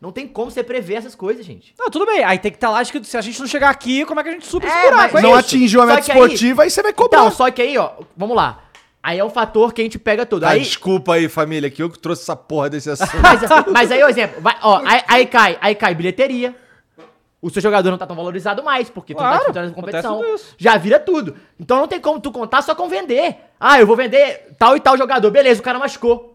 S5: Não tem como você prever essas coisas, gente.
S1: Não, tudo bem. Aí tem que estar lá escrito, se a gente não chegar aqui, como é que a gente supre esse
S5: É,
S1: buraco?
S5: mas-
S1: É
S4: Não
S1: isso.
S4: atingiu a
S5: Só
S4: meta
S5: que aí-
S4: esportiva e você vai cobrar.
S5: Então, só que aí, ó, vamos lá. Aí é um fator que a gente pega todo.
S3: Tá,
S5: Aí,
S3: desculpa aí, família, que eu que trouxe essa porra desse assunto.
S5: mas, mas aí, ó, exemplo, vai, ó, aí, aí cai, aí cai bilheteria. O seu jogador não tá tão valorizado mais, porque tu não tá
S1: Claro,
S5: disputando essa
S1: acontece
S5: competição.
S1: tudo isso.
S5: Já vira tudo. Então não tem como tu contar só com vender. Ah, eu vou vender tal e tal jogador. Beleza, o cara machucou.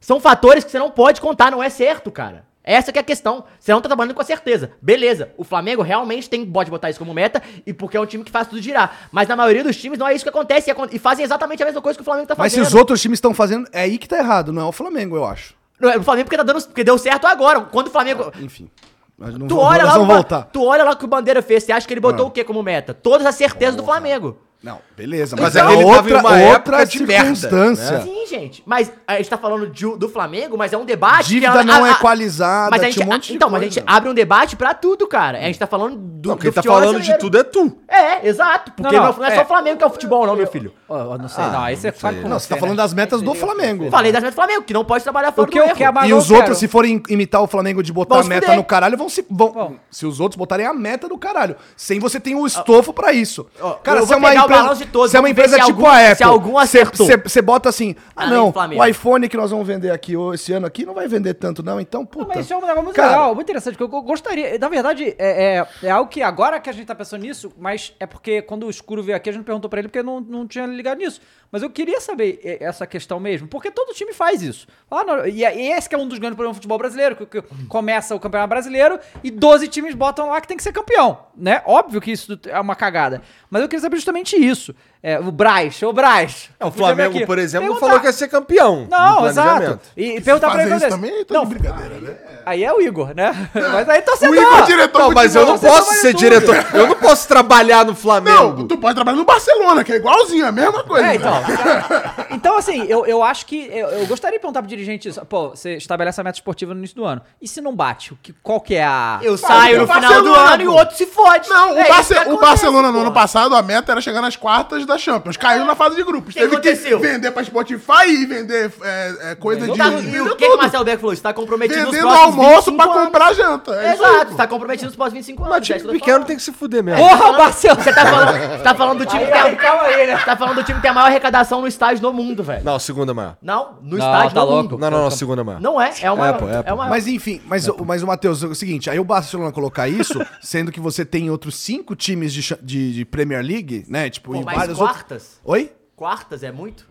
S5: São fatores que você não pode contar, não é certo, cara. Essa que é a questão. Você não tá trabalhando com a certeza. Beleza, o Flamengo realmente tem pode botar isso como meta, e porque é um time que faz tudo girar. Mas na maioria dos times não é isso que acontece, e, acon- e fazem exatamente a mesma coisa que o Flamengo tá
S4: Mas
S5: fazendo.
S4: se os outros times estão fazendo, é aí que tá errado, não é o Flamengo, eu acho.
S5: Não, é o Flamengo porque, tá dando, porque deu certo agora. Quando o Flamengo.
S4: Enfim. Mas não
S5: Tu
S4: vão-
S5: olha,
S4: nós
S5: lá o,
S4: vamos
S5: Ba-
S4: voltar.
S5: tu olha lá o que o Bandeira fez. Você acha que ele botou o que como meta? Todas as certezas do Flamengo.
S4: Não, beleza,
S3: Mas
S4: mas,
S3: é
S4: é
S5: Então,
S3: que ele tava em
S4: outra,
S3: uma época
S4: outra
S3: de merda,
S4: circunstância.
S5: Sim, gente. Mas a gente tá falando de- do Flamengo, mas é um debate. que
S4: Dívida
S5: a-
S4: não
S5: a- a-
S4: equalizada,
S5: mas a
S4: tinha
S5: gente,
S4: um monte de
S5: Então, mas a
S4: coisa.
S5: gente abre um debate pra tudo, cara. A gente tá falando do.
S3: Não,
S5: do
S3: quem tá
S5: futebol
S3: falando de
S5: brasileiro.
S3: tudo é tu.
S5: É, exato. Porque
S1: Não,
S5: não,
S1: não,
S5: não é,
S1: é.
S5: só o Flamengo que é o futebol, não, meu filho. é
S1: não sei, Ah, não. Aí você né? fala com
S4: Não, você tá falando das metas do Flamengo.
S5: Eu Falei das metas do Flamengo, que não pode trabalhar fora
S1: O que
S5: do
S1: eu
S5: erro.
S1: quero, é mas
S4: E
S1: não
S4: os
S1: quero.
S4: outros, se forem imitar o Flamengo de botar
S5: Vão
S4: a
S5: se
S4: meta
S5: fuder.
S4: no caralho, vão se. Vão, Se os outros botarem a meta do caralho. Sem você tem o estofo pra isso. Cara,
S5: eu
S4: se é
S5: vou
S4: uma
S5: pegar o
S4: empresa.
S5: balanço de todos,
S4: se é uma
S5: vamos ver
S4: empresa
S5: se
S4: tipo
S5: algum-
S4: a Apple.
S5: se algum acertou.
S4: Você bota assim, ah,
S5: Além do
S4: não,
S5: Flamengo.
S4: o iPhone que nós vamos vender aqui ô, esse ano aqui não vai vender tanto, não. Então, puta.
S1: Mas isso é um negócio muito
S4: Cara,
S1: legal, muito interessante, que eu eu gostaria. Na verdade, é, é, é algo que agora que a gente tá pensando nisso, mas é porque quando o escuro veio aqui, a gente perguntou pra ele porque não, não tinha ligado nisso. Mas eu queria saber é, essa questão mesmo, porque todo time faz isso. Ah, não, e, é- e esse que é um dos grandes problemas do futebol brasileiro, que, que começa o campeonato brasileiro e 12 times botam lá que tem que ser campeão, né? Óbvio que isso é uma cagada. Mas eu queria saber justamente isso. É, o Braz, ô Braz.
S3: Não, É, o
S1: podia vir
S3: Flamengo,
S1: aqui.
S3: por exemplo,
S1: Perguntar-
S3: falou que ia ser campeão.
S1: Não,
S3: no planejamento.
S1: exato. E, e perguntar pra
S12: Fazer
S1: ele o que
S12: isso
S1: acontece.
S12: também, tô
S1: Não,
S12: de brincadeira, né?
S1: Aí é o Igor, né? Mas aí torcedor.
S12: O Igor é diretor
S3: Não, mas eu não
S12: futebol,
S3: posso
S12: você
S3: ser
S12: trabalha tudo.
S3: diretor. Eu não posso trabalhar no Flamengo.
S12: Não, tu pode trabalhar no Barcelona, que é igualzinho, é a mesma coisa.
S1: É,
S4: [LAUGHS]
S1: então. [LAUGHS] Então, assim, eu, eu acho que. Eu, eu gostaria de perguntar pro dirigente isso. Pô, você estabelece a meta esportiva no início do ano. E se não bate? O que, qual que é a.
S5: Eu
S12: Mas
S5: saio
S12: o
S5: no final do
S12: Barcelona,
S5: ano e o
S12: pô.
S5: outro se fode.
S12: Não, o,
S5: É isso
S12: Barce-
S5: que
S12: o
S5: acontece,
S12: Barcelona no
S5: pô.
S12: ano passado, a meta era chegar nas quartas da
S13: da Champions. Caiu na fase de grupos. Teve
S5: aconteceu?
S13: que vender pra Spotify e vender é, é, coisa de.
S5: Tá- e
S13: de
S5: o que, que o Marcelo Beck falou? Você tá comprometido nos
S13: Vendendo
S5: próximos
S13: almoço
S5: 25
S13: pra
S5: anos.
S13: comprar janta. É isso aí,
S5: Exato, você tá comprometido nos próximos 25 anos. é Mas time
S3: pequeno tem que se fuder mesmo.
S5: Porra, Marcelo! Você tá falando, você tá falando do time
S1: Aí,
S5: que tem a,
S1: aí, calma aí, né?
S5: Você tá falando do time que tem a maior arrecadação no estádio do mundo, velho.
S3: Não, segunda maior.
S5: Não, no
S3: Não,
S5: estádio
S3: tá
S5: do
S3: louco.
S5: mundo.
S3: Não, não, não, segunda maior.
S5: Não é, é o maior. É,
S4: pô, é, pô.
S5: o maior.
S4: Mas enfim, mas, o- mas o Matheus, é o seguinte, aí o Barcelona colocar [LAUGHS] isso, sendo que você tem outros cinco times de, cha- de, de Premier League, né? Tipo,
S5: Pô,
S4: em
S5: mas
S4: várias
S5: quartas?
S4: outras. Oi?
S5: Quartas é muito?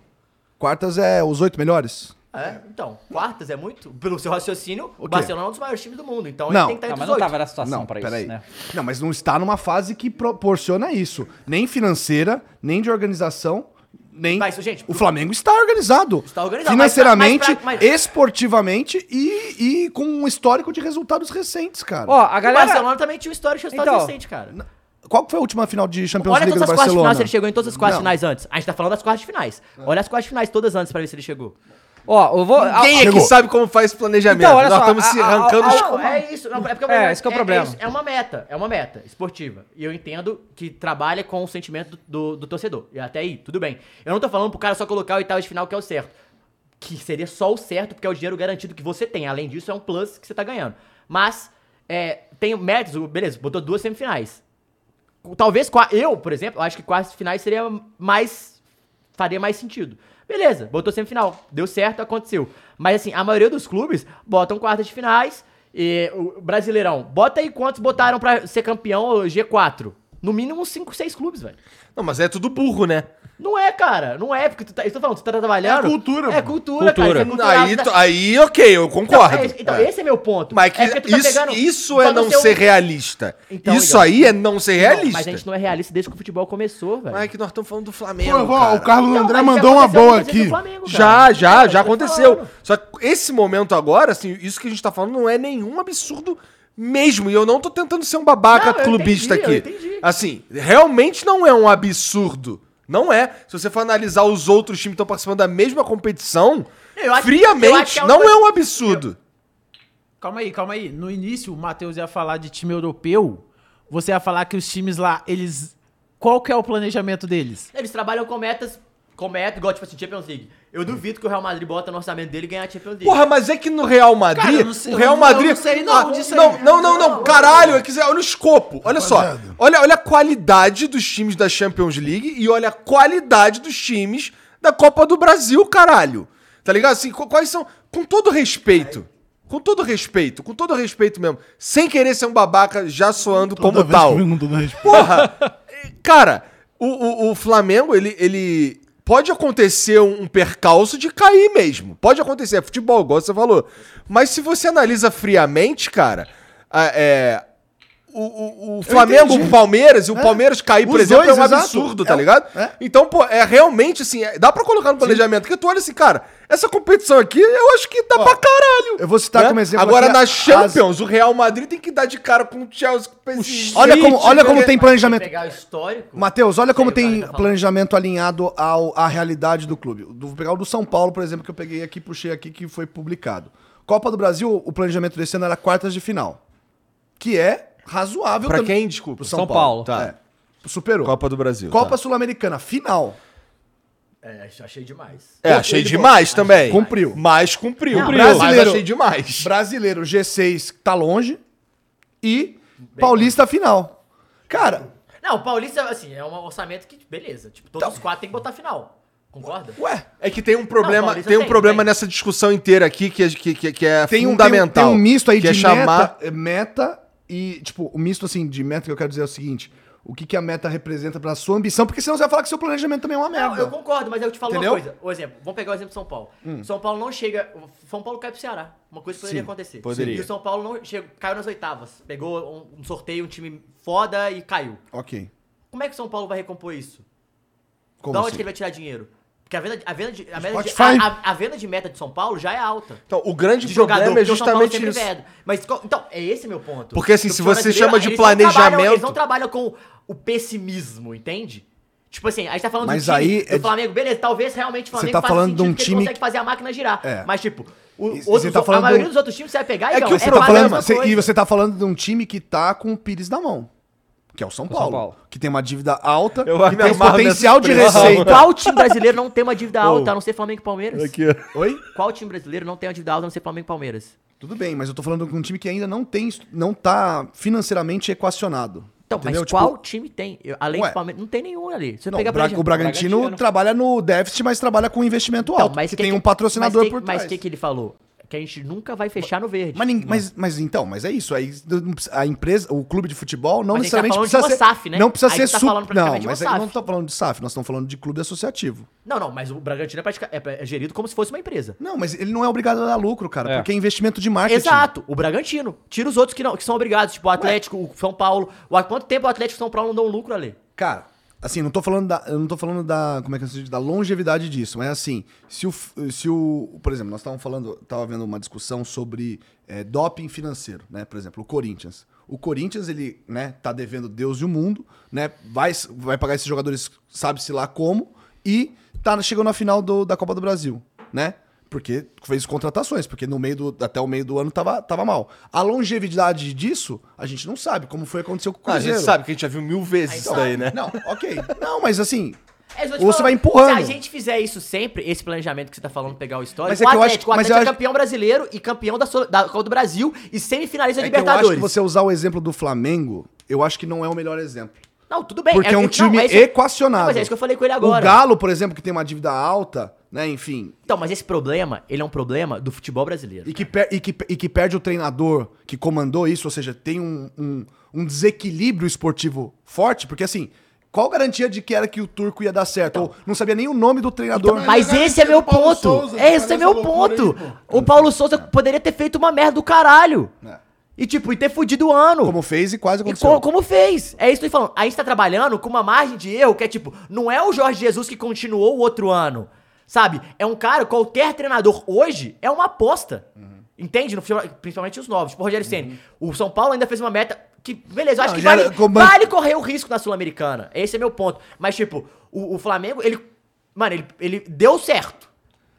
S4: Quartas é os oito melhores?
S5: É, então, quartas é muito? Pelo seu raciocínio, o
S4: quê?
S5: Barcelona é um dos maiores times do mundo, então
S4: Não.
S5: ele tem que estar
S4: Não,
S5: entre
S4: mas
S5: os
S4: não
S5: oito.
S4: tava não, peraí.
S5: né?
S4: Não, mas não está numa fase que proporciona isso. Nem financeira, nem de organização, nem.
S5: Mas, gente,
S4: o Flamengo está organizado.
S5: Está organizado,
S4: Financeiramente,
S5: mas pra- mas pra- mas-
S4: esportivamente e, e com um histórico de resultados recentes, cara.
S5: O
S1: é
S5: Barcelona também tinha um histórico de resultado
S4: Então,
S5: recente, cara.
S4: Qual que foi a última final de Champions
S5: Olha
S4: League
S5: todas
S4: do
S5: as quartas de
S4: Barcelona?
S5: finais, se ele chegou em todas as quartas de
S4: Não.
S5: finais antes. A gente tá falando das quartas de finais. Olha as quartas de finais todas antes pra ver se ele chegou.
S1: Ó, eu vou.
S3: Ninguém aqui sabe como faz esse planejamento.
S5: Então, olha
S3: Nós
S5: só,
S3: estamos se
S5: a- a-
S3: arrancando os.
S5: Não, é isso. Não, é porque
S1: É, esse que é o problema.
S5: isso, É, uma meta, é uma meta esportiva. E eu entendo que trabalha com o sentimento do, do- do torcedor. E até aí, tudo bem. Eu não tô falando pro cara só colocar o oitavo de final que é o certo. Que seria só o certo, porque é o dinheiro garantido que você tem. Além disso, é um plus que você tá ganhando. Mas, é, tem metas, o- beleza, botou duas semifinais. Talvez, qua- eu, por exemplo, acho que quartas de finais seria mais faria mais sentido. Beleza, botou semifinal, deu certo, aconteceu. Mas assim, a maioria dos clubes botam quartas de finais e o Brasileirão, bota aí quantos botaram pra ser campeão o G4. No mínimo uns 5, 6 clubes, velho.
S3: Não, mas é tudo burro, né?
S5: Não é, cara, não é, porque tu tá, eu tô falando, tu tá trabalhando.
S3: É cultura,
S5: É cultura, cara. isso é cultural,
S3: Aí,
S5: tá-
S3: tu- aí, ok, eu concordo.
S5: Então, é- então, esse é meu ponto.
S3: Mas que
S5: É porque tu tá
S3: isso,
S5: pegando-
S3: isso
S5: tu
S3: é
S5: tá no
S3: não
S5: seu-
S3: ser realista.
S5: Então,
S3: isso
S5: Igor.
S3: aí é não ser realista.
S5: Não, mas a gente não é realista desde que o futebol começou, velho.
S3: Mas é que nós estamos falando do Flamengo.
S13: Pô, ó,
S3: cara.
S13: o Carlos André
S5: mas
S13: mandou
S5: já
S13: uma
S5: aconteceu
S13: boa
S5: muitas vezes
S13: aqui.
S5: no Flamengo,
S3: Já, já,
S14: é
S3: já aconteceu. Só que esse momento agora, assim, isso que a gente tá falando não é nenhum absurdo mesmo. E eu não tô tentando ser um babaca
S5: Não, eu
S3: clubista
S5: entendi, eu
S3: aqui.
S5: entendi.
S3: Assim, realmente não é um absurdo. Não é. Se você for analisar os outros times que estão participando da mesma competição,
S14: Eu acho- eu acho
S3: friamente,
S14: que é um-
S3: não é um absurdo.
S14: Calma aí, calma aí. No início, o Matheus ia falar de time europeu. Você ia falar que os times lá, eles. Qual que é o planejamento deles?
S5: Eles trabalham com metas, com meta, igual tipo assim, Champions League. Eu duvido que o Real Madrid bota no orçamento dele e ganhar a Champions League.
S3: Porra, mas é que no Real Madrid.
S5: Cara, eu não sei-
S3: o Real
S5: eu não- eu
S3: Madrid. Ah,
S5: não sei não disso aí.
S3: não, não, não, não. Caralho, é que, olha o escopo. Olha só. Olha, olha a qualidade dos times da Champions League e olha a qualidade dos times da Copa do Brasil, caralho. Tá ligado? Assim, qu- quais são. Com todo respeito. Com todo respeito, com todo respeito mesmo. Sem querer ser um babaca, já soando como tal.
S13: Não tô dando resposta.
S3: Porra! Cara, o, o, o Flamengo, ele, ele. Pode acontecer um um percalço de cair mesmo. Pode acontecer. É futebol, igual você falou. Mas se você analisa friamente, cara. a- é, o, o, o Flamengo,
S13: entendi.
S3: o Palmeiras e o
S13: É.
S3: Palmeiras cair, por
S13: Os
S3: exemplo,
S13: dois,
S3: é um
S13: exato.
S3: absurdo,
S13: É
S3: tá
S13: um-
S3: ligado?
S13: é.
S3: Então, pô, é realmente assim. é- dá pra colocar no planejamento. Porque tu olha assim, cara, essa competição aqui, eu acho que dá pra caralho.
S4: Eu vou citar
S3: né?
S4: como exemplo
S3: Agora,
S4: aqui
S3: na
S4: as-
S3: Champions, o Real Madrid tem que dar de cara com o Chelsea. com o PSG,
S4: Olha como, olha
S3: porque-
S4: como tem planejamento.
S5: Pegar o histórico.
S4: Matheus, Tipo, olha como
S5: Sei, o
S4: tem
S5: cara tá falando.
S4: planejamento alinhado ao, à realidade do clube. Do- Vou pegar o do São Paulo, por exemplo, que eu peguei aqui, puxei aqui, que foi publicado. Copa do Brasil, o planejamento desse ano era quartas de final. Que é razoável
S3: Pra
S4: também.
S3: quem, desculpa?
S4: Pro São, Paulo.
S3: Tá.
S4: É. Superou.
S3: Copa do Brasil.
S4: Copa
S3: tá.
S4: Sul-Americana, final.
S5: É, isso eu achei demais.
S3: É, achei demais também.
S4: Cumpriu.
S3: Mas cumpriu.
S4: Não,
S3: Mas achei demais.
S4: Brasileiro G6 tá longe e Paulista final. Cara,
S5: Não, o Paulista, assim, é um orçamento que, beleza. Tipo, todos os quatro tem que botar final. Concorda?
S4: Então, Ué.
S3: É que tem um problema,
S5: Paulista
S3: tem um
S5: tem,
S3: problema
S5: tem.
S3: nessa discussão inteira aqui que é, que, que, que é
S4: tem um, tem, um,
S3: fundamental.
S4: tem um misto aí de
S3: que é chamar
S4: meta, meta e, tipo, o misto assim de meta que eu quero dizer é o seguinte, o que, que a meta representa pra sua ambição, porque senão você vai falar que seu planejamento também é uma merda.
S5: Não, eu concordo, mas eu te falo
S4: Entendeu?
S5: uma coisa. Por exemplo, vamos pegar o exemplo de São Paulo.
S4: Hum.
S5: São Paulo não chega. São Paulo cai pro Ceará. Uma coisa poderia
S4: Sim,
S5: acontecer.
S3: poderia.
S5: E o São Paulo não chegou, caiu nas oitavas. Pegou um, um sorteio, um time foda e caiu.
S4: Ok.
S5: Como é que o São Paulo vai recompor isso?
S4: Como
S5: da onde
S4: assim?
S5: que ele vai tirar dinheiro? Porque a venda, de- a venda, de, a, meta de,
S3: Spotify.
S5: a, a- a venda de meta de São Paulo já é alta.
S3: Então, o grande
S5: De
S3: problema é
S5: porque o São Paulo
S3: justamente
S5: sempre
S3: isso.
S5: veda. Mas, co- então, é esse meu ponto.
S3: Porque, assim,
S5: No
S3: se
S5: futebol
S3: você
S5: brasileiro,
S3: chama de
S5: eles não trabalham-
S3: planejamento-
S5: eles não trabalham com o pessimismo, entende? Tipo assim, a gente tá falando
S4: Mas
S5: do time,
S4: aí
S5: do
S4: é de-
S5: Flamengo, beleza, talvez realmente
S4: Você
S5: o Flamengo
S4: tá
S5: faça
S4: falando
S5: sentido
S4: de um
S5: que ele
S4: time
S5: consegue fazer a máquina girar.
S4: É.
S5: Mas, tipo, o,
S4: E- e
S5: outros-
S4: você tá
S5: a
S4: falando
S5: maioria
S4: do-
S5: dos outros times você vai pegar
S4: É
S5: Igão,
S4: que você
S5: quase
S4: tá
S5: Então, a
S4: falando,
S5: mesma
S4: você-
S5: coisa.
S4: e você tá falando de um time que tá com o Pires na mão. que é o São
S5: São
S4: Paulo,
S5: Paulo.
S4: que tem uma dívida alta
S3: Eu
S4: e tem um
S3: amarro
S4: potencial de [LAUGHS]
S3: nessa expressão.
S4: receita.
S5: Qual time brasileiro não tem uma dívida
S4: Oh.
S5: alta, a não ser Flamengo e Palmeiras?
S4: Aqui, ó. Oi?
S5: Qual time brasileiro não tem uma dívida alta, a não ser Flamengo e Palmeiras?
S4: Tudo bem, mas eu tô falando de um time que ainda não tem, não tá financeiramente equacionado.
S5: Então,
S4: entendeu?
S5: mas
S4: Tipo,
S5: qual time tem? Eu- além
S4: Ué.
S5: do Palmeiras, não tem nenhum ali. Se eu
S4: não,
S5: pegar
S4: o, Bra-
S5: por exemplo-
S4: o Bragantino, trabalha no déficit, mas trabalha com investimento alto.
S5: Então, mas
S4: que,
S5: que
S4: tem
S5: que-
S4: um patrocinador
S5: mas que-
S4: por
S5: mas
S4: trás.
S5: que que ele falou? Que a gente nunca vai fechar no verde.
S4: Mas, ninguém- mas, mas então, mas é isso. Aí não precisa- a empresa, o clube de futebol não
S5: Mas a gente tá
S4: necessariamente
S5: falando de
S4: precisa ser.
S5: uma SAF, né?
S4: Não precisa
S5: A gente
S4: ser
S5: tá
S4: su-
S5: falando
S4: Não,
S5: praticamente de uma
S4: mas aí
S5: SAF.
S4: não estamos falando de SAF, nós estamos falando de clube associativo.
S5: Não, não, mas o Bragantino é, pratica- é- é gerido como se fosse uma empresa.
S4: Não, mas ele não é obrigado a dar lucro, cara, porque é investimento de marketing.
S5: Exato, o Bragantino. Tira os outros que, não, que são obrigados, tipo o Atlético, o São Paulo. O, há quanto tempo o Atlético e o São Paulo não dão lucro ali?
S4: Cara, assim, não tô falando da, eu não tô falando da, como é que é, isso? da longevidade disso, mas assim, se o, f- se o, por exemplo, nós estávamos falando, tava vendo uma discussão sobre eh, doping financeiro, né? Por exemplo, o Corinthians. O Corinthians, ele, né, tá devendo Deus e o mundo, né? Vai, s- vai pagar esses jogadores, sabe-se lá como, e tá chegando na final do- da Copa do Brasil, né? Porque fez contratações, porque no meio do, até o meio do ano tava, tava mal. A longevidade disso, a gente não sabe, como foi que aconteceu com o
S3: Ah, a
S4: Cruzeiro.
S3: gente sabe que a gente já viu mil vezes
S5: tá.
S3: isso daí, né?
S4: Não, ok. Não, mas assim.
S5: É, isso eu te
S4: ou você
S5: falo,
S4: vai empurrando.
S5: Se a gente fizer isso sempre, esse planejamento que você tá falando, pegar o histórico,
S4: Mas é
S5: o
S4: que eu acho
S5: Atlético,
S4: que-
S5: o
S4: mas
S5: Atlético
S4: eu
S5: é
S4: acho-
S5: campeão brasileiro e campeão da, Sul- da Copa do Brasil e semifinalista da
S4: É que eu acho
S5: Libertadores.
S4: que você usar o exemplo do Flamengo, eu acho que não é o melhor exemplo.
S5: Não, tudo bem.
S4: porque é, um
S5: não,
S4: time
S5: mas esse-
S4: equacionado.
S5: Não, mas é isso que eu falei com ele agora.
S4: O Galo, por exemplo, que tem uma dívida alta, né? Enfim.
S5: Então, mas esse problema, ele é um problema do futebol brasileiro.
S4: E que, per- e que- e que perde o treinador que comandou isso, ou seja, tem um, um- um desequilíbrio esportivo forte, porque assim. Qual garantia de que era que o turco ia dar certo? Ou não sabia nem o nome do treinador.
S5: Então. Mas esse é meu ponto. É, esse é meu ponto. o Paulo Souza poderia ter feito uma merda do caralho. E, tipo, e ter fudido o ano. Como
S4: fez e quase
S5: aconteceu. como, fez. É isso que eu tô falando. A gente tá trabalhando com uma margem de erro que é, tipo, não é o Jorge Jesus que continuou o outro ano. Sabe? É um cara, qualquer treinador hoje é uma aposta.
S4: Uhum.
S5: Entende? No futebol, principalmente os novos. Tipo, o Rogério Ceni. O São Paulo ainda fez uma meta que, beleza, eu acho
S4: Não,
S5: que
S4: já
S5: vale,
S4: era comand-
S5: vale correr o risco na Sul-Americana. Esse é meu ponto. Mas, tipo, o, o Flamengo, ele. Mano, ele, ele deu certo.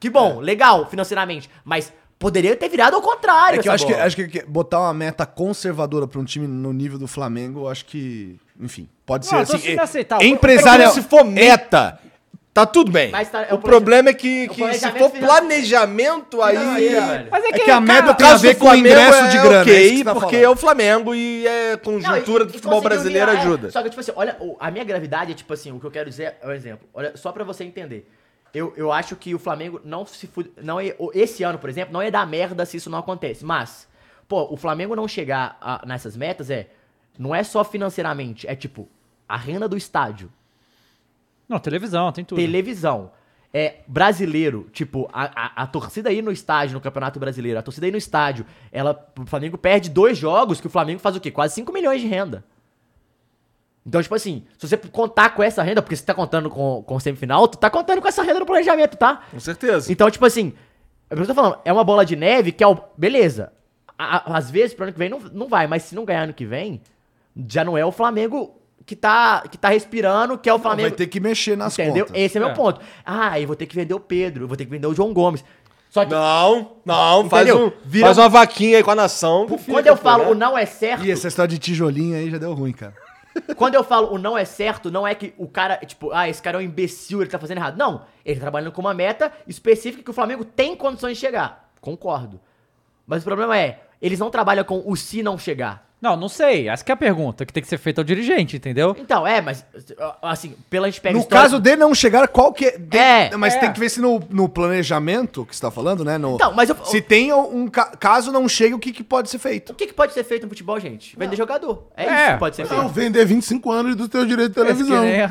S5: Que bom,
S4: É.
S5: legal, financeiramente. Mas poderia ter virado ao contrário.
S4: É que eu
S5: essa
S4: acho que,
S5: bola.
S4: acho que- que botar uma meta conservadora pra um time no nível do Flamengo, eu acho que, enfim, pode
S1: Não,
S4: ser
S1: eu tô
S5: então
S4: assim.
S1: achando
S4: é-
S1: inaceitável.
S4: empresário
S3: É que se for meta,
S5: É
S3: tá tudo bem.
S1: Mas tá- é
S3: o
S1: o
S3: problema é que,
S1: o
S3: que se
S1: planejamento
S3: for
S1: financeiro.
S3: planejamento, aí.
S1: Não, aí, velho. Mas é que, cara,
S3: merda
S4: tem a ver com o ingresso de grana, é isso que
S3: Ok,
S4: você tá
S3: porque
S4: falando.
S3: é o Flamengo e é conjuntura
S5: Não, e-
S3: do
S5: e
S3: futebol
S5: conseguiu
S3: brasileiro
S5: virar, é.
S3: ajuda.
S5: Só que, tipo assim, olha, o- a minha gravidade é, tipo assim, o que eu quero dizer é um exemplo. Olha, só pra você entender. Eu, eu acho que o Flamengo não se fude, não ia- o- Esse ano, por exemplo, não ia dar merda se isso não acontece. Mas, pô, o Flamengo não chegar a- nessas metas é. Não é só financeiramente, é tipo, a renda do estádio.
S1: Não, televisão, tem tudo.
S5: Televisão. É brasileiro, tipo, a, a, a torcida aí no estádio, no Campeonato Brasileiro, a torcida aí no estádio, ela, o Flamengo perde dois jogos que o Flamengo faz o quê? Quase 5 milhões de renda. Então, tipo assim, se você contar com essa renda, porque você tá contando com, com semifinal, tu tá contando com essa renda no planejamento, tá?
S3: Com certeza.
S5: Então, tipo assim, é por isso que eu tô falando, é uma bola de neve que é o. Beleza. A- a- às vezes, pro ano que vem não, não vai, mas se não ganhar ano que vem, já não é o Flamengo que tá, que tá respirando, que é o Flamengo.
S4: vai ter que mexer nas
S5: Entendeu?
S4: contas.
S5: Esse é,
S4: É.
S5: meu ponto. Ah, eu vou ter que vender o Pedro, eu vou ter que vender o João Gomes. Só que.
S3: Não, não, faz,
S5: Entendeu?
S3: um,
S5: Vira-
S3: faz uma vaquinha aí com a nação.
S5: Quando eu falo o não é certo.
S4: E [LAUGHS] essa história de tijolinho aí já deu ruim, cara.
S5: Quando eu falo o não é certo, não é que o cara, tipo, ah, esse cara é um imbecil, ele tá fazendo errado. Não, ele tá trabalhando com uma meta específica que o Flamengo tem condições de chegar. Concordo. Mas o problema é, eles não trabalham com o se não chegar.
S1: Não, não sei. Essa que é a pergunta que tem que ser feita ao dirigente, entendeu?
S5: Então, é, mas assim, pela gente pega
S4: No
S5: história-
S4: caso de não chegar, qual que é. de-
S5: É,
S4: mas
S5: é.
S4: tem que ver se no, no planejamento que você tá falando, né? No,
S5: Então, mas eu-
S4: se tem um. ca- Caso não chegue, o que, que pode ser feito?
S5: O que, que pode ser feito no futebol, gente? Vender jogador. É, isso que pode ser feito.
S2: Não, vender 25 anos do teu direito de televisão.
S1: É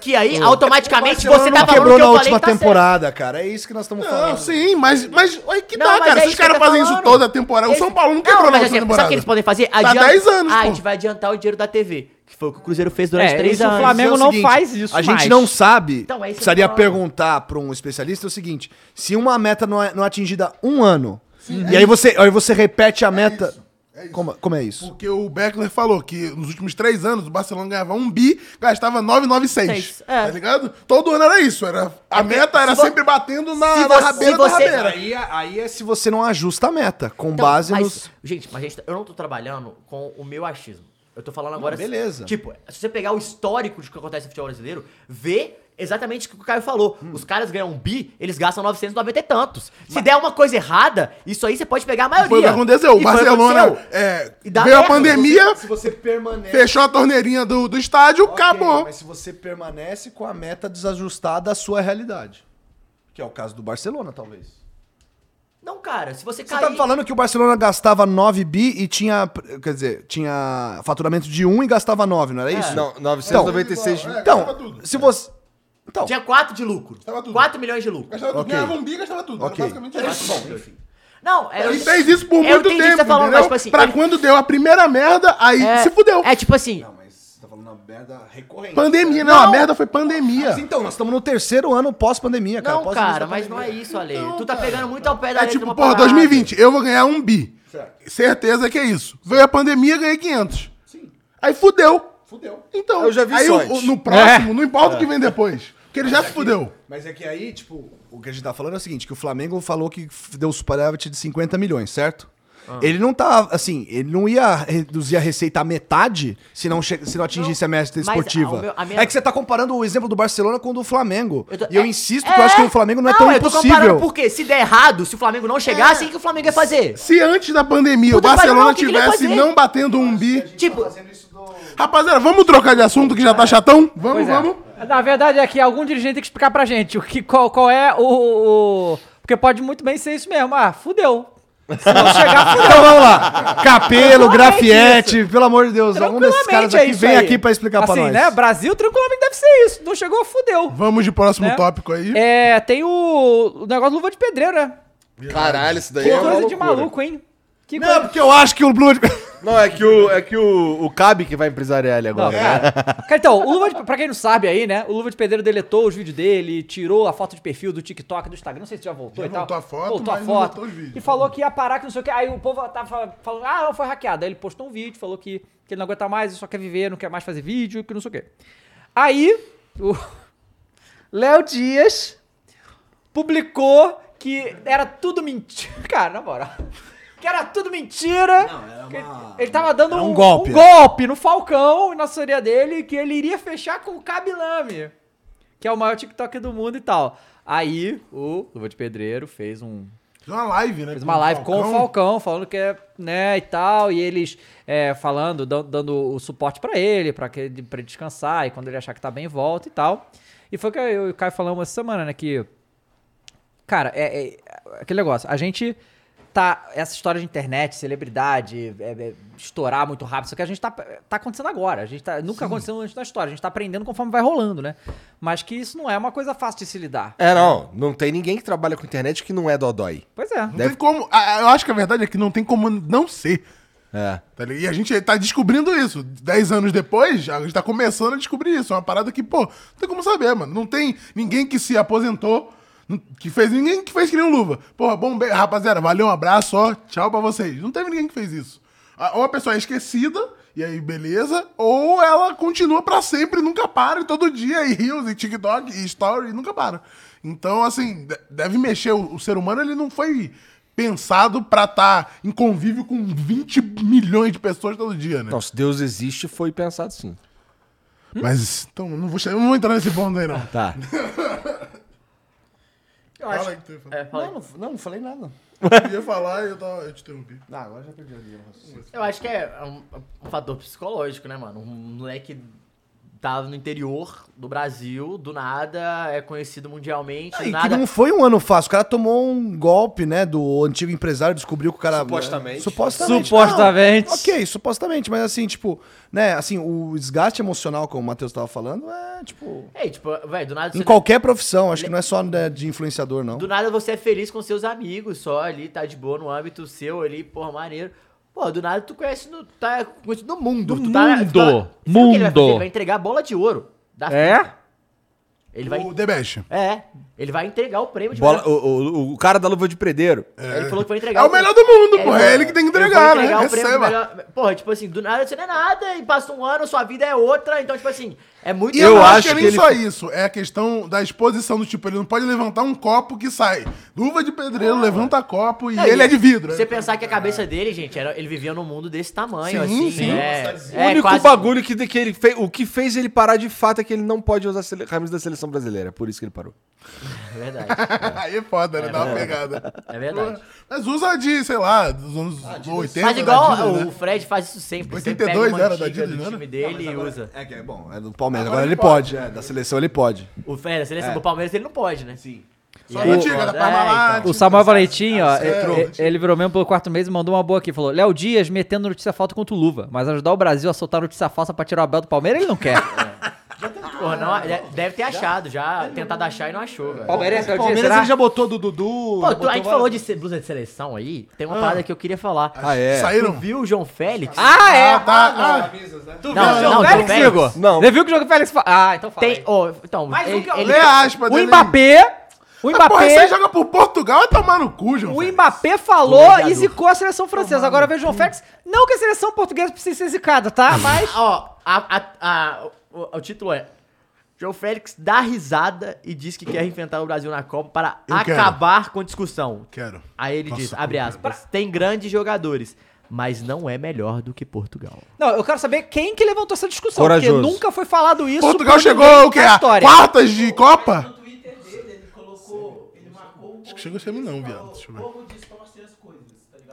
S5: Que aí,
S2: Pô.
S5: automaticamente,
S2: O Barcelona
S5: você tá
S2: não
S5: falando
S2: quebrou
S5: que
S2: na
S5: eu falei
S2: última
S5: que tá certo.
S4: temporada, cara. É isso que nós estamos
S2: Não, sim, mas, mas olha que
S5: Não,
S2: dá,
S5: mas
S2: cara.
S5: é
S2: Se os
S5: isso que eu
S2: caras
S5: tô
S2: fazem isso
S5: falando.
S2: toda temporada, o
S5: Esse-
S2: São Paulo não quebrou
S5: Não,
S2: na
S5: mas
S2: última
S5: assim,
S2: temporada.
S5: Sabe o que eles podem fazer?
S2: Dá 10 anos,
S5: Ah, a
S2: pô.
S5: gente vai adiantar o dinheiro da TV. Que foi o que o Cruzeiro fez durante 3 anos.
S4: Mas é o seguinte, A gente não sabe.
S5: Então, é isso que eu
S4: precisaria
S5: tô falando.
S4: perguntar pra um especialista o seguinte: se uma meta não é, não é atingida um ano, e
S2: É
S4: aí você, aí você repete a meta. Como, como é isso?
S2: Porque o Beckler falou que nos últimos três anos o Barcelona ganhava um bi, gastava 996.
S5: é.
S2: Tá ligado? Todo ano era isso. Era, a meta era
S4: É se vo-
S2: sempre batendo na, na
S5: você-
S2: rabeira
S5: se
S2: da
S5: você-
S2: rabeira.
S4: Aí, aí é se você não ajusta a meta, com
S5: Então,
S4: base
S5: mas, tá-
S4: nos.
S5: Gente, mas gente, eu não tô trabalhando com o meu achismo. Eu tô falando agora.
S9: beleza.
S5: Tipo, se você pegar o histórico de que acontece no futebol brasileiro, vê exatamente o que o Caio falou. Os caras ganham um bi, eles gastam 990 e tantos. Se der uma coisa errada, isso aí você pode pegar a maioria.
S4: Foi o que aconteceu. O
S5: E foi o que
S4: Barcelona
S5: aconteceu.
S4: é,
S5: E dá
S4: veio a
S5: merda.
S4: pandemia,
S9: Se você permanece.
S4: fechou a torneirinha do, do estádio,
S9: Ok,
S4: acabou.
S9: Mas se você permanece com a meta desajustada à sua realidade. Que é o caso do Barcelona, talvez.
S5: Não, cara, se você
S9: Você
S5: cair...
S9: tá me falando que o Barcelona gastava 9 bi e tinha. Quer dizer, tinha faturamento de 1 e gastava 9, não
S5: É.
S9: era isso?
S4: Então,
S3: Não, 996
S4: é,
S9: Então, então se você. Então.
S5: Tinha 4 de lucro. 4 milhões de lucro.
S4: Gastava tudo.
S9: Ok.
S4: Ganhava um bi, gastava tudo.
S9: Ok.
S4: Era basicamente isso.
S5: Não, é...
S4: Ele fez isso por
S5: Eu
S4: muito
S5: entendi o que
S4: tempo,
S5: você tá falando,
S4: entendeu?
S5: mas, tipo assim,
S4: pra
S5: ele-
S4: quando deu a primeira merda, aí
S5: É-
S4: se fudeu.
S5: É tipo assim...
S9: Você tá falando uma merda recorrente.
S4: Pandemia, não, a merda foi pandemia.
S9: Mas então, nós estamos no terceiro ano pós-pandemia, cara.
S5: Não,
S9: Pós-início
S5: cara,
S9: da
S5: mas
S9: pandemia.
S5: não é isso, Ale. tu tá pegando muito ao pé da
S4: É
S5: letra
S4: tipo,
S5: uma
S4: porra,
S5: parada.
S4: 2020, eu vou ganhar um bi. Certeza que é isso. Veio a pandemia, ganhei 500. Aí fudeu.
S9: Fudeu.
S4: Então,
S3: Eu já vi
S4: aí
S3: isso
S4: o-
S3: antes.
S4: o- no próximo,
S3: É.
S4: não importa o que
S3: É.
S4: vem depois. Porque ele já se fudeu.
S9: Mas é que aí, tipo, o que a gente tá falando é o seguinte, que o Flamengo falou que f- deu superávit de 50 milhões, certo?
S5: Ah.
S9: Ele não tá, assim, ele não ia reduzir a receita à metade se não, che- se não atingisse a meta
S5: mas
S9: esportiva.
S5: a- o meu- a minha-
S9: É que você tá comparando o exemplo do Barcelona com o do Flamengo.
S5: Eu tô-
S9: E eu
S5: é-
S9: insisto que eu acho que o Flamengo não é tão
S5: eu tô comparando
S9: impossível.
S5: porque se der errado, se o Flamengo não chegasse, o que o Flamengo ia fazer?
S4: É. Se antes da pandemia
S5: Puta
S4: o
S5: que pariu,
S4: Barcelona
S5: não, o que que ele ia
S4: tivesse
S5: fazer?
S4: não batendo um bi.
S5: Tipo,
S4: Rapaziada, vamos trocar de assunto que já tá chatão? Vamos,
S1: Pois é.
S4: vamos.
S1: Na verdade é que algum dirigente tem que explicar pra gente o que, qual, qual é o, o- Porque pode muito bem ser isso mesmo. Ah, fudeu. Se não chegar, fudeu.
S9: [LAUGHS] Então vamos lá. Capelo,
S1: Tranquilamente
S9: Grafietti, pelo amor de Deus, algum desses
S1: Tranquilamente
S9: caras
S1: é
S9: aqui
S1: isso
S9: vem
S1: aí.
S9: aqui pra explicar pra
S1: Assim,
S9: nós.
S1: né? Brasil tranquilamente deve ser isso. Não chegou, fudeu.
S4: Vamos de próximo
S1: Né?
S4: tópico aí.
S1: É, tem o, o negócio do luva de pedreiro, né?
S3: Caralho, isso daí
S1: Que
S3: é uma
S1: coisa de
S3: loucura.
S1: maluco, hein? Que
S9: Não, porque eu acho que o Blue...
S3: Não, é que o, é que o, o Cabe que vai empresariar ele agora. né?
S1: [LAUGHS] Cara, então, o Luva de, pra quem não sabe aí, né? O Luva de Pedreiro deletou os vídeos dele, tirou a foto de perfil do TikTok, do Instagram, não sei se já voltou
S4: Já
S1: e tal.
S4: voltou a foto,
S1: voltou a
S4: mas não
S1: foto.
S4: voltou os vídeos.
S1: e falou que ia parar, que não sei o que. Aí o povo tava falando, ah, foi hackeado. Aí ele postou um vídeo, falou que, que ele não aguenta mais, ele só quer viver, não quer mais fazer vídeo, que não sei o que. Aí, o [LAUGHS] Léo Dias publicou que era tudo mentira. [LAUGHS] Cara, na moral. Que era tudo mentira. que ele- Ele tava dando um,
S9: um golpe.
S1: um golpe no Falcão e na assessoria dele que ele iria fechar com o Kabilame, que é o maior TikTok do mundo e tal. Aí o Luva de Pedreiro fez um
S4: Fez uma live, né?
S9: Um
S1: Fez uma live com o Falcão, falando que é, né, e tal, e eles é, falando, dan- dando o suporte pra ele, pra, que, ele- pra ele descansar, e quando ele achar que tá bem, volta e tal. E foi o que eu e o Caio falamos essa semana, né, que, cara, é, é- é aquele negócio, a gente tá, essa história de internet, celebridade, é, é, estourar muito rápido, isso que a gente tá, tá acontecendo agora, a gente tá, nunca aconteceu antes na história, a gente tá aprendendo conforme vai rolando, né, mas que isso não é uma coisa fácil de se lidar.
S3: É, não. Não tem ninguém que trabalha com internet que não é dodói.
S1: Pois é.
S4: Não tem como. a- a- Eu acho que a verdade é que não tem como não ser.
S3: É.
S4: Tá ligado? E a gente tá descobrindo isso. Dez anos depois, a gente tá começando a descobrir isso. É uma parada que, pô, não tem como saber, mano. Não tem ninguém que se aposentou, n- que fez ninguém que fez que nem um luva. Porra, bombeiro, rapaziada, valeu, um abraço, ó, tchau pra vocês. Não teve ninguém que fez isso. A- Ou a pessoa é esquecida, e aí beleza, ou ela continua pra sempre, nunca para, e todo dia, e reels, e TikTok, e story, e nunca para. Então, assim, de- deve mexer. O, o ser humano, ele não foi pensado pra estar em convívio com 20 milhões de pessoas todo dia, né?
S3: Não, se Deus existe, foi pensado sim.
S4: Mas, então, não vou, che- não vou entrar nesse ponto aí, não.
S3: Tá.
S5: Eu acho...
S4: aí que tu
S5: É, fala aí.
S9: Não, não, não falei nada.
S4: Eu ia falar e eu, tava, eu te interrompi.
S9: Ah, agora já perdi a linha. do raciocínio.
S5: Eu acho que é um, um fator psicológico, né, mano? Um moleque tava no interior do Brasil, do nada, é conhecido mundialmente, do
S9: E que
S5: nada.
S9: não foi um ano fácil. O cara tomou um golpe, né, do antigo empresário, descobriu que o cara...
S3: Supostamente.
S9: Supostamente.
S1: Supostamente.
S9: Não, ok, supostamente, mas assim, tipo, né, assim, o desgaste emocional, como o Matheus tava falando, é, tipo...
S5: É, tipo, velho, do nada
S9: Em
S5: você-
S9: qualquer profissão, acho que não é só né, de influenciador, não.
S5: Do nada você é feliz com seus amigos só ali, tá de boa no âmbito seu ali, porra, maneiro. Pô, do nada tu conhece no, tá conhecido no mundo.
S1: No
S5: tu tá, tu tá-
S1: mundo,
S5: Sabe
S1: mundo.
S5: o que ele vai fazer? Ele vai entregar a bola de ouro. Da
S1: É?
S5: FIFA. Ele vai...
S4: O Debeste.
S5: É. Ele vai entregar o prêmio
S3: [LAUGHS]
S5: de
S3: Bola-
S5: melhor-
S3: o, o- o cara da luva de predeiro.
S5: Ele falou que vai entregar.
S4: É o
S5: prêmio.
S4: melhor do mundo, porra,
S5: falou,
S4: é ele que tem que
S5: "Eu vou
S4: entregar, né?
S5: o prêmio de
S4: Receba."
S5: melhor- Porra, tipo assim, do nada você não é nada e passa um ano, sua vida é outra. Então, tipo assim, é muito
S4: E eu, acho que é nem só isso, é a questão da exposição do tipo, ele não pode levantar um copo que sai. Luva de pedreiro, levanta copo e
S5: Não,
S4: ele é de vidro.
S5: Você pensar que a cabeça dele, gente, era, ele vivia num mundo desse tamanho,
S3: Sim,
S5: assim.
S3: sim.
S5: É,
S3: o
S5: é,
S3: único
S5: quase-
S3: bagulho que, que ele fez, o que fez ele parar de fato é que ele não pode usar a sele- camisa da seleção brasileira, é por isso que ele parou.
S5: É verdade.
S4: [LAUGHS] Aí é foda, né?
S5: É
S4: Dá uma
S5: verdade.
S4: pegada.
S5: É verdade.
S4: Mas usa de, sei lá, dos anos 80.
S5: Mas igual
S4: da Adidas,
S5: o
S4: né?
S5: Fred faz isso sempre.
S4: 82
S5: sempre
S4: era da
S5: antiga
S4: Adidas,
S5: do
S4: não
S5: time dele e
S4: né?
S5: usa.
S9: É que é bom, é do Palmeiras. Agora, ele pode. é, da seleção ele pode.
S5: O Fred, a seleção
S9: É.
S5: do Palmeiras, ele não pode, né? É, Sim.
S9: Só a antiga,
S4: né?
S9: da Parmalat.
S5: então.
S1: O Samuel Valentim, ó,
S5: É,
S1: ele- ele- ele virou mesmo pelo quarto mês e mandou uma boa aqui. Falou: Léo Dias metendo notícia falta contra o Luva, mas ajudar o Brasil a soltar notícia falsa pra tirar o Abel do Palmeiras, ele não quer.
S5: Porra, tipo, não, é, deve ter achado, já tentado achar e não achou,
S1: [LAUGHS]
S5: velho.
S1: Palmeiras, Léo Dias,
S5: Palmeiras,
S1: será?
S5: ele já
S9: botou do Dudu.
S5: Pô, tu-
S1: botou
S5: a gente
S1: várias-
S5: falou de se- blusa de seleção aí, tem uma
S1: Ah.
S5: parada que eu queria falar.
S3: Ah, é?
S5: Tu
S3: Saíram?
S5: viu o João Félix?
S1: Ah, é?
S4: tá.
S5: não.
S1: Ah.
S5: Tu
S1: viu o João Félix, Igor?
S3: Não.
S1: Você viu que o jogo Félix fala? Ah, então fala.
S5: Tem, ó, então,
S1: Mais um
S5: ele-
S1: que eu
S5: ele-
S1: lê a aspa dele. O Mbappé.
S4: Porra, você joga pro Portugal é tomar no cu, João.
S1: O Mbappé falou e zicou a seleção francesa. Agora veja o João Félix. Não que a seleção portuguesa precise ser zicada, tá? Mas.
S5: Ó, a- a- a- o, o título é. João Félix dá risada e diz que quer enfrentar o Brasil na Copa para
S4: Eu quero.
S5: acabar com a discussão.
S4: Quero.
S5: Aí ele
S4: Nossa,
S5: diz, abre aspas, tem grandes jogadores, mas não é melhor do que Portugal.
S1: Não, eu quero saber quem que levantou essa discussão.
S5: Corajoso.
S1: Porque nunca foi falado isso.
S4: Portugal
S1: por
S4: chegou
S1: ninguém
S4: o quê?
S1: na
S4: A
S1: história.
S4: Quartas de Copa? Acho que chegou a mim não, viado. Deixa eu ver.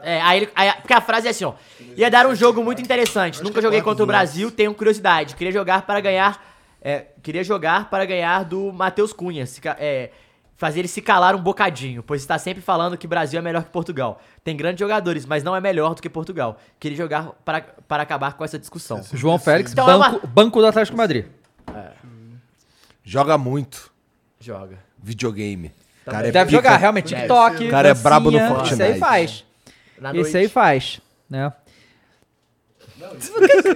S5: É, aí, ele- aí- porque a frase é assim, ó. Ia dar um jogo muito interessante. Nunca joguei contra o Brasil, tenho curiosidade. Queria jogar para ganhar. é, queria jogar para ganhar do Matheus Cunha. se ca- é, fazer ele se calar um bocadinho, pois está sempre falando que Brasil é melhor que Portugal. Tem grandes jogadores, mas não é melhor do que Portugal. Queria jogar para, para acabar com essa discussão.
S1: João Félix,
S5: Então é uma-
S1: banco, banco do Atlético de Madrid.
S3: Joga muito.
S5: Joga.
S3: Videogame.
S5: Tá
S3: Cara
S5: bem.
S3: é
S1: Deve
S3: pica.
S1: jogar, realmente.
S5: Deve
S1: TikTok.
S3: O cara é brabo no
S1: dancinha,
S3: Fortnite.
S1: Isso aí faz.
S5: Na
S1: Isso
S5: noite.
S1: aí faz, né?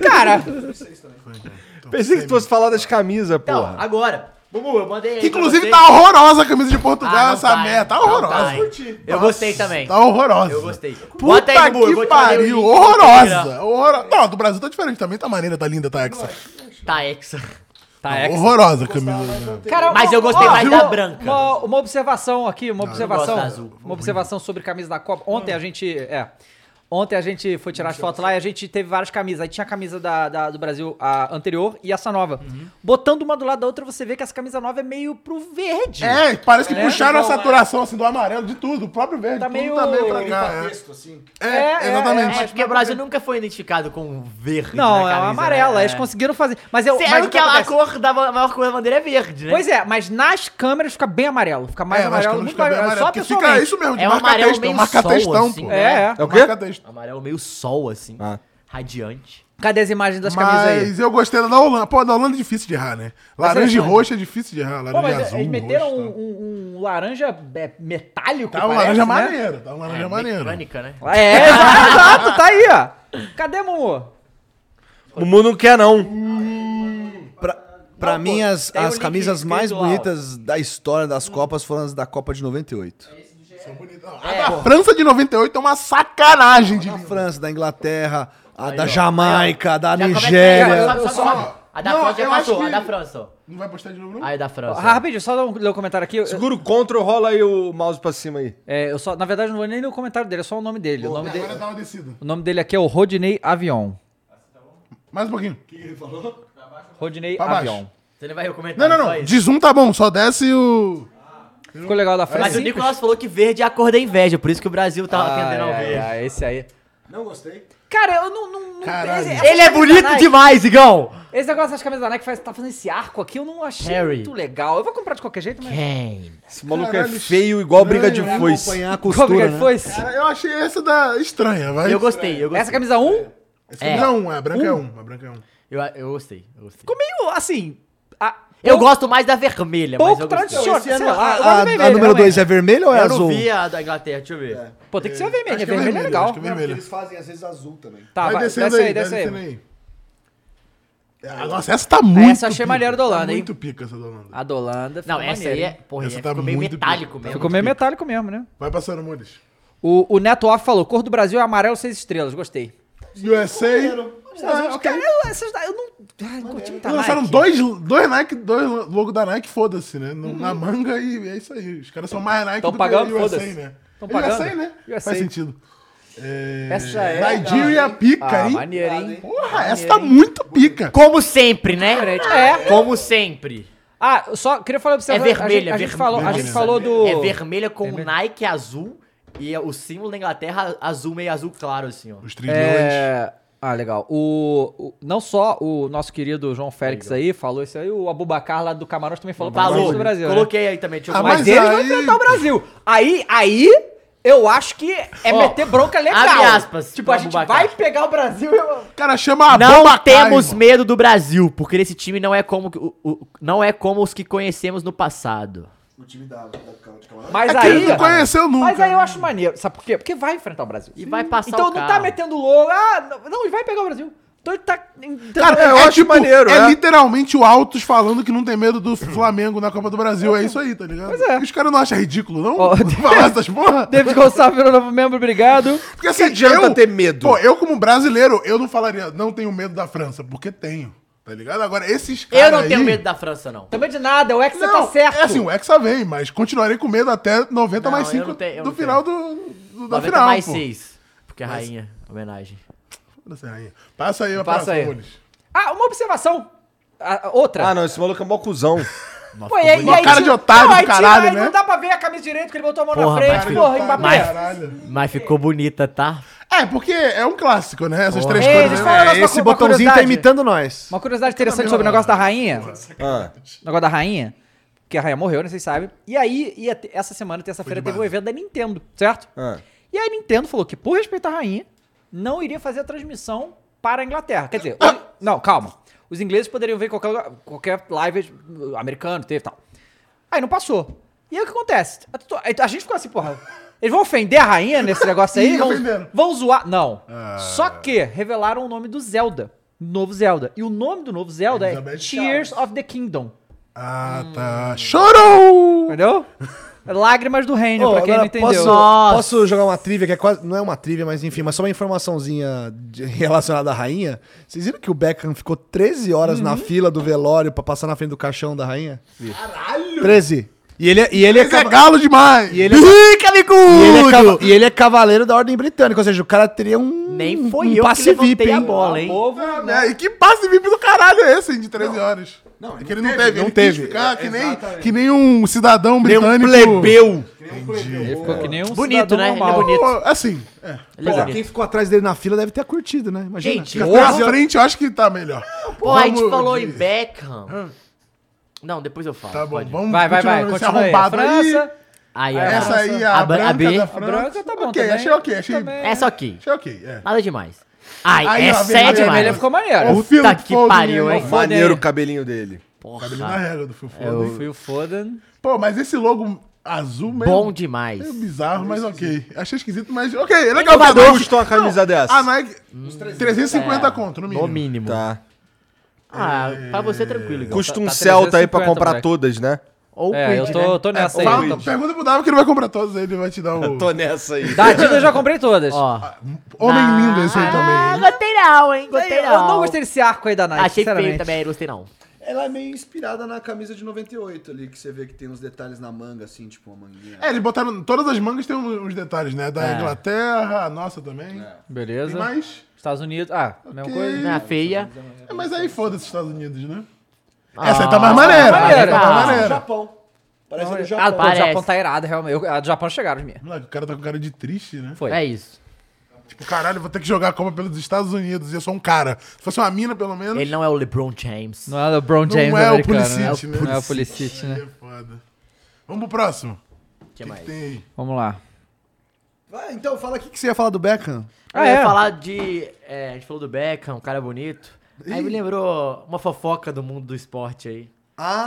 S1: Cara,
S3: Pensei que tu fosse falar das camisas,
S5: Então,
S3: porra.
S5: agora, Bubu, eu mandei aí
S4: Que
S5: pra
S4: inclusive
S5: você.
S4: tá horrorosa a camisa de Portugal,
S5: Ah, não
S4: essa
S5: tá,
S4: merda. Tá
S5: não
S4: horrorosa.
S5: tá, hein? Eu gostei também.
S4: Tá horrorosa.
S5: Eu gostei.
S4: Puta
S5: aí, Bubu, eu vou
S4: que
S5: te mandar o link
S4: pariu,
S5: do
S4: horrorosa.
S5: Instagram.
S4: horrorosa. Não, a do Brasil tá diferente também, tá maneira, tá linda, tá hexa.
S5: Tá hexa.
S1: Tá
S4: hexa. Horrorosa a
S5: né?
S4: camisa. né?
S1: cara,
S5: é Mas eu gostei mais da branca.
S1: Uma, uma observação aqui, uma observação.
S5: gosto da azul.
S1: Uma observação sobre camisa da Copa. Ontem a gente. É. Ontem a gente foi tirar as fotos lá e a gente teve várias camisas. Aí tinha a camisa da, da- do Brasil a anterior e essa nova.
S5: Uhum.
S1: Botando uma do lado da outra, você vê que essa camisa nova é meio pro verde.
S4: É, parece que
S1: Né?
S4: puxaram a saturação assim, do amarelo, de tudo. O próprio verde,
S1: Tá
S4: tudo
S1: meio-
S4: tá meio pra cá. é. É, exatamente.
S5: É, porque assim. o Brasil nunca foi identificado com verde.
S1: Não,
S5: na
S1: é uma
S5: camisa,
S1: amarela.
S5: né?
S1: Eles conseguiram fazer. Mas eu. mas
S5: Sendo
S1: o
S5: que a, a
S1: acontece?
S5: cor da ma- a maior cor da bandeira é verde, né?
S1: é Pois é, mas nas câmeras fica bem amarelo. Fica mais
S4: É, nas
S1: amarelo.
S4: câmeras
S1: Muito
S4: fica bem
S1: mais amarelo. Só
S4: amarelo, porque fica
S1: pessoalmente.
S4: isso mesmo, de
S5: é um
S4: marca
S5: amarelo
S4: textão,
S5: meio
S4: marca
S5: sol,
S4: textão,
S5: assim,
S4: pô.
S5: né?
S1: É, é.
S3: É o quê?
S5: Amarelo meio sol, assim.
S3: Ah.
S5: Radiante.
S1: Cadê as imagens das camisas aí?
S4: Mas eu gostei da da Holanda. Pô, a da Holanda é difícil de errar, né? Laranja e
S1: seleção.
S4: roxa é difícil de errar. Laranja
S1: Pô, mas
S4: azul,
S1: eles meteram
S4: roxa,
S1: um, um- um laranja é, metálico,
S4: Tá Tá um
S1: parece,
S4: laranja
S1: né?
S4: maneiro, tá um
S9: É,
S4: laranja maneiro.
S5: Mecânica, né?
S1: É, [LAUGHS] exato, exato, tá aí, ó. Cadê, Mumu?
S4: Tá
S3: O mundo não quer, não.
S9: Pra mim, as,
S1: tem o
S9: as
S1: link
S9: camisas mais
S1: individual.
S9: bonitas da história das Copas foram as da Copa de 98.
S4: A França de 98 é uma sacanagem de
S9: A França, da Inglaterra, a da Jamaica, a da
S5: Já começa-
S9: Nigéria.
S5: Sobe, sobe, sobe. A da
S4: Não,
S5: França já
S4: eu acho
S5: passou, a
S4: que-
S5: da França, ó.
S4: Não vai postar de novo, não?
S5: A da França.
S1: Ah, rapidinho, só dá um, ler o comentário aqui. Eu-
S3: Segura o control, rola aí o mouse pra cima aí.
S1: é, eu só, na verdade, não vou nem ler o comentário dele, é só o nome dele. O nome, dele
S4: Agora dá uma descida.
S1: o nome dele aqui é o Rodinei Avion.
S4: Mais um pouquinho.
S1: Rodinei
S4: Pra baixo.
S1: Avion.
S5: Você não vai recomendar
S4: Não, não,
S5: só
S4: não.
S5: isso?
S4: De zoom tá bom, só desce o.
S1: Ficou legal
S4: É
S1: da
S5: Mas
S1: frase.
S5: o Nicolas falou que verde é a cor da inveja, por isso que o Brasil tá atendendo ao verde.
S1: Ah, esse aí.
S9: Não gostei.
S1: Cara, eu não. não, não
S4: Caralho.
S1: esse-
S5: Ele é bonito demais, Igão!
S1: Esse negócio das camisas da Nike faz, tá fazendo esse arco aqui, eu não achei
S5: Harry.
S1: muito legal. Eu vou comprar de qualquer jeito, mas.
S5: Kane.
S3: Esse maluco
S4: Caralho,
S3: é feio, igual briga de
S9: Não
S3: foice.
S9: acompanhar a
S1: Qual é que
S9: costura, né?
S1: foi?
S4: Cara, eu achei essa da estranha, vai.
S5: Eu gostei, É, eu gostei.
S4: é
S1: Essa camisa 1
S4: Essa camisa é um, é, a branca é um, a branca é um.
S5: Eu, eu gostei, eu gostei.
S1: ficou meio assim. a-
S5: Eu gosto mais da vermelha, mas eu
S1: pouco
S5: gostei.
S1: tradicional.
S9: Esse ano,
S1: sei lá, eu gosto
S9: a, a-
S1: de
S9: a
S1: vermelho,
S9: número 2
S1: realmente.
S9: é vermelha ou é
S5: ah, Eu não
S9: azul?
S5: vi a da Inglaterra, deixa eu ver.
S1: Pô, tem que ser a
S4: Acho
S1: vermelha.
S4: que é
S1: Vermelha é
S4: vermelho,
S1: legal.
S4: acho que é vermelho.
S9: fazem às vezes azul também.
S1: Tá, vai, desce aí, desce aí.
S4: aí. Ah, Nossa, essa tá muito.
S1: Essa eu achei
S4: pica.
S1: maneira da
S5: né?
S1: Holanda,
S4: Tá
S1: hein?
S4: Muito pica essa da Holanda.
S1: A do Holanda
S5: Não, essa aí é- porra, Essa é- tá ficou meio muito metálico pica. mesmo.
S1: Ficou meio metálico mesmo, né?
S4: Vai passando, Mules.
S1: O, o Neto Off falou, cor do Brasil é amarelo seis estrelas, gostei.
S4: USA.
S1: Estados
S4: Ah,
S1: Unidos,
S4: ok.
S1: cara, eu- essas da- eu não... Ai, não curti muita
S4: Lançaram
S1: Nike.
S4: dois, dois Nike, dois logo da Nike, foda-se, né? No- Na manga e é isso aí. Os caras são mais Nike
S1: Uhum. Tão
S4: do
S1: pagando,
S4: que o USA,
S1: foda-se.
S4: né?
S1: Tão
S4: USA,
S1: pagando.
S4: né?
S1: USA.
S4: Faz sentido. É...
S1: Essa é
S4: Nigeria
S1: legal, hein?
S4: pica,
S1: Ah,
S4: hein?
S1: maneiro, hein?
S4: Porra, essa tá muito pica.
S5: Como sempre, né?
S1: É.
S5: Como sempre.
S1: Ah, eu só queria falar pra você...
S5: É
S1: a gente-
S5: vermelha,
S1: a gente,
S5: ver-
S1: falou, a
S5: Nossa.
S1: gente falou do...
S5: É vermelha com o Nike azul e é o símbolo da Inglaterra azul, meio azul claro, assim, ó. Os
S1: É... Ah, legal. O, o- não só o nosso querido João Félix aí falou isso aí, o Abubacar lá do Camarões também falou pra
S5: Falou.
S1: gente do Brasil. né?
S5: Coloquei aí também. Deixa eu
S1: Ah,
S5: colocar.
S1: mas, eles vão enfrentar o Brasil. Aí, aí, eu acho que é
S5: Ó,
S1: meter bronca legal.
S5: abre aspas
S1: Tipo,
S5: pro
S1: a gente
S5: Abubacar.
S1: vai pegar o Brasil e eu...
S4: Cara, chama a
S5: Não
S4: Abubacar,
S5: temos
S4: irmão.
S5: medo do Brasil, porque esse time não é como que- o- o- não é como os que conhecemos no passado.
S9: O time da, da, de Camarões.
S1: Mas
S4: É que
S1: aí.
S4: ele não conheceu nunca,
S1: Mas aí eu acho maneiro. Sabe por quê? Porque vai enfrentar o Brasil.
S5: E vai passar
S1: Então
S5: o
S1: não tá
S5: carro.
S1: metendo louco. Ah, não, não, ele vai pegar o Brasil. Então ele tá. então-
S4: Cara,
S1: é,
S4: é,
S1: tipo,
S4: tipo, É,
S1: li-
S4: literalmente o Altos falando que não tem medo do Flamengo na Copa do Brasil. É isso aí, tá ligado? Pois é. Os caras não acham ridículo, não?
S1: Ó,
S4: Falar essas
S5: [LAUGHS]
S4: porra?
S1: David Gonçalves virou novo membro, obrigado.
S4: Porque assim,
S3: adianta ter medo?
S4: Pô, eu como brasileiro, eu não falaria, não tenho medo da França, porque tenho, tá ligado? Agora, esses caras
S5: Eu não tenho
S4: aí-
S5: medo da França, não.
S1: Também de nada, o Hexa
S4: Não,
S1: tá certo.
S4: É assim, o Hexa vem, mas continuarei com medo até 90
S5: Não,
S4: mais
S5: eu
S4: 5
S5: não tenho- eu
S4: do
S5: não
S4: final do, do- da final,
S5: mais
S4: pô.
S5: seis. Porque a rainha, homenagem.
S4: Foda-se, rainha. Passa aí a
S1: Passa
S4: próxima,
S1: aí.
S4: Mules.
S1: Ah, uma observação. Ah, outra.
S3: Ah, não, esse maluco é mó
S9: [LAUGHS]
S3: cuzão.
S1: Pô, e aí,
S4: Uma cara de otário do
S1: aí tira-
S4: caralho,
S1: aí
S4: né?
S1: Não dá pra ver a camisa direita que ele botou a mão
S5: Porra,
S1: na
S5: mas-
S1: frente. Porra,
S4: Cara,
S1: Mbappé.
S4: caralho.
S5: Mas ficou bonita, tá?
S4: É, porque é um clássico, né? Essas três
S1: Ei,
S4: coisas.
S1: deixa eu
S4: né?
S1: falar um negócio,
S9: Esse
S1: uma
S9: botãozinho tá
S1: curiosidade.
S9: imitando nós.
S1: Uma curiosidade interessante sobre o negócio da rainha. O
S3: Ah,
S1: negócio da rainha. Porque a rainha morreu, né? Vocês sabem. E aí, ia ter- essa semana, terça-feira, teve um evento da Nintendo, certo?
S3: ah.
S1: E aí a Nintendo falou que, por respeito à rainha, não iria fazer a transmissão para a Inglaterra. Quer
S5: Ah!
S1: dizer, os- não, calma. Os ingleses poderiam ver qualquer, lugar- qualquer live eh, americano, teve e tal. Aí não passou. E aí o que acontece? A, to- a gente ficou assim, porra. Eles vão ofender a rainha nesse negócio aí?
S4: Ih,
S1: vão,
S4: ofenderam.
S1: vão zoar. Não. Só que revelaram o nome do Zelda. Novo Zelda. E o nome do novo Zelda é
S4: Elizabeth
S1: Tears of the Kingdom.
S4: Ah, tá. Chorou!
S1: Entendeu? É Lágrimas do Reino,
S9: Ô,
S1: pra quem não
S9: agora,
S1: entendeu.
S9: Posso,
S5: Nossa.
S9: posso jogar uma trivia que é quase. Não é uma trivia, mas enfim, mas só uma informaçãozinha de- relacionada à rainha. Vocês viram que o Beckham ficou 13 horas na fila do velório pra passar na frente do caixão da rainha? Caralho! 13. E ele, é- e ele é.
S4: Esse é
S9: cava-
S4: galo demais!
S9: E ele é, e ele é cava- e ele é cavaleiro da ordem britânica, ou seja, o cara teria um.
S4: Hum,
S5: Nem
S9: um
S5: foi eu que
S9: passe
S5: levantei
S9: VIP,
S5: a
S9: hein?
S5: bola, hein?
S4: Ah, né? E que passe VIP do caralho é esse, hein, de 13 horas? Não, é que ele não teve.
S9: não
S4: ele
S9: teve.
S4: Quis ficar que, nem, que nem um cidadão britânico.
S1: Ele ficou que nem um
S5: Bonito,
S1: cidadão
S5: né? Ele é
S1: normal.
S5: bonito.
S4: Pô, Assim, é.
S5: Ele é
S9: Pô,
S5: bonito.
S9: quem ficou atrás dele na fila deve ter curtido, né? Imagina.
S5: Gente,
S4: Fica
S5: porra.
S4: na frente, eu acho que tá melhor.
S5: Pô, a gente
S4: Vamos- Hum.
S5: falou em Beckham. Não, depois eu falo.
S4: Tá bom,
S5: pode.
S4: vamos
S1: Vai, vai, vai.
S4: nesse
S1: Continua aí. A
S4: arrombado aí.
S1: França.
S5: Aí, ó.
S9: É,
S4: Essa aí, a,
S5: bran-
S4: branca
S5: B.
S4: da França.
S1: branca tá bom
S4: Ok,
S1: também.
S4: achei ok, achei...
S1: Também.
S5: Essa aqui.
S4: Achei ok, é.
S5: Nada demais. Ai,
S4: Aí, ó, a
S5: essa é
S4: vermelha-
S1: A vermelha
S5: demais.
S1: ficou maneira.
S4: O Phil
S5: Puta que
S4: Foden,
S5: pariu,
S4: hein?
S5: hein?
S3: Maneiro o cabelinho dele.
S4: Cabelo na
S5: Porra. é
S4: regra do Phil Foden.
S1: Phil Foden.
S4: Pô, mas esse logo azul meio...
S5: Bom demais.
S4: meio É bizarro, mas ok. Achei esquisito, mas ok. Ah, É legal que a
S3: Inovador.
S4: Nike...
S3: Custou uma camisa dessa?
S4: A Nike... 350 conto, no mínimo.
S5: No mínimo.
S3: Tá.
S5: Ah, pra você tranquilo,
S4: É.
S5: Igor.
S3: Custa um
S1: tá
S3: Celta aí pra
S1: 350,
S3: comprar
S1: moleque.
S3: todas, né?
S5: Ou
S1: É, eu
S5: Creed,
S1: tô,
S5: né?
S1: tô nessa aí.
S4: Fala, Então, pergunta pro Dava que ele vai comprar todos, aí ele vai te dar o...
S3: nessa aí.
S1: Da Adidas Tá, eu já comprei todas.
S5: Ó.
S4: Homem lindo esse aí também.
S9: Ah,
S4: hein?
S5: Ah, gostei não, hein? Gostei
S1: eu
S5: não.
S1: não gostei desse arco aí da Nike,
S5: Achei feio
S1: sinceramente.
S5: também, não gostei não.
S9: Ela é meio inspirada na camisa de 98 ali, que você vê que tem uns detalhes na manga, assim, tipo uma manguinha.
S4: É, eles botaram... Todas as mangas têm uns detalhes, né? Da Inglaterra, a nossa também.
S9: É.
S4: Tem
S1: Beleza.
S4: mais...
S1: Estados Unidos. Ah, mesma coisa.
S5: Na feia.
S4: É, mas aí foda-se os Estados Unidos, né? Essa aí tá mais maneira.
S1: maneira.
S4: Essa tá mais
S5: Ah.
S4: maneira.
S9: Japão. Parece do
S1: Ah, pô, o
S5: Parece.
S1: Japão tá irado, realmente. Eu- A do Japão chegaram os minhas.
S4: Moleque, o cara tá com cara de triste, né?
S1: Foi.
S5: É isso.
S4: Tipo, caralho, vou ter que jogar a Copa pelos Estados Unidos e eu sou um cara. Se fosse uma mina, pelo menos.
S5: Ele não é o LeBron James.
S1: Não é o LeBron James
S4: é o
S1: americano,
S4: Pulisic,
S1: né?
S4: né?
S1: Não é o Pulisic, né?
S4: É foda. Vamos pro próximo.
S5: que mais?
S4: Tem aí.
S1: Vamos lá.
S9: Vai, então fala o que, que você ia falar do Beckham.
S1: Ah,
S5: eu ia
S1: é?
S5: falar de... é, a gente falou do Beckham, um cara bonito. Aí me lembrou uma fofoca do mundo do esporte aí.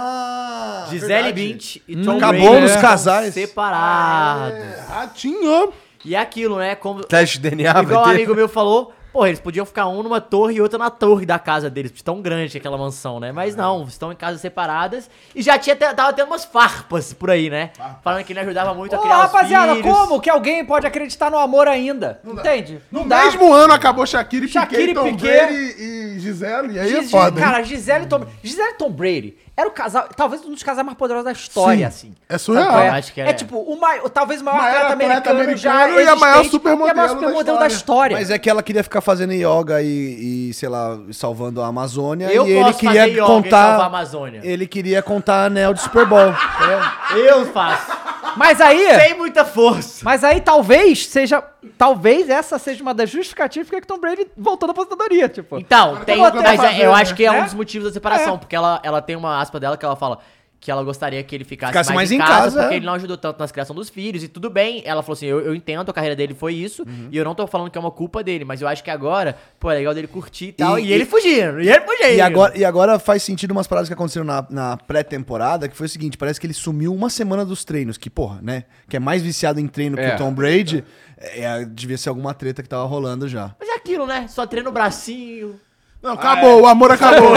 S9: Ah!
S5: Gisele Bint
S4: Hum.
S5: e Tom
S9: Acabou
S5: Brady
S9: os
S5: estão
S9: casais.
S5: separados.
S4: Ratinho!
S5: E é aquilo, né? Como,
S3: Teste de DNA
S5: igual um
S3: Ah, vai ter.
S5: amigo meu falou, Porra, eles podiam ficar um numa torre e outra na torre da casa deles, de tão grande que é aquela mansão, né? Mas não, estão em casas separadas e já tinha, até- tava tendo umas farpas por aí, né? Falando que ele ajudava muito a
S1: Ô,
S5: criar os
S1: rapaziada,
S5: filhos.
S1: como que alguém pode acreditar no amor ainda? Entende?
S4: No mesmo ano acabou Shakira e
S1: Shakira
S4: Piquet,
S1: e
S4: Tom
S1: Piquet.
S4: Brady e Gisele, e aí é
S1: Gis-
S4: foda. hein?
S1: Cara, Gisele e Tom Brady. Gisele e Tom Brady era o casal, talvez um dos casais mais poderosos da história,
S4: Sim.
S1: assim.
S4: É surreal.
S1: Sabe qual
S4: Eu acho que era.
S1: É tipo, o mai- talvez o maior
S4: Maior
S1: atleta
S4: atleta
S1: americano, já
S4: americano e a maior
S1: existente,
S4: supermodelo
S1: e a maior
S4: da
S1: supermodelo da história.
S9: Mas é que ela queria ficar fazendo yoga e, e, sei lá, salvando a Amazônia.
S5: Eu
S9: e ele
S5: posso
S9: queria
S5: fazer yoga e
S9: contar.
S5: salvar a Amazônia.
S9: Ele queria contar anel de Super Bowl. [LAUGHS]
S5: Eu faço.
S4: é
S1: Mas aí.
S5: Sem muita força.
S1: Mas aí talvez seja. Talvez essa seja uma das justificativas porque Tom Brady voltou da aposentadoria, tipo.
S5: Então, tem,
S1: Voltou
S5: mas
S1: a fazer,
S5: eu acho que é
S1: né?
S5: um dos motivos da separação,
S1: É.
S5: porque ela, ela tem uma aspa dela que ela fala que ela gostaria que ele ficasse,
S9: Ficasse mais
S5: mais, em
S9: em
S5: casa,
S9: casa,
S5: porque
S9: é.
S5: ele não ajudou tanto na criação dos filhos, e tudo bem. Ela falou assim, eu, eu entendo, a carreira dele foi isso, e eu não tô falando que é uma culpa dele, mas eu acho que agora, pô, é legal dele curtir e tal, e, ele fugindo, e ele
S4: É
S5: fugindo.
S9: E agora, e agora faz sentido umas paradas que aconteceram na, na pré-temporada, que foi o seguinte, parece que ele sumiu uma semana dos treinos, que porra, né? Que é mais viciado em treino
S5: É.
S9: que o Tom Brady, é, é, devia ser alguma treta que tava rolando já.
S5: Mas é aquilo, né? Só treina o bracinho.
S4: Não, acabou,
S5: Ah, é.
S4: o amor
S9: [LAUGHS]
S4: acabou.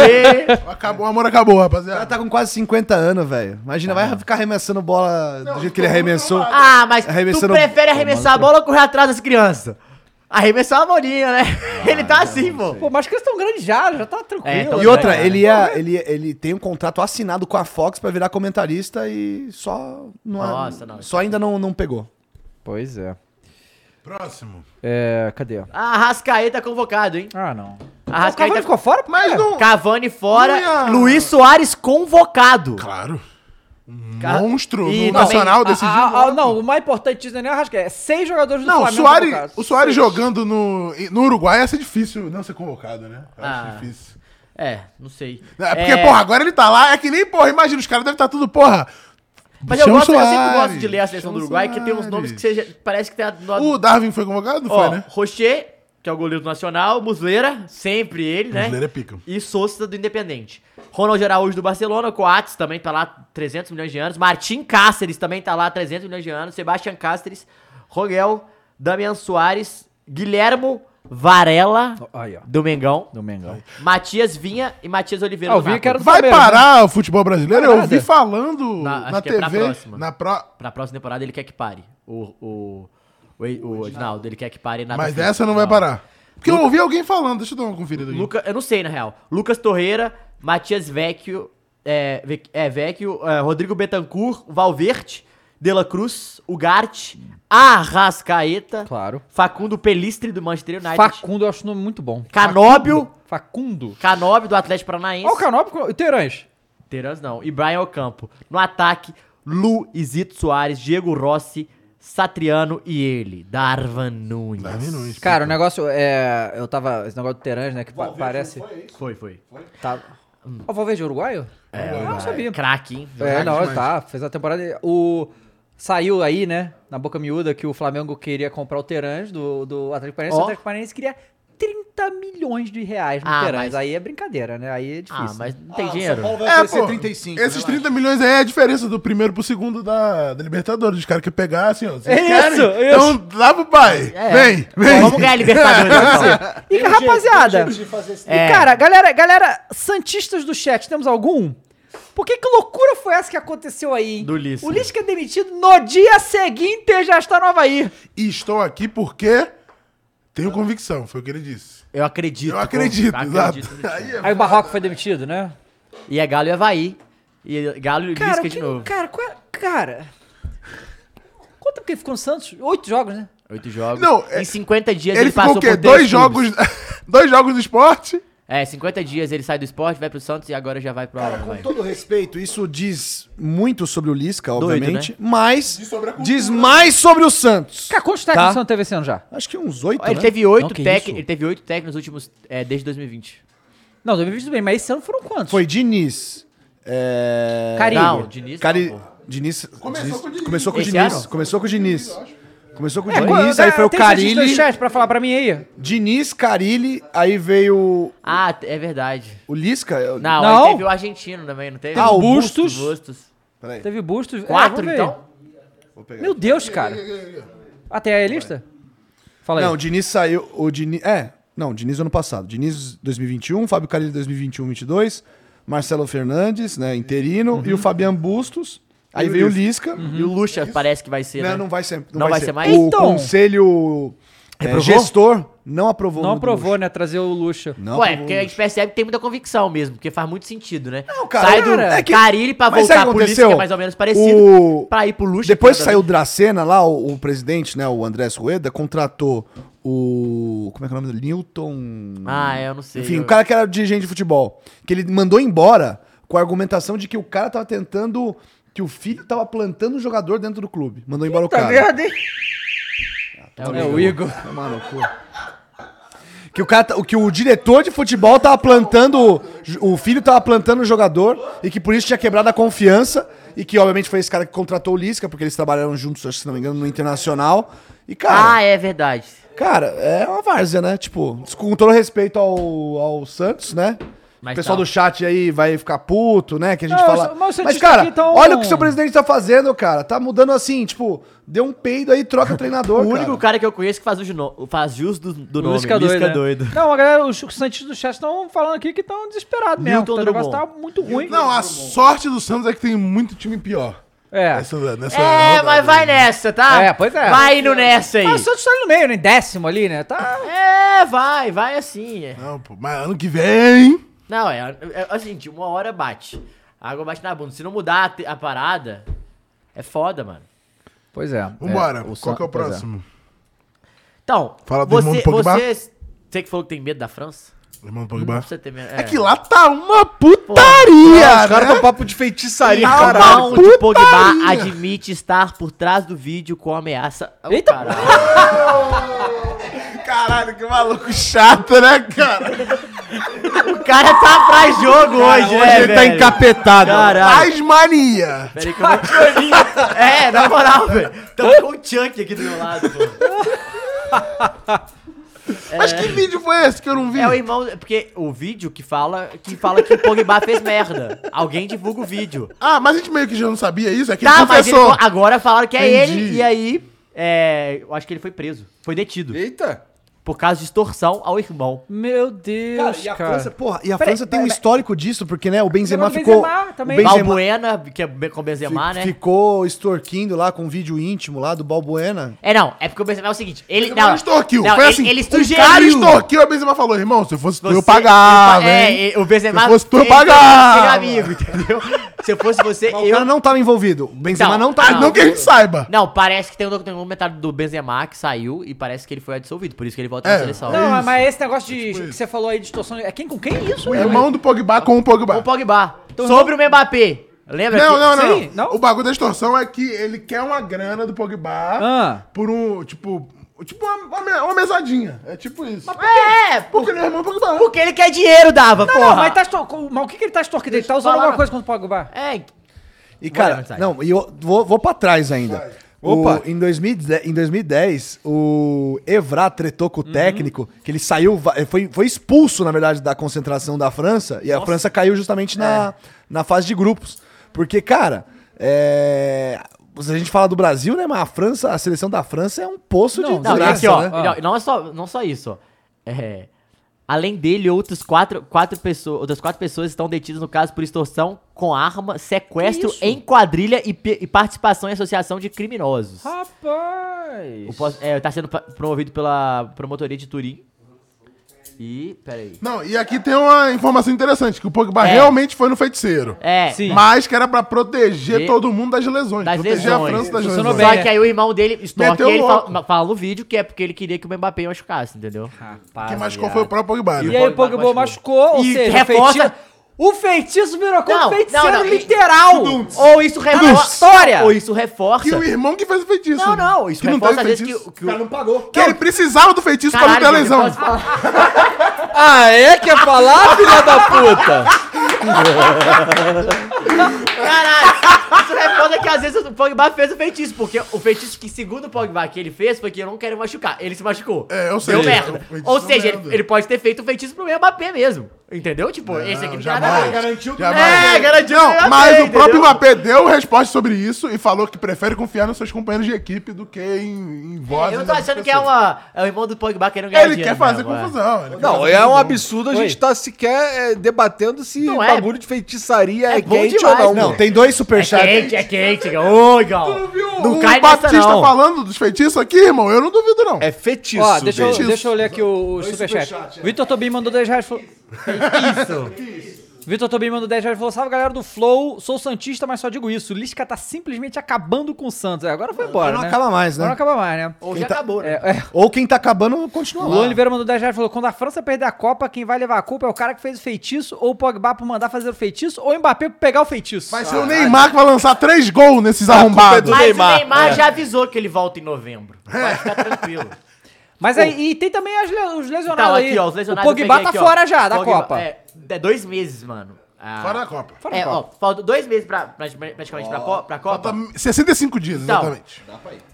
S4: acabou, o amor acabou,
S9: É. O cara
S4: rapaziada.
S9: tá com quase 50 anos, velho. Imagina, vai ficar arremessando bola do jeito que ele
S4: então,
S9: arremessou.
S5: Ah, mas tu
S9: Arremessando-
S5: prefere arremessar a bola ou correr atrás das crianças? Arremessar a bolinha, né? [LAUGHS] ele tá assim, pô.
S1: Pô, mas que eles tão grandes já, já tá tranquilo.
S5: É, então
S9: e outra,
S5: vai,
S9: ele, ia, ele, ele tem um contrato assinado com a Fox pra virar comentarista e só. Não, é-
S5: Nossa, não.
S9: Só ainda não, não pegou.
S15: Pois é.
S4: Próximo.
S15: É, cadê?
S5: A Ah, Arrascaeta convocado, hein?
S1: Ah, não.
S5: A Arrascaeta
S1: ficou fora?
S5: Mas não... Cavani fora,
S4: não ia-
S5: Luiz Soares convocado.
S4: Claro.
S5: Monstro
S4: no Nacional
S1: desse
S4: decidiu
S1: Ah, Não, o mais importante disso não é nem o Arrascaeta, é seis jogadores do
S4: Não, o
S1: Flamengo.
S4: Soares,
S1: convocados.
S4: o Soares
S1: Seis.
S4: jogando no, no Uruguai ia ser difícil não ser convocado, né? Eu acho
S5: Ah.
S4: difícil.
S5: É, não sei.
S4: É porque, porra, agora ele tá lá, é que nem, porra, imagina, os caras devem estar tudo, porra.
S5: Mas eu,
S4: Chama o
S5: gosto, eu sempre
S4: Soares.
S5: gosto de ler a seleção do Uruguai, que tem uns nomes que seja, parece que tem... a-
S4: O Darwin foi convocado? Não
S5: Ó,
S4: foi, né?
S5: Rocher, que é o goleiro do Nacional, Muslera, sempre ele, né?
S4: Muslera é pica.
S5: E Sousa do Independente. Ronald Araújo do Barcelona, Coates também tá lá 300 milhões de anos, Martim Cáceres também tá lá 300 milhões de anos, Sebastião Cáceres, Rogel, Damian Soares, Guilhermo Varela do Mengão,
S1: do Mengão. Ah,
S5: Matias Vinha e Matias Oliveira. do Napoli.
S4: Vai parar o futebol brasileiro? Eu
S5: Parada.
S4: ouvi falando
S5: né? Na-
S4: na,
S5: acho que é pra
S4: TV.
S5: próxima.
S4: na pro...
S5: Pra próxima temporada ele quer que pare. O, o, o, o Edinaldo, ele quer que pare na
S4: Mas dessa não vai parar. Porque eu ouvi alguém falando, deixa eu dar uma conferida aqui.
S5: Luca, eu não sei, na real. Lucas Torreira, Matias Vecchio, é, Vec- é, Vecchio, é, Rodrigo Betancourt, Valverde, De La Cruz, Ugarte, Arrascaeta,
S15: claro.
S5: Facundo Pelistre do Manchester United,
S1: Facundo, eu acho o nome muito bom.
S5: Canóbio,
S1: Facundo.
S5: Canóbio do Atlético Paranaense.
S1: Olha é o Canóbio e Terãs.
S5: Terans não. E Brian Ocampo. No ataque, Luizito Soares, Diego Rossi, Satriano e ele, Darvan Nunes.
S1: Cara, o negócio é. Eu tava. Esse negócio do Terãs, né? Que pa- parece.
S5: Foi, foi.
S1: Tá. Ó, O Valverde é uruguaio?
S5: É,
S1: eu não
S5: Uruguai.
S1: sabia.
S5: Craque, hein?
S1: É,
S5: Jogador
S1: não,
S5: demais.
S1: tá. Fez a temporada. O. Saiu aí, né? Na boca miúda que o Flamengo queria comprar o Terãs do, do Atlético Paranaense.
S5: Ó.
S1: O Atlético Paranaense queria 30 milhões de reais no
S5: Ah,
S1: Terãs.
S5: mas-
S1: Aí é brincadeira, né? Aí é difícil.
S5: Ah, mas não tem dinheiro.
S4: É, pô, esses
S9: né?
S4: 30 milhões aí é a diferença do primeiro pro segundo da, da Libertadores. Os caras que pegar, assim, ó. vocês
S1: É
S4: querem?
S1: isso, é
S4: Então dá pro pai.
S1: É.
S4: Vem, vem.
S5: Vamos ganhar a [LAUGHS] Libertadores, então.
S1: E rapaziada,
S5: É.
S1: e, cara, galera, galera, Santistas do chat, temos algum? Porque que loucura foi essa que aconteceu aí, hein?
S5: Do Lisca.
S1: O Lisca é demitido no dia seguinte e já está no Havaí.
S4: E estou aqui porque tenho convicção, foi o que ele disse.
S5: Eu acredito.
S4: Eu acredito,
S5: pô.
S4: exato.
S5: Tipo, tá Acredito no time.
S1: Aí o Barroca foi demitido, né?
S5: E é Galo e Havaí. E é Galo e
S1: Cara,
S5: Lisca
S1: o
S5: de
S1: que-
S5: novo.
S1: cara, qual é- cara... Quanto tempo que ele ficou no Santos? Oito jogos, né?
S5: Oito jogos.
S4: Não, é-
S5: em 50 dias ele,
S4: ele ficou
S5: passou
S4: o quê?
S5: por três
S4: Dois
S5: clubes.
S4: jogos, [LAUGHS] dois jogos do esporte?
S5: É, 50 dias ele sai do esporte, vai pro Santos e agora já vai pro Havaí.
S9: Todo respeito, isso diz muito sobre o Lisca,
S5: Doido,
S9: obviamente,
S5: né?
S9: mas diz mais sobre o Santos.
S1: Cara, quantos técnicos o Santos teve esse ano já?
S9: Acho que uns oito,
S5: Ele
S9: né?
S5: teve oito
S9: Não, que
S5: tec-
S9: isso?
S5: ele teve oito técnicos nos últimos. É, desde 2020.
S1: Não, 2020 tudo bem, mas esse ano foram quantos?
S9: Foi Diniz. É...
S1: Carilli.
S5: Não, Diniz não,
S9: Cari-
S5: pô.
S9: Diniz-
S5: Começou
S9: Diniz-
S5: com o Diniz.
S9: Começou com o
S5: Esse
S9: Diniz.
S5: ano?
S9: Começou com o Diniz. Começou com o
S1: É,
S9: Diniz, aí foi o
S1: tem Santistas do
S9: Carilli.
S1: chat pra falar pra mim aí.
S9: Diniz, Carilli, aí veio
S5: Ah, é verdade.
S9: o Lisca. é,
S5: Não,
S9: Não.
S5: Aí teve o argentino também, não teve?
S9: Ah, o
S5: Bustos.
S9: Bustos.
S5: Bustos.
S9: Peraí.
S1: Teve Bustos. É,
S5: Quatro,
S1: vamos ver.
S5: então?
S1: Meu Deus, cara. Até aí a lista? Fala aí.
S9: Não, o Diniz saiu. O Diniz. É.
S4: Não, Diniz ano passado. Diniz 2021, Fábio Carilli 2021, 22, Marcelo Fernandes, né, interino, e o Fabian Bustos. Aí
S5: Uhum. E o
S4: veio o
S5: Lisca.
S4: Lisca.
S5: Uhum. E o Lucha parece que vai ser,
S4: Não,
S5: né?
S4: não vai ser. Não,
S5: Não vai
S4: ser.
S5: ser mais?
S4: O
S5: Então.
S4: conselho é,
S1: Reprovou?
S4: gestor não aprovou.
S1: Não
S4: o Dudu.
S1: aprovou, né? Trazer o Lucha.
S4: Não
S5: Ué,
S4: aprovou
S5: porque a gente percebe que tem muita convicção mesmo, porque faz muito sentido, né? Não,
S4: cara,
S5: Sai do
S4: cara, é que-
S5: Carilli pra
S4: Mas sabe
S5: voltar
S4: o que
S5: pro Lisca,
S4: aconteceu?
S5: que é mais ou menos parecido,
S4: O-
S5: pra ir pro Lucha.
S4: Depois que
S5: que
S4: saiu o Dracena lá, o, o presidente, né, o Andrés Rueda, contratou o. Como é que é o nome dele? Newton.
S5: Ah, é, eu não sei.
S4: Enfim,
S5: Eu-
S4: o cara que era dirigente de futebol. Que ele mandou embora com a argumentação de que o cara tava tentando. Que o filho tava plantando um jogador dentro do clube. Mandou embora o
S1: Tá
S4: cara.
S1: merda, hein? É o Igor.
S4: Toma no cu. Tá Que o, cara, tá- o que o diretor de futebol tava plantando. O filho tava plantando o jogador e que por isso tinha quebrado a confiança. E que, obviamente, foi esse cara que contratou o Lisca, porque eles trabalharam juntos, acho que, se não me engano, no Internacional. E, cara.
S5: Ah, é verdade.
S4: Cara, é uma várzea, né? Tipo, com todo respeito ao, ao Santos, né?
S5: Mas
S4: o pessoal
S5: tá.
S4: do chat aí vai ficar puto, né? Que a gente
S1: Não,
S4: fala.
S1: mas os santistas
S4: Mas, cara,
S1: aqui tão-
S4: olha o que o seu presidente tá fazendo, cara. Tá mudando assim, tipo, deu um peido aí, troca o treinador.
S5: O
S4: cara.
S5: único cara que eu conheço que faz, o juno- faz jus do, do nome,
S1: Lisca
S5: Lisca,
S1: doido, né?
S5: é doido.
S1: Não, a galera, os os Santistas do chat estão falando aqui que estão desesperados mesmo.
S5: Newton
S1: O negócio tá
S5: Drummond.
S1: muito ruim.
S16: Não, a sorte do Santos é que tem muito time pior.
S1: É.
S16: Nessa, nessa
S5: É,
S16: rodada.
S4: né?
S5: mas vai nessa, tá?
S1: É, pois é.
S5: Vai indo nessa aí.
S1: Ah, o Santos tá ali no meio, né? Em décimo ali, né? Tá.
S5: É, vai, vai assim. é.
S16: Não, pô, mas ano que vem.
S5: Não, é, é, é o seguinte, uma hora bate. A água bate na bunda. Se não mudar a te- a, parada, é foda, mano.
S1: Pois é.
S16: Vambora.
S1: É,
S16: Qual
S1: San-
S16: que é o
S1: pois
S16: próximo?
S5: Então,
S16: Fala do irmão
S5: você,
S16: do Pogba.
S5: você, você que falou que tem medo da França?
S16: Irmão do Pogba.
S5: Não precisa ter medo.
S16: É que lá tá uma putaria,
S3: Os caras
S16: né?
S3: tão papo de feitiçaria,
S16: é
S3: caralho.
S5: Irmão de Pogba
S3: Putaria.
S5: admite estar por trás do vídeo com ameaça. ao
S1: Eita,
S5: caralho.
S16: Caralho, que maluco chato, né, cara?
S5: o cara tá pra jogo hoje, né,
S4: ele tá
S5: velho?
S4: encapetado.
S5: Caralho.
S16: Mais mania.
S5: Peraí que eu vou... [LAUGHS] É, na moral, velho. Tamo com o Chuck aqui do meu lado, pô.
S4: É.
S16: Mas que vídeo foi esse que eu não vi?
S5: É o irmão, porque o vídeo que fala que fala que o Pogba fez merda. Alguém divulga o vídeo.
S16: Ah, mas a gente meio que já não sabia isso. É que
S5: Tá,
S16: ele
S5: mas ele-
S16: confessou.
S5: agora falaram que é
S16: Entendi.
S5: ele e aí é, eu acho que ele foi preso, foi detido
S3: Eita!
S5: por causa de extorsão ao irmão.
S1: Meu Deus, cara.
S4: e a França, porra, e a
S1: Peraí,
S4: França tem um
S1: peraí,
S4: histórico disso, porque, né, o Benzema
S1: Benzema
S4: ficou.
S1: também.
S4: o Benzema
S5: Balbuena, que é be- com o Benzema, né?
S4: ficou extorquindo lá com um vídeo íntimo lá do Balbuena.
S5: É não, é porque o Benzema é o seguinte, ele
S16: Benzema não
S5: não,
S16: extorquiu.
S5: não,
S16: foi
S5: ele-
S16: assim.
S5: ele
S16: o cara
S5: sugeriu.
S16: extorquiu, a Benzema falou, irmão, se fosse tu,
S5: Você-
S16: eu pagava,
S5: ele fa-
S16: hein?
S5: É, e- o Benzema
S16: Se fosse tu, eu
S5: ele foi
S16: pagava.
S5: Meu amigo, entendeu? Se eu fosse você,
S4: O cara
S5: eu
S4: não tava envolvido. O Benzema
S5: Não,
S4: não,
S16: Ah,
S4: tava.
S16: não que a gente saiba.
S5: Não, parece que tem um documentário do Benzema que saiu e parece que ele foi absolvido, por isso que ele volta
S16: É.
S5: pra seleção.
S1: Não,
S16: Isso.
S1: mas esse negócio de que você falou aí de distorção. É quem com quem é isso?
S16: O irmão do Pogba com o Pogba.
S5: Com o Pogba. Sobre o Mbappé. Lembra?
S16: Então Não,
S5: que-
S16: não, não,
S1: Sim,
S16: não.
S1: não?
S16: O bagulho da extorsão é que ele quer uma grana do Pogba
S1: Ah.
S16: por um, tipo, tipo uma, uma me- uma mesadinha. É tipo isso.
S5: É,
S16: Porque
S5: por-
S16: ele é irmão do Pogba.
S5: porque ele quer dinheiro, Dava,
S1: Não,
S5: porra.
S1: não, mas, tá estor- mas o que, que ele tá extorquindo? Ele tá usando
S5: falar.
S1: alguma coisa contra o Pogba?
S5: É,
S4: E,
S5: Vai,
S4: cara,
S5: vai.
S4: não, e eu vou, vou pra trás ainda. O-
S3: Opa.
S4: em, 2010, em 2010, o Evra tretou com o
S5: Uhum.
S4: técnico, que ele saiu, va- foi, foi expulso, na verdade, da concentração da França, e a França caiu justamente na,
S5: É.
S4: na fase de grupos. Porque, cara, é, se a gente fala do Brasil, né, mas a França, a seleção da França é um poço de
S5: não, e
S4: desgraça,
S5: aqui, ó.
S4: né?
S5: Não, não é só, não só isso, ó. É, além dele, outros quatro, quatro pessoas, outras quatro pessoas estão detidas no caso por extorsão com arma, sequestro em quadrilha e, pe- e participação em associação de criminosos.
S1: Rapaz.
S5: O pós- é, tá sendo pa- promovido pela promotoria de Turim. E, peraí.
S16: Não, e aqui tem uma informação interessante, que o Pogba
S5: É.
S16: realmente foi no feiticeiro.
S5: É,
S1: Sim.
S16: Mas que era pra proteger
S5: E-
S16: todo mundo das lesões.
S5: das
S16: proteger
S5: lesões.
S16: a França das
S1: Funcionou
S16: lesões.
S1: bem,
S5: Só
S1: né?
S5: que aí o irmão dele estorque
S16: Meteu
S5: e ele
S16: louco.
S5: fala, fala no vídeo que é porque ele queria que o Mbappé machucasse, entendeu?
S17: é
S16: Quem machucou foi o próprio Pogba,
S1: Ah, é. E
S16: né?
S1: aí o Pogba machucou, ou
S5: E
S1: seja,
S5: reforça-
S1: o feitiço... O feitiço virou como
S5: Não,
S1: feiticeiro
S5: não, não, e-
S1: literal.
S5: Ou isso reforça.
S1: história.
S5: Ou isso reforça.
S16: E o irmão que fez o feitiço.
S5: Não, não, isso
S16: que não
S5: reforça
S16: teve
S5: às vezes que,
S16: feitiço.
S5: o- que o.
S16: Que ele precisava do feitiço pra não ter
S5: Caralho,
S16: lesão.
S5: gente, posso falar?
S18: Ah, é? Quer falar, filha da puta?
S5: Caralho, isso responde que às vezes o Pogba fez o feitiço, porque o feitiço que, segundo o Pogba, que ele fez foi que eu não quero machucar. Ele se machucou. É, eu
S17: sei.
S5: Deu
S17: É,
S5: merda.
S17: o feitiço
S5: Ou
S17: deu
S5: seja, ele,
S17: merda.
S5: ele pode ter feito o feitiço pro meu Mbappé mesmo. Entendeu? Tipo, esse aqui não tem nada a ver.
S17: Jamais.
S5: É, garantiu que
S17: Não,
S5: ganhava
S17: mas
S5: bem,
S17: o próprio
S5: entendeu?
S17: Mbappé deu resposta sobre isso e falou que prefere confiar nos seus companheiros de equipe do que em, em voz.
S5: Eu não tô achando que é, uma, é o irmão do Pogba querendo ganhar
S17: Ele quer
S5: dinheiro
S17: fazer
S5: mesmo, é.
S17: confusão. ele quer
S3: Não,
S17: fazer
S3: é um
S17: confusão.
S3: absurdo a gente tá sequer é, debatendo se o
S5: é.
S3: bagulho de feitiçaria é,
S5: bom
S3: quente
S5: demais,
S3: ou não.
S5: não.
S3: mano.
S4: Tem dois
S5: É quente, é quente. Ô, Gal.
S17: o
S5: Não cai nessa,
S17: Batista
S5: não.
S17: falando dos feitiços aqui, irmão, eu não duvido, não. É
S3: feitiço.
S1: Ó, deixa eu, deixa eu ler aqui o, o superchat.
S17: superchat,
S1: Vitor Tobin mandou 10 reais. Falou... [LAUGHS] Vitor Tobin mandou 10 reais e falou: Salve galera do Flow, sou Santista, mas só digo isso. O Lisca tá simplesmente acabando com o Santos. É, agora foi embora.
S4: não
S1: né?
S4: acaba mais, né?
S1: Agora não acaba mais, né?
S5: Ou
S17: tá-
S5: já acabou,
S17: É,
S5: né?
S4: Ou quem tá acabando continua
S1: Luan
S4: lá.
S1: Oliveira mandou 10 reais e falou: quando a França perder a Copa, quem vai levar a culpa é o cara que fez o feitiço, ou o Pogba por mandar fazer o feitiço, ou o Mbappé por pegar o feitiço.
S17: Vai ser o Neymar que vai lançar três gols nesses arrombados.
S5: Mas o
S17: É.
S5: Neymar já avisou que ele volta em novembro. Vai ficar tranquilo.
S17: [LAUGHS]
S1: Mas aí, e tem também as le- os lesionados
S5: Então,
S1: aí.
S5: aqui, ó, os lesionados.
S1: o
S5: eu
S1: Pogba
S5: peguei
S1: tá
S5: aqui, ó.
S1: fora já da
S5: Pogba,
S1: Copa.
S5: É, é dois meses, mano. Ah,
S17: Fora da Copa. Fora da
S5: é, ó,
S17: Copa.
S5: falta dois meses pra, pra- praticamente pra, po- pra Copa.
S17: 65 dias,
S5: Então,
S17: exatamente.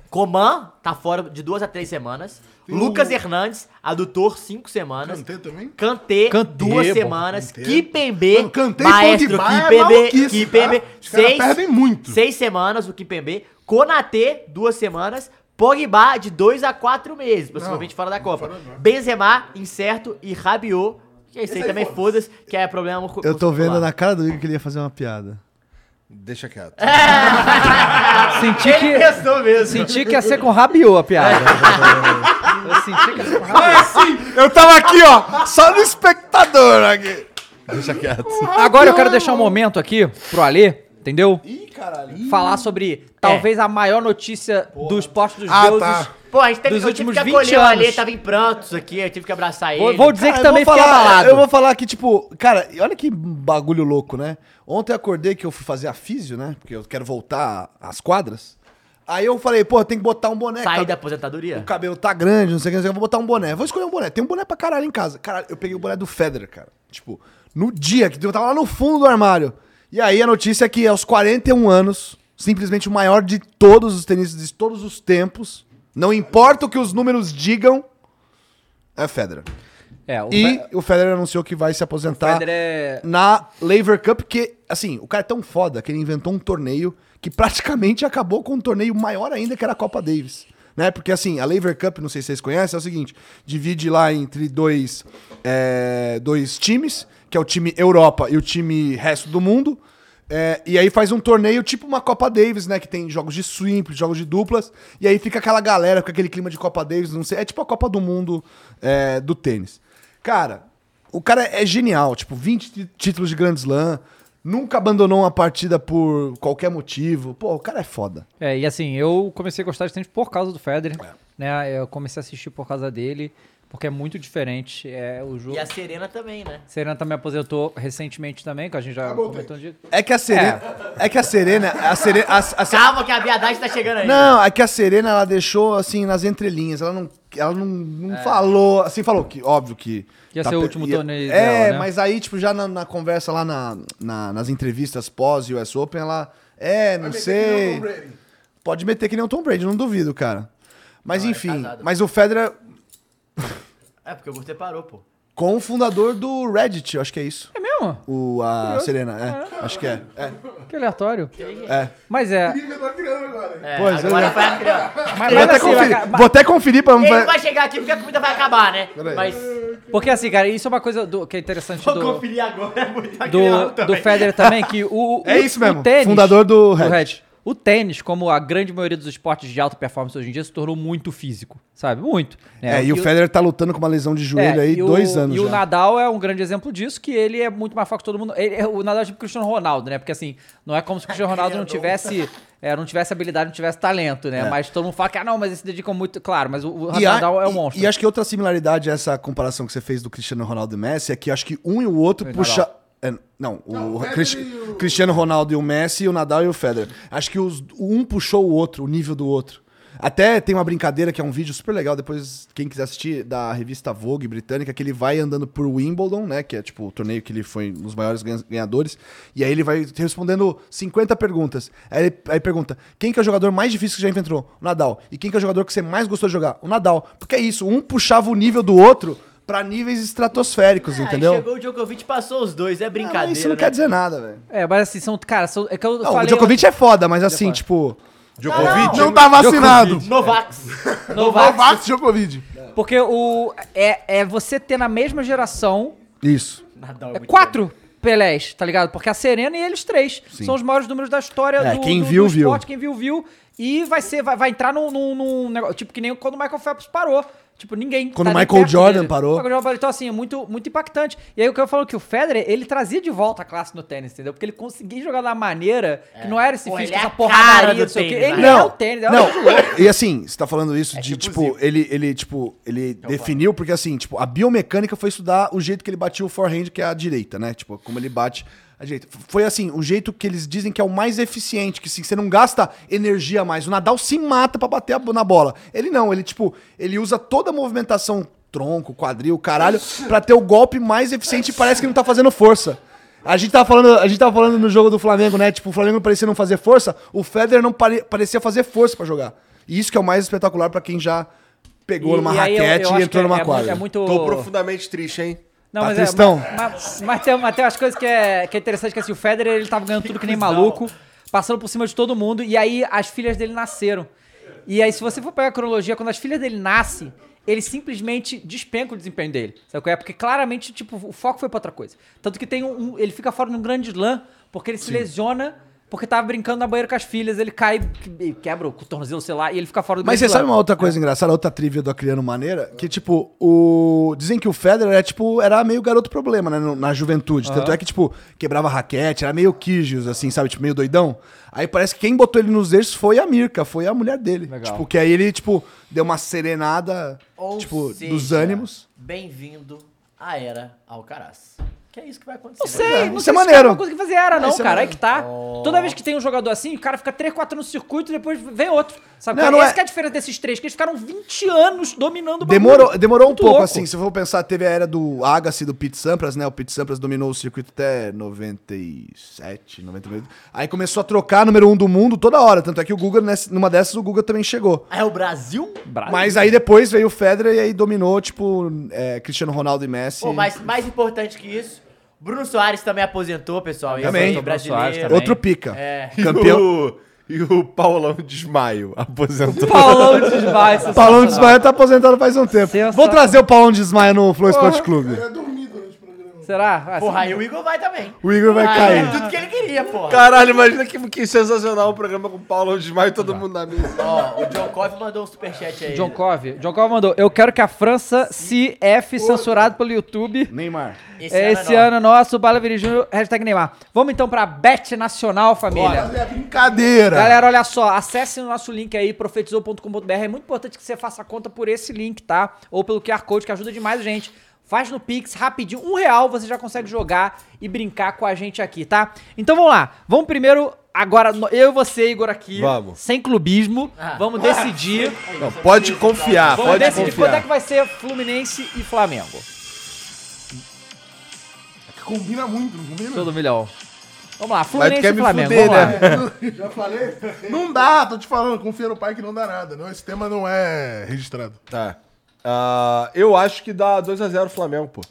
S5: Coman tá fora de duas a três semanas. Lucas Hernandes, adutor, cinco semanas.
S17: Kanté um- também?
S5: Kanté,
S17: Kanté,
S5: duas
S17: bom,
S5: semanas.
S17: Kanté.
S5: Kipembe,
S17: Kanté e
S5: maestro
S17: Pogba é
S5: Kipembe,
S17: maluquice,
S5: Kipembe.
S17: tá? Os caras
S5: Seis,
S17: perdem muito.
S5: seis semanas o Kipembe. Konaté, duas semanas. Pogba, de dois a quatro meses, possivelmente fora da Copa. Benzema, incerto. E Rabiot, que esse aí também foda-se, que é problema... com-
S4: Eu tô vendo
S5: muscular.
S4: na cara do Igor que ele ia fazer uma piada.
S3: Deixa quieto.
S1: Senti
S5: Ele
S1: [LAUGHS] que-
S5: pensou mesmo.
S1: Senti que ia ser com rabiô a
S5: [LAUGHS]
S1: piada. Eu senti que ia ser com rabiô.
S3: Eu tava aqui, ó, só no espectador aqui.
S4: Deixa quieto.
S1: Agora eu quero deixar um momento aqui pro Alê, entendeu? Ih, caralho. Falar sobre
S5: É.
S1: talvez a maior notícia do esporte dos
S17: Ah,
S1: deuses.
S17: tá.
S5: Pô, a gente teve,
S1: Dos
S5: eu tive
S1: últimos
S5: que
S1: 20
S5: acolher o Alê,
S1: anos.
S5: tava em prantos aqui, eu tive que abraçar ele.
S1: Vou- vou dizer que
S4: Cara, eu
S1: também
S4: vou
S1: fiquei
S4: falar-
S1: abalado.
S4: Eu vou falar que, tipo, cara, e olha que bagulho louco, né? Ontem eu acordei que eu fui fazer a físio, né? Porque eu quero voltar às quadras. Aí eu falei, pô, tem que botar um boné.
S5: Sair
S4: cara.
S5: da aposentadoria.
S4: O cabelo tá grande, não sei o que, não sei o que. Eu vou botar um boné. Vou escolher um boné. Tem um boné pra caralho em casa. Caralho, eu peguei o boné do Federer, cara. Tipo, no dia que eu tava lá no fundo do armário. E aí a notícia é que aos 41 anos, simplesmente o maior de todos os tenistas de todos os tempos, não importa o que os números digam, é Federer.
S1: É, o
S4: e
S1: Fe-
S4: o Federer anunciou que vai se aposentar
S1: Federer é-
S4: tá na Lever Cup, que, assim, o cara é tão foda que ele inventou um torneio que praticamente acabou com um torneio maior ainda, que era a Copa Davis. Né? Porque, assim, a Lever Cup, não sei se vocês conhecem, é o seguinte: divide lá entre dois, é, dois times, que é o time Europa e o time resto do mundo. É, e aí faz um torneio tipo uma Copa Davis, né? Que tem jogos de simples, jogos de duplas. E aí fica aquela galera com aquele clima de Copa Davis, não sei. É tipo a Copa do Mundo é, do tênis. Cara, o cara é genial. Tipo, 20 tí- títulos de Grand Slam. Nunca abandonou uma partida por qualquer motivo. Pô, o cara é foda.
S1: É, e assim, eu comecei a gostar de tênis por causa do Federer,
S4: É.
S1: né? Eu comecei a assistir por causa dele, porque é muito diferente. É, o jogo.
S5: E a Serena também, né?
S1: Serena também aposentou recentemente também, que a gente já comentou um dia.
S4: É que a Serena. É, que a Serena. A Serena a- a-
S5: Calma que a viadagem tá chegando aí.
S4: Não, é que a Serena ela deixou assim nas entrelinhas. Ela não, ela não, não falou, assim, falou que óbvio que
S1: É. Ia
S4: tá
S1: ser o
S4: pe-
S1: último
S4: ia-
S1: torneio
S4: É,
S1: dela, né?
S4: mas aí tipo já na, na conversa lá na, na- nas entrevistas pós US Open, ela é, não sei. Pode meter que nem o Tom Brady, não duvido, cara. Mas enfim,
S5: casado.
S4: mas o Federer
S5: É, porque o Gusto parou, pô.
S4: com o fundador do Reddit, eu acho que é isso.
S1: É mesmo?
S4: O
S1: Curioso.
S4: a
S1: Ah.
S4: Serena, é, acho que é. É.
S1: Que aleatório.
S4: é.
S1: Mas é.
S5: É,
S4: Pois,
S5: agora
S4: eu-
S5: foi a criança.
S1: Mas,
S4: vou,
S1: mas
S4: até
S1: assim,
S4: conferir,
S1: vai-
S4: vou até conferir pra
S5: Ele
S4: pra-
S5: não vai chegar aqui porque a comida vai acabar, né? Mas
S1: Porque assim, cara, isso é uma coisa do- que é interessante
S5: vou
S1: do,
S5: conferir agora. é muito agrião
S1: do, do
S5: também.
S1: Federer também, que o, o-
S4: É isso
S1: o
S4: mesmo,
S1: tênis-
S4: fundador do Reddit.
S1: O tênis, como a grande maioria dos esportes de alta performance hoje em dia, se tornou muito físico, sabe? Muito. né?
S4: É, e o Federer tá lutando com uma lesão de joelho
S1: é,
S4: aí
S1: e o-
S4: dois anos
S1: E o
S4: já.
S1: Nadal é um grande exemplo disso, que ele é muito mais forte que todo mundo. Ele, é- o Nadal é tipo Cristiano Ronaldo, né? Porque assim, não é como se o Cristiano Ronaldo não tivesse... é, não tivesse habilidade, não tivesse talento, né?
S4: É.
S1: Mas todo mundo fala que, ah, não, mas eles se dedicam muito. Claro, mas o, o
S4: E a-
S1: Nadal é um
S4: e-
S1: monstro.
S4: E, acho que outra similaridade a essa comparação que você fez do Cristiano Ronaldo e Messi é que acho que um e o outro
S1: E o
S4: puxa.
S1: Nadal.
S4: é, não, o,
S17: Não, o Federer
S4: Cris-
S17: e o-
S4: Cristiano Ronaldo e o Messi, e o Nadal e o Federer. Acho que os, um puxou o outro, o nível do outro. Até tem uma brincadeira que é um vídeo super legal, depois quem quiser assistir, da revista Vogue britânica, que ele vai andando por Wimbledon, né, que é tipo o torneio que ele foi um dos maiores ganha- ganhadores, e aí ele vai te respondendo 50 perguntas. Aí, ele- aí pergunta, quem que é o jogador mais difícil que já enfrentou? O Nadal. E quem que é o jogador que você mais gostou de jogar? O Nadal. Porque é isso, um puxava o nível do outro pra níveis estratosféricos, entendeu?
S5: É, Ah, Chegou o Djokovic e passou os dois, é brincadeira.
S4: mas isso não
S5: né?
S4: quer dizer nada, velho.
S1: É, mas assim, são. Cara, são. É que eu
S4: Não,
S1: falei,
S4: o Djokovic é foda, mas assim, tipo.
S19: Djokovic? Não tá vacinado.
S4: Djokovic.
S5: Novax.
S1: Novax.
S19: Novax Djokovic.
S1: Porque o. É, é você ter na mesma geração
S4: Isso.
S5: [LAUGHS]
S1: é quatro Pelés, tá ligado? Porque a Serena e eles três
S4: Sim.
S1: são os maiores números da história
S4: É,
S1: do,
S4: quem
S1: do- do
S4: viu,
S1: esporte.
S4: viu.
S1: Quem viu, viu. E vai ser, vai, vai entrar num, num- num negócio. Tipo, que nem quando o Michael Phelps parou. Tipo, ninguém.
S4: Quando o
S1: nem
S4: Michael
S1: perto
S4: Jordan parou.
S1: O Michael Jordan parou. Então, assim, é muito, muito impactante. E aí o que eu falo que o Federer, ele trazia de volta a classe no tênis, entendeu? Porque ele conseguia jogar da maneira que não era esse
S5: Pô,
S1: físico,
S5: ele é
S1: essa
S5: a
S1: porradaria,
S5: cara do
S1: não sei o quê.
S5: tênis,
S1: Ele
S5: né?
S1: é o tênis, é o
S4: não.
S1: tênis louco.
S4: E assim, você tá falando isso de, tipo, ele, ele, tipo, ele definiu, porque assim, tipo, a biomecânica foi estudar o jeito que ele batia o forehand, que é a direita, né? Tipo, como ele bate a direita. Foi assim, o jeito que eles dizem que é o mais eficiente, que assim, você não gasta energia mais. O Nadal se mata pra bater a bo- na bola. Ele não, ele, tipo, ele usa toda a movimentação, tronco, quadril, caralho, pra ter o golpe mais eficiente e parece que não tá fazendo força. A gente, tava falando, a gente tava falando no jogo do Flamengo, né? Tipo, o Flamengo parecia não fazer força, o Federer não pare- parecia fazer força pra jogar. E isso que é o mais espetacular pra quem já pegou
S1: E-
S4: numa
S1: e aí eu-
S4: raquete
S1: eu
S4: e
S1: acho que
S4: entrou
S1: é-
S4: numa
S1: é
S4: quadra.
S1: muito- é muito-
S3: Tô profundamente triste, hein?
S1: Não,
S4: Tá
S1: mas,
S4: tristão?
S1: É, ma- ma- mas, tem, mas tem umas coisas que é, que é interessante, que assim, o Federer, ele tava ganhando tudo que nem
S4: [LAUGHS]
S1: maluco, passando por cima de todo mundo, e aí as filhas dele nasceram. E aí, se você for pegar a cronologia, quando as filhas dele nascem, ele simplesmente despenca o desempenho dele. Sabe qual é? Porque claramente, tipo, o foco foi pra outra coisa. Tanto que tem um, um- ele fica fora num grande slam, porque ele se lesiona, porque tava brincando na banheira com as filhas, ele cai, que- quebra o tornozelo, sei lá, e ele fica fora do É.
S4: Mas você
S1: grande
S4: sabe
S1: slam.
S4: uma outra coisa engraçada, outra trivia do Acriano Maneira? Que, tipo, o. Dizem que o Federer é, tipo, era meio garoto problema, né? no- Na juventude. Tanto
S1: Aham.
S4: é que, tipo, quebrava raquete, era meio Kijios, assim, sabe? Tipo, meio doidão. Aí parece que quem botou ele nos eixos foi a Mirka, foi a mulher dele. Tipo, que aí ele, tipo, deu uma serenada,
S5: Ou
S4: tipo,
S5: seja,
S4: dos ânimos.
S5: Bem-vindo à era Alcaraz. Que é isso que vai acontecer. Não
S1: sei, não sei
S4: isso é
S1: se
S4: maneiro.
S1: cara consegue fazer era,
S4: Ah,
S1: não,
S4: isso é
S1: cara. Aí
S4: maneiro.
S1: que tá. Toda vez que tem um jogador assim, o cara fica 3, 4 anos no circuito e depois vem outro. Sabe?
S4: Não,
S1: qual é?
S4: não
S1: Essa
S4: é-
S1: que é a diferença desses três, que eles ficaram 20 anos dominando o bagulho.
S4: Demorou, demorou um
S1: Muito
S4: pouco,
S1: louco.
S4: assim. Se for pensar, teve a era do Agassi e do Pete Sampras, né? O Pete Sampras dominou o circuito até 97, 98. Aí começou a trocar número um do mundo toda hora. Tanto é que o Guga, nessa- numa dessas, o Guga também chegou.
S5: É o Brasil?
S4: Mas aí depois veio o Federer e aí dominou, tipo, é, Cristiano Ronaldo e Messi.
S5: Pô, mas mais importante que isso, Bruno Soares também aposentou, pessoal. Esse
S4: Também.
S5: é o brasileiro.
S4: Bruno Soares também. Outro pica.
S5: É.
S1: [LAUGHS]
S3: E
S4: Campeão.
S3: o- E o Paulão Desmaio aposentou.
S1: Paulão
S4: [LAUGHS]
S1: assim. Desmaio,
S4: O Paulão de Desmaio tá aposentado faz um tempo. Vou trazer o Paulão de Desmaio no Flow Esporte Clube.
S1: Será? Ah,
S5: [LAUGHS] Porra,
S1: sim.
S5: aí o Igor vai também.
S4: O Igor vai
S5: Ah,
S4: cair.
S5: é tudo que ele queria, porra.
S3: Caralho, imagina que, que sensacional o programa com o Paulão Desmaio e todo mundo na mesa.
S5: Ó, o John Cove mandou um superchat aí.
S1: John Cove. John Cove mandou. Eu quero que a França se F censurado pelo YouTube.
S4: Neymar.
S1: Esse,
S5: Esse ano é nosso.
S1: ano, é nosso, Bala Viri Júnior, hashtag Neymar. Vamos então pra Bet Nacional, família.
S19: Bora. É brincadeira.
S3: Tá.
S1: Galera, olha só, acesse o nosso link aí, profetizou.com.br. É muito importante que você faça a conta por esse link, tá? Ou pelo QR Code, que ajuda demais a gente. Faz no Pix, rapidinho, um real você já consegue jogar e brincar com a gente aqui, tá? Então vamos lá, vamos primeiro, agora no- eu e você, Igor, aqui,
S3: Vamos.
S1: sem clubismo,
S19: Ah.
S1: vamos
S3: [LAUGHS]
S1: decidir.
S3: Não, pode confiar,
S1: vamos
S3: Ah, pode
S1: decidir quando é
S3: confiar.
S1: que vai ser Fluminense e Flamengo.
S19: É Combina muito, não combina?
S1: Todo milhão. Vamos lá,
S3: Mas tu
S1: Fluminense
S3: quer
S1: e
S3: me
S1: Flamengo.
S3: fuder,
S1: vamos lá.
S3: né?
S4: [LAUGHS]
S19: Já falei? Não dá, tô te falando, confia no pai que não dá nada. Não, esse tema não é registrado.
S3: Tá. Ah, eu acho que dá 2x0 Flamengo, pô.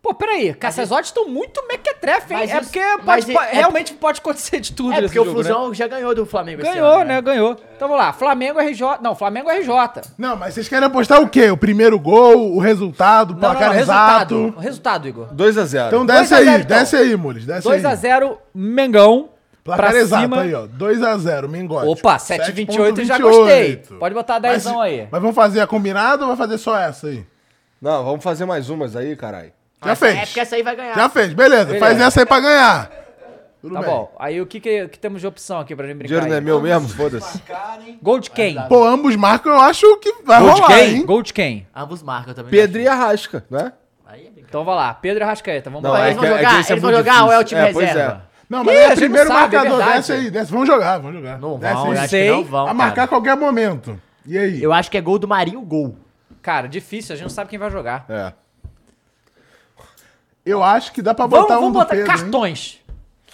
S1: Pô, peraí, cara, essas odds estão muito mequetrefe, hein?
S5: Mas
S1: é
S5: isso-
S1: porque
S5: mas
S1: pode-
S5: é-
S1: po-
S5: é-
S1: realmente pode acontecer de tudo
S5: É um
S1: nesse
S5: porque o
S1: jogo, né?
S5: Flusão já ganhou do Flamengo esse
S1: Ganhou,
S5: ano,
S1: né? Ganhou. Então vamos lá, Flamengo RJ. Não, Flamengo é RJ.
S19: Não, mas vocês
S4: é
S19: querem apostar o quê? O primeiro gol, o resultado, o
S1: Não, não,
S19: placar
S1: não,
S19: exato.
S1: resultado. Resultado, Igor.
S3: 2x0.
S19: Então
S1: Dois
S19: desce
S1: a
S19: aí,
S1: zero, então.
S19: desce aí, Mules, desce aí.
S1: 2x0, Mengão.
S19: Placar
S1: pra
S19: exato
S1: cima.
S19: aí, ó. 2x0, Mingote.
S1: Opa, 7,28 já gostei. Pode botar
S19: Mas,
S1: 10 aí. Tá
S19: mas vamos fazer a combinada ou vai fazer só essa aí?
S3: Não, vamos fazer mais umas aí, caralho.
S19: Já
S5: É
S19: fez.
S5: porque essa aí vai ganhar.
S19: Já fez, beleza.
S1: Beleza.
S19: Faz essa aí pra ganhar. Tudo
S1: Tá
S19: bem.
S1: bom. Aí o que, que, que temos de opção aqui pra gente brincar?
S3: dinheiro não é
S1: aí?
S3: meu mesmo? Foda-se.
S1: Gol de quem?
S19: Pô, ambos marcam, eu acho que vai
S1: Gol de
S19: rolar,
S1: quem?
S19: hein?
S1: Gol de quem?
S5: Ambos marcam também.
S3: Pedro e Arrasca, né?
S1: Então vai lá, Pedro e Rascaeta. Vamos
S3: Não,
S1: lá.
S5: é- eles vão jogar?
S3: esse
S5: Eles vão
S3: muito
S5: jogar ou é o time
S3: pois
S5: reserva?
S3: é.
S4: Não, mas
S1: Ih, a
S4: é
S1: gente
S4: primeiro
S1: não sabe, é
S4: marcador.
S1: verdade.
S4: desce aí, desce. Vamos jogar, vamos jogar. Não
S5: vão, eu acho que não vão,
S4: Né, A marcar
S5: cara.
S4: a qualquer momento. E aí?
S5: Eu acho que é gol do Marinho, gol.
S1: Cara, difícil, a gente não sabe quem vai jogar.
S3: É.
S4: Eu acho que dá pra
S1: Vamos,
S4: botar um
S1: vamos
S4: do
S1: botar
S4: Pedro, hein?
S1: cartões.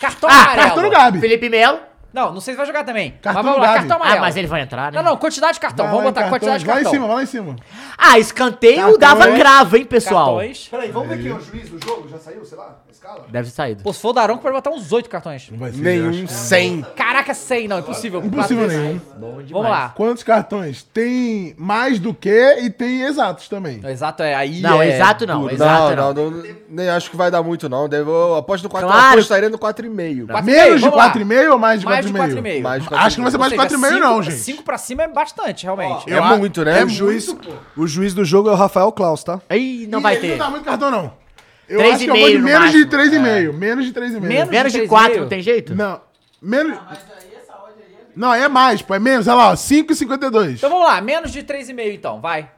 S1: Cartão
S4: Ah,
S1: amarelo.
S4: cartão do Gabi.
S5: Felipe Melo.
S1: Não, não sei se vai jogar também.
S4: Cartão
S1: mas vamos lá,
S4: Gabi.
S1: cartão amarelo.
S5: Ah, mas ele vai entrar, né?
S1: Não, não, quantidade de cartão.
S4: Vai lá
S1: vamos
S4: em
S1: botar
S4: cartões,
S1: quantidade de
S4: Vai
S1: cartão.
S4: em cima, vai lá em cima.
S5: Ah, escanteio
S1: Cartões.
S5: dava cravo, hein, pessoal?
S1: Cartões.
S9: Peraí, vamos ver quem é o juiz do jogo? Já saiu, sei lá? Escala?
S5: Deve ter saído.
S1: Pô, se for o Daronco, pode botar uns oito cartões. Não
S4: vai ser,
S3: Nenhum, eu acho. 100.
S1: Caraca, 100 não, é impossível.
S4: Impossível
S1: Quatro
S4: nenhum.
S1: vezes. Vamos lá.
S4: Quantos cartões? Tem mais do que e tem exatos também.
S1: Exato é aí.
S5: Não, é exato não, exato não.
S3: nem acho que vai dar muito, não. Deve, eu aposto no 4,
S5: Claro.
S3: eu apostaria no 4,5.
S1: Quatro e meio,
S4: Menos de
S1: vamos lá.
S4: 4,5 ou mais de 4,5?
S1: Mais de 4,5.
S3: Mais de
S4: Acho que não vai ser mais de 4,5 não, gente.
S1: 5 pra cima é bastante, realmente.
S4: Eu a-
S3: né?
S4: É
S9: o, juiz,
S4: muito, pô.
S9: o juiz do jogo é o Rafael Klaus, tá?
S5: Aí não
S4: Ih,
S5: vai
S4: ele
S5: ter.
S4: Não dá muito cartão, não. Eu
S5: Três
S4: acho que
S5: e
S4: eu vou
S5: meio
S4: de
S5: no
S4: menos de
S9: É.
S5: máximo. É.
S4: 3,5. Menos de 3,5.
S1: Menos
S5: Menos de
S1: três e
S5: 4,
S1: meio.
S5: não tem jeito?
S4: Não, menos... Não, aí é mais, pô. É menos, olha lá, ó, 5,52.
S1: Então vamos lá, menos de 3,5 então, vai.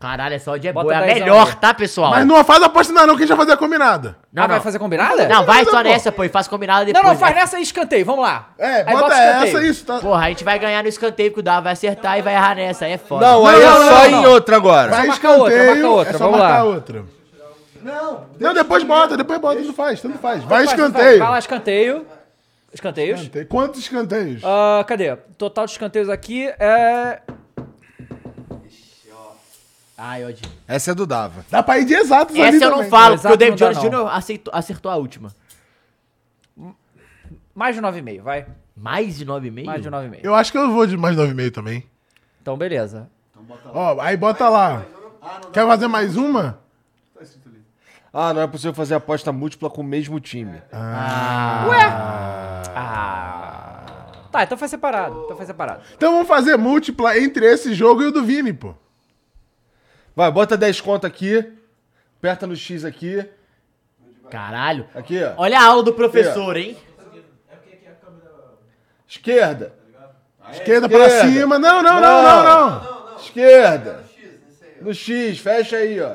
S5: Caralho, essa odd é
S1: Bota
S5: boa. É a
S1: dezão
S5: melhor,
S1: aí.
S5: tá, pessoal?
S4: Mas não faz a aposta ainda não, que a gente vai fazer a combinada.
S5: Não,
S1: Ah, vai
S5: não.
S1: fazer combinada?
S5: Não, vai só
S4: pô.
S5: nessa, pô, e faz combinada
S1: Não,
S5: depois.
S1: não, faz
S5: né?
S1: nessa e escanteio, vamos lá.
S4: É,
S1: Aí
S4: bota
S1: bota escanteio.
S4: essa isso, tá?
S5: Porra, a gente vai ganhar no escanteio que o Dá vai acertar e vai errar nessa. Aí é foda.
S3: Não,
S1: não,
S3: aí é só
S1: não,
S3: em
S1: não.
S3: outra agora.
S4: Vai
S1: marcar outra, marca
S4: escanteio,
S1: outra,
S4: é só
S1: vamos lá.
S4: marcar outra. Não, não, depois bota, depois bota, tanto faz, tanto faz. Vai
S1: Faz,
S4: escanteio.
S1: Vai lá, escanteio. Escanteios.
S4: Escanteio. Quantos escanteios?
S1: Ah, cadê? Total de escanteios aqui é.
S5: Ai, odd.
S3: Essa é do Dava.
S4: Dá pra ir de exatos ali
S5: Essa eu não
S4: também.
S5: falo,
S1: Exato,
S5: porque o David
S1: não dá,
S5: Jones Jr. aceitou- acertou a última.
S1: Mais de 9,5, vai.
S5: Mais de 9,5?
S1: Mais de 9,5.
S4: Eu acho que eu vou de mais 9,5 também.
S1: Então, beleza.
S4: Ó, aí bota lá. Quer fazer mais uma?
S3: Ah, não é possível fazer aposta múltipla com o mesmo time.
S1: Tá, então faz separado. Então faz separado.
S4: Então vamos fazer múltipla entre esse jogo e o do Vini, pô.
S3: Vai, bota 10 conto aqui. Aperta no X aqui.
S5: Caralho.
S3: Aqui, ó.
S5: Olha a aula do professor, hein?
S3: Esquerda.
S4: Esquerda pra
S3: esquerda.
S4: cima. Não, não, não, não, não.
S3: Esquerda. No X, fecha aí, ó.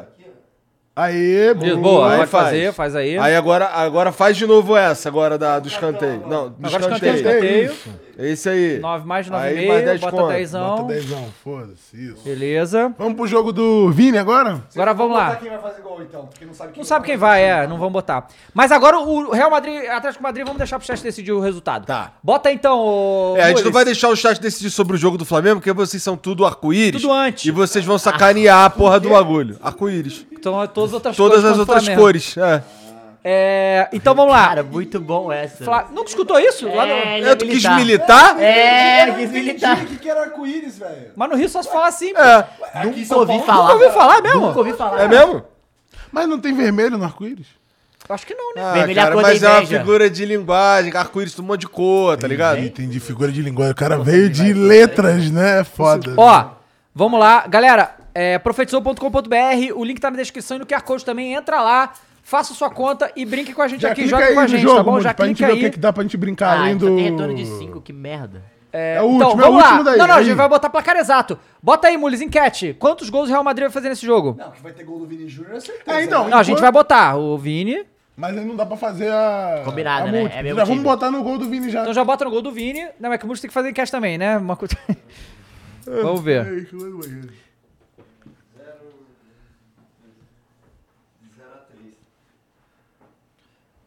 S4: Aê,
S1: Isso,
S4: boa.
S1: Hum, boa,
S3: Aí
S1: pode
S3: faz.
S1: fazer, faz aí.
S3: Aí agora, agora faz de novo essa, agora da, do escanteio. Não, do
S1: Agora escanteio,
S3: escanteio.
S4: escanteio.
S1: escanteio.
S3: Esse aí.
S1: 9 mais de
S3: Aí mais
S1: 9,5,
S3: 10
S1: bota
S3: conto,
S1: 10.
S4: Bota dezão, foda-se isso.
S1: Beleza.
S4: Vamos pro jogo do Vini agora?
S1: Agora vamos lá.
S9: quem vai fazer gol, então, porque não sabe quem
S1: Não sabe quem vai, é, não vamos botar. Mas agora o Real Madrid, Atlético Madrid, vamos deixar pro chat decidir o resultado.
S3: Tá.
S1: Bota então o.
S3: É, a gente não vai deixar o chat decidir sobre o jogo do Flamengo, porque vocês são tudo arco-íris.
S1: Tudo antes.
S3: E vocês vão sacanear a porra do bagulho. Arco-íris.
S1: Então, é todas as outras
S3: Todas
S1: cores contra
S3: as
S1: o
S3: outras
S1: Flamengo.
S3: cores. É.
S1: É, então vamos lá.
S5: Cara, muito bom essa.
S1: Fla- Nunca escutou isso? Lá no-
S5: É, ele
S3: Eu
S5: é
S3: tu quis
S5: militar.
S3: militar?
S5: É, quis militar.
S9: O que, que era arco-íris, velho?
S1: Mas no Rio só se fala assim. pô.
S3: É.
S5: Nunca ouvi
S1: Nunca
S5: falar.
S1: ouvi falar mesmo?
S5: Nunca ouvi falar.
S3: É mesmo?
S4: Mas não tem vermelho no arco-íris?
S1: Acho que não, né?
S3: Ah,
S5: Vermelho é a
S3: cara,
S5: cor da
S3: mas é uma
S5: inveja.
S3: figura de linguagem, arco-íris tem um monte de cor, tá ligado?
S4: Entendi, figura de linguagem. O cara veio de letras, né? É Foda.
S1: Ó, vamos lá. Galera, é, profetizou.com.br, o link tá na descrição e no QR Code também. Entra lá, faça sua conta e brinque com a gente
S4: já
S1: aqui.
S4: clica
S1: Joga
S4: aí
S1: com a
S4: no
S1: gente,
S4: jogo,
S1: tá bom?
S4: Mude,
S1: Já
S4: pra gente
S1: clica
S4: ver o que,
S1: aí. então
S4: que dá pra gente brincar
S5: Ah,
S4: além
S5: só
S4: do...
S5: tem retorno de 5, que merda.
S4: É o último, é o
S1: vamos
S4: último daí.
S1: Não, não, a
S4: aí.
S1: gente vai botar placar exato. Bota aí, Mules, enquete. Quantos gols o Real Madrid vai fazer nesse jogo? Não,
S9: Não, que vai ter gol do Vini Júnior, eu certeza.
S4: É, então,
S1: a gente
S4: enquanto-
S1: vai botar o Vini.
S4: Mas aí não dá pra fazer a...
S5: Combinado,
S4: a
S5: né?
S4: múltipla.
S5: É mesmo
S4: já vamos
S5: time.
S4: botar no gol do Vini já.
S1: Então já bota no gol do Vini. Não, é que o Mules tem que fazer enquete também, né? Uma coisa... [LAUGHS] vamos ver.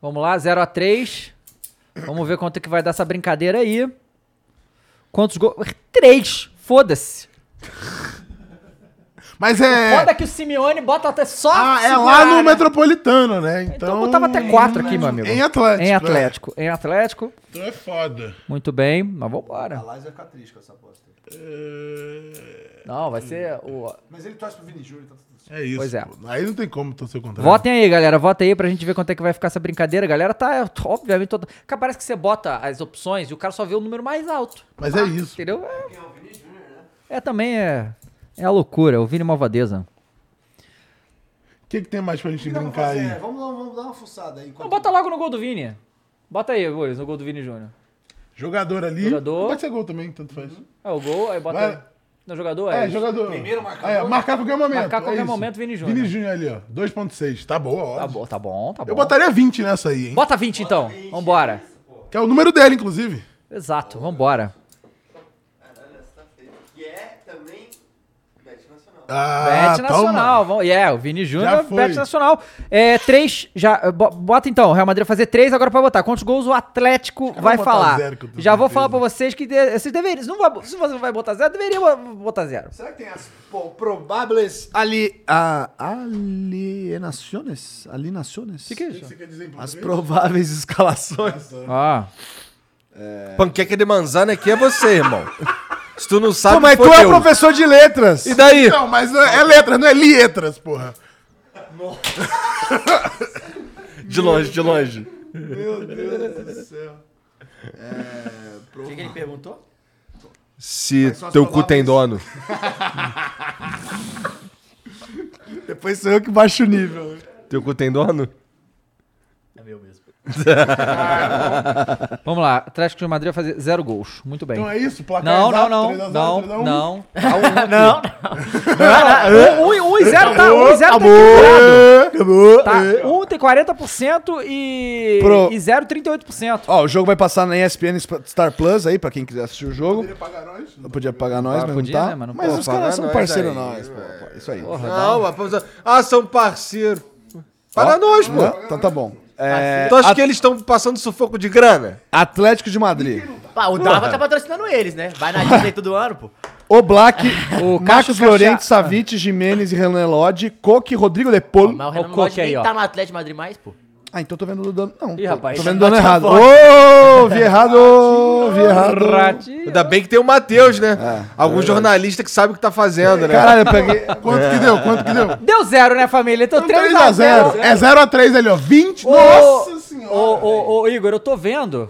S1: Vamos lá, 0 a 3 Vamos ver quanto que vai dar essa brincadeira aí. Quantos gols? Três! Foda-se!
S4: Mas é...
S1: Foda que o Simeone bota até só.
S4: Ah, é
S1: segurar,
S4: lá no
S1: né?
S4: Metropolitano, né? Então,
S1: Então eu botava até quatro aqui, meu amigo.
S4: Em Atlético. né?
S9: né?
S1: Em Atlético. Em Atlético.
S4: É. Então é foda.
S1: Muito bem, mas vambora.
S9: Lais vai ficar triste com essa aposta.
S1: Não, vai ser. O...
S9: Mas ele torce pro Vini Júnior, tá tudo certo.
S4: É isso.
S1: Pois é.
S4: pô. Aí não tem como torcer contra
S1: Votem aí, galera. Votem aí pra gente ver quanto é que vai ficar essa brincadeira. Galera, tá é, obviamente toda. Cara, parece que você bota as opções e o cara só vê o número mais alto.
S4: Mas é isso.
S1: Entendeu? É, é também é. É a loucura, o Vini Malvadeza.
S4: O que, que tem mais pra gente
S9: Não, vamos,
S4: brincar aí?
S1: é.
S9: fazer, vamos, dar- vamos dar uma fuçada aí.
S1: Não,
S9: enquanto-
S1: bota logo no gol do Vini. Bota aí, Boris, no gol do Vini Júnior.
S4: Jogador ali.
S1: Jogador.
S4: Pode ser gol também, tanto faz.
S1: É o gol, aí bota.
S4: Vai.
S1: Não, jogador
S4: É,
S1: isso.
S4: jogador. É, marcar a qualquer momento.
S1: Marcar a
S4: é
S1: qualquer
S4: isso.
S1: momento, Vini Júnior.
S4: Vini Júnior ali, ó. 2.6. Tá boa, ó. Tá bom,
S1: tá bom, tá
S4: Eu botaria 20 nessa aí, hein?
S1: Bota 20 então. Vambora.
S4: Que é o número dele, inclusive.
S1: Exato, vambora.
S4: Ah,
S1: Bet Nacional. vamos- E é, o Vini
S4: Já
S1: Júnior,
S4: foi.
S1: Bet Nacional. É, três, já, eh, bo- bota então, o Real Madrid vai fazer três agora pra botar. Quantos gols o Atlético
S4: não
S1: vai
S4: vão botar
S1: falar?
S4: zero, que eu tô
S1: já vou falar pra vocês que de- vocês deveriam, se, não vai, se você não vai botar zero, deveria bo- botar zero.
S9: Será que tem as prováveis ali, ah, alienações? Alienações? O que,
S1: que é
S4: isso? você quer dizer em
S9: As
S4: português?
S9: prováveis escalações.
S1: Ah.
S3: Panqueca de manzana aqui é você, irmão. Se tu não sabe,
S9: Pô, mas
S3: foi
S9: tu é
S3: eu.
S9: professor de letras.
S3: E daí?
S4: Não, mas é é letras, não é letras, porra.
S3: De longe, de longe.
S4: Meu Deus do céu. É.
S5: O que, que ele perguntou?
S3: Se
S4: Mas são as
S3: teu cu tem dono.
S4: prováveis.
S9: Depois sou eu que baixo o nível.
S3: Teu cu tem dono?
S5: É meu mesmo.
S1: Vamos lá, Atlético de Madrid vai fazer zero gols. Muito bem.
S4: Então é isso? Placar
S1: Não, não,
S4: exato,
S1: não.
S4: 3 a 0,
S1: Não,
S4: 3 a Ah, 1?
S1: não.
S5: Tá Não,
S4: é?
S1: não. 1 e 0 tá. 1 e 0 tá equilibrado. Tá, 1 tem 40% e,
S9: Pro-
S1: e 0, 38%.
S9: Ó, o jogo vai passar na ESPN Star Plus aí, pra quem quiser assistir o jogo. Poderia
S4: pagar nós?
S9: Não podia pagar nós,
S1: Ah,
S9: mas
S1: podia,
S9: não tá.
S1: né, mas não
S9: mas
S1: pode
S9: os
S1: pagar
S9: caras são
S3: nós
S9: parceiros
S3: aí,
S9: nós, pô. pô, Isso aí.
S3: Não, rapaz. Ah, são parceiros. Para
S9: um- Ó,
S3: nós, pô.
S9: né? Então tá bom. É,
S3: tu acha
S9: At-
S3: que eles estão passando sufoco de grana?
S9: Atlético de Madrid.
S5: Pá, o Dava tá patrocinando eles, né?
S4: [LAUGHS]
S5: Vai na Disney todo ano, pô.
S9: O Black, o
S5: Cássio
S9: Marcos Llorente,
S5: Cachá-
S9: Savic, Jimenez e Renan Lodge, Coque, Rodrigo Lepolo.
S5: Ah, Mas o Renan Lodge nem tá no Atlético de Madrid mais, pô.
S9: Ah, então tô vendo do dano. Não,
S5: Ih, rapaz,
S9: tô
S5: esse
S9: vendo do dano
S5: bate
S9: errado.
S5: na bola.
S9: Ô, vi errado, vi errado.
S3: Ainda bem que tem o Matheus, né? Algum jornalista que sabe o que tá fazendo, né?
S9: É, Caralho, eu peguei-
S4: Quanto que deu? Quanto que deu?
S1: Deu zero, né, família? Então 3 a 0.
S4: 3x0. É 0x3 ali, ó. 20.
S1: Ô,
S4: Nossa!
S1: Ô, ô, ô, Igor, eu tô vendo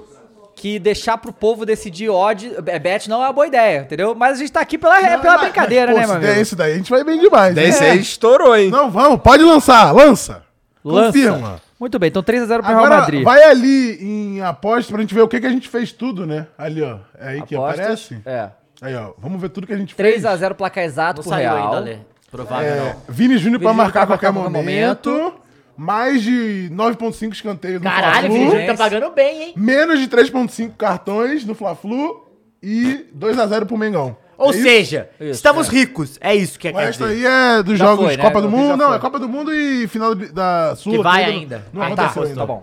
S1: que deixar pro povo decidir odd, é, bet não é uma boa ideia, entendeu? Mas a gente tá aqui pela, é pela brincadeira,
S4: Pô,
S1: né,
S4: se
S1: meu
S4: der
S9: é
S1: amigo?
S4: esse daí, a gente vai bem demais. né?
S3: Esse aí estourou, hein?
S4: Não, vamos, pode lançar. Lança.
S1: Lança.
S4: Confirma.
S1: Muito bem, então 3 a 0 pro Real
S4: Agora,
S1: Madrid.
S4: vai ali em aposta pra gente ver o que, que a gente fez tudo, né? Ali, ó. É aí que
S1: Apostas,
S4: aparece.
S1: É.
S4: Aí, ó. Vamos ver tudo que a gente
S1: 3 a 0 placar exato
S5: Não
S1: pro
S5: saiu
S1: Real.
S5: ainda, Ale. Provável
S4: É,
S5: não.
S4: Vini Júnior pra
S1: Vini
S4: marcar a
S1: Júnior pra
S4: qualquer
S1: marcar a qualquer
S4: momento. Mais de 9,5 escanteios no
S5: Caralho, o
S4: Fla-Flu,
S5: Vini Júnior tá pagando bem, hein?
S4: Menos de 3,5 cartões no Fla-Flu. E 2x0 pro Mengão.
S5: Ou
S4: É isso?
S5: seja, estamos ricos. É isso que é
S4: O
S5: quer
S4: resto
S5: dizer.
S4: aí é dos
S1: Já
S4: jogos
S1: foi, né?
S4: Copa do
S1: O que já
S4: Mundo. Não,
S1: foi.
S4: é Copa do Mundo e final de- da Sul.
S5: Que vai ainda.
S4: Não
S5: Ah, tá,
S4: aconteceu
S5: tá
S4: ainda.
S5: bom.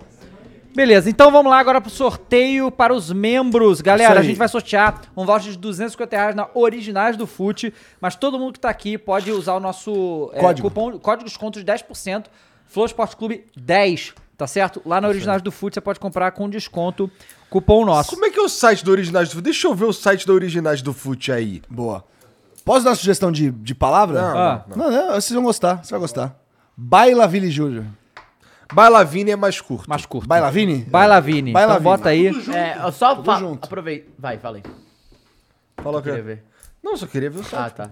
S1: Beleza, então vamos lá agora pro sorteio para os membros. Galera,
S9: Isso
S1: a
S9: aí.
S1: gente vai sortear um voucher de 250 reais na Originais do Fute, mas todo mundo que tá aqui pode usar o nosso é,
S9: Código.
S1: cupom, código de desconto de 10%, Flow Esporte Clube 10, tá certo? Lá na Originais do Fute você pode comprar com desconto, cupom nosso.
S3: Como é que é o site do Originais do Fute? Deixa eu ver o site do Originais do Fute aí.
S9: Boa. Posso dar uma sugestão de, de palavra?
S3: Não,
S1: Ah.
S9: não, não. vocês vão gostar, vocês vão gostar. Baila Vini Júnior.
S3: Bailavine é mais curto.
S1: Mais curto.
S9: Baila Vini?
S1: Baila Vini.
S9: Baila
S1: então
S9: Vini.
S1: bota aí.
S5: É, eu só fa-
S9: junto.
S5: aproveita. Vai, fala aí.
S3: Falou
S5: Eu
S3: que...
S5: queria ver.
S3: Não, só queria ver o
S5: Ah,
S3: site.
S5: tá.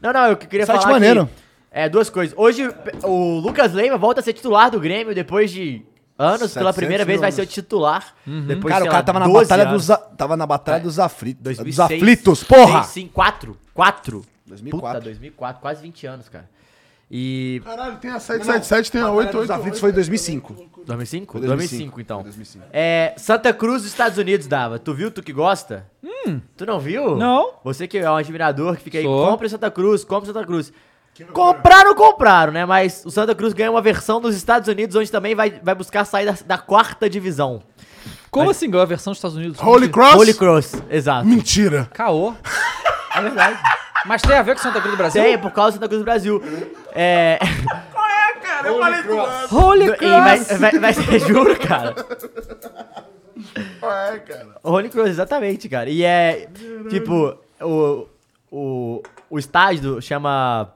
S5: Não, não, eu que- queria
S9: Site
S5: falar
S9: maneiro.
S5: que- é, duas coisas. Hoje, pe- o Lucas Leiva volta a ser titular do Grêmio depois de anos. Pela
S9: 700
S5: primeira vez vai
S9: anos.
S5: ser o titular. Depois,
S9: Cara,
S5: sei
S9: o cara
S5: lá,
S9: tava na
S5: 12
S9: batalha
S5: assim, anos. É.
S9: dos, a- tava na batalha dos, afli- dos
S5: 2006,
S9: aflitos, porra!
S5: seis, Sim, 4. 4.
S9: 2004.
S5: Puta, 2004. Quase 20 anos, cara. E...
S4: Caralho, tem é a 777, tem a 888.
S9: Os aflitos foi em 2005.
S5: 2005?
S9: Foi
S5: 2005,
S9: 2005,
S5: então.
S9: 2005.
S5: É, Santa Cruz dos Estados Unidos, Dava. Tu viu, tu que gosta? Tu não viu?
S1: Hum. Não.
S5: Você que é um admirador que fica aí,
S1: Sou.
S5: compre Santa Cruz, compre Santa Cruz. Compraram, compraram, né? Mas o Santa Cruz ganhou uma versão dos Estados Unidos, onde também vai, vai buscar sair da, da quarta divisão.
S1: Como assim ganhou a versão dos Estados Unidos? assim?
S4: Holy Cross?
S5: Holy Cross, exato.
S4: Mentira.
S1: Caô. É verdade. Mas tem a ver com Santa Cruz do Brasil?
S5: Tem, é por causa do Santa Cruz do Brasil. É.
S1: Holy
S5: E vai,
S1: Cross.
S5: vai, vai ser, [LAUGHS] juro, cara.
S4: É, cara.
S5: Holy Cross, exatamente, cara. E é. Tipo, o, o, o estádio chama.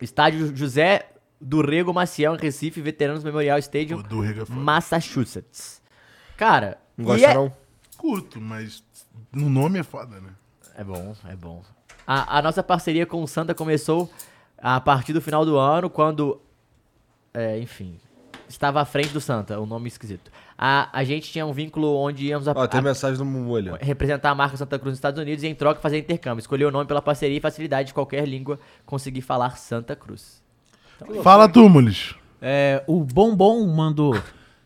S5: Estádio José Durrego Maciel, em Recife, Veteranos Memorial Stadium,
S4: Durrego é foda.
S5: Massachusetts. Cara,
S3: Não
S5: e
S3: gosta,
S5: é-
S3: não?
S4: Curto, mas no nome é foda, né?
S5: É bom, é bom. A, a nossa parceria com o Santa começou a partir do final do ano, quando. É, enfim. estava à frente do Santa, o nome esquisito. A, a gente tinha um vínculo onde íamos a,
S3: Ó, tem
S5: a-
S3: mensagem do Mumu ali. ó.
S5: é representar a marca Santa Cruz nos Estados Unidos e em troca fazer intercâmbio. Escolher o nome pela parceria e facilidade de qualquer língua conseguir falar Santa Cruz.
S4: Fala tu, Mules.
S8: É, o Bombom mandou.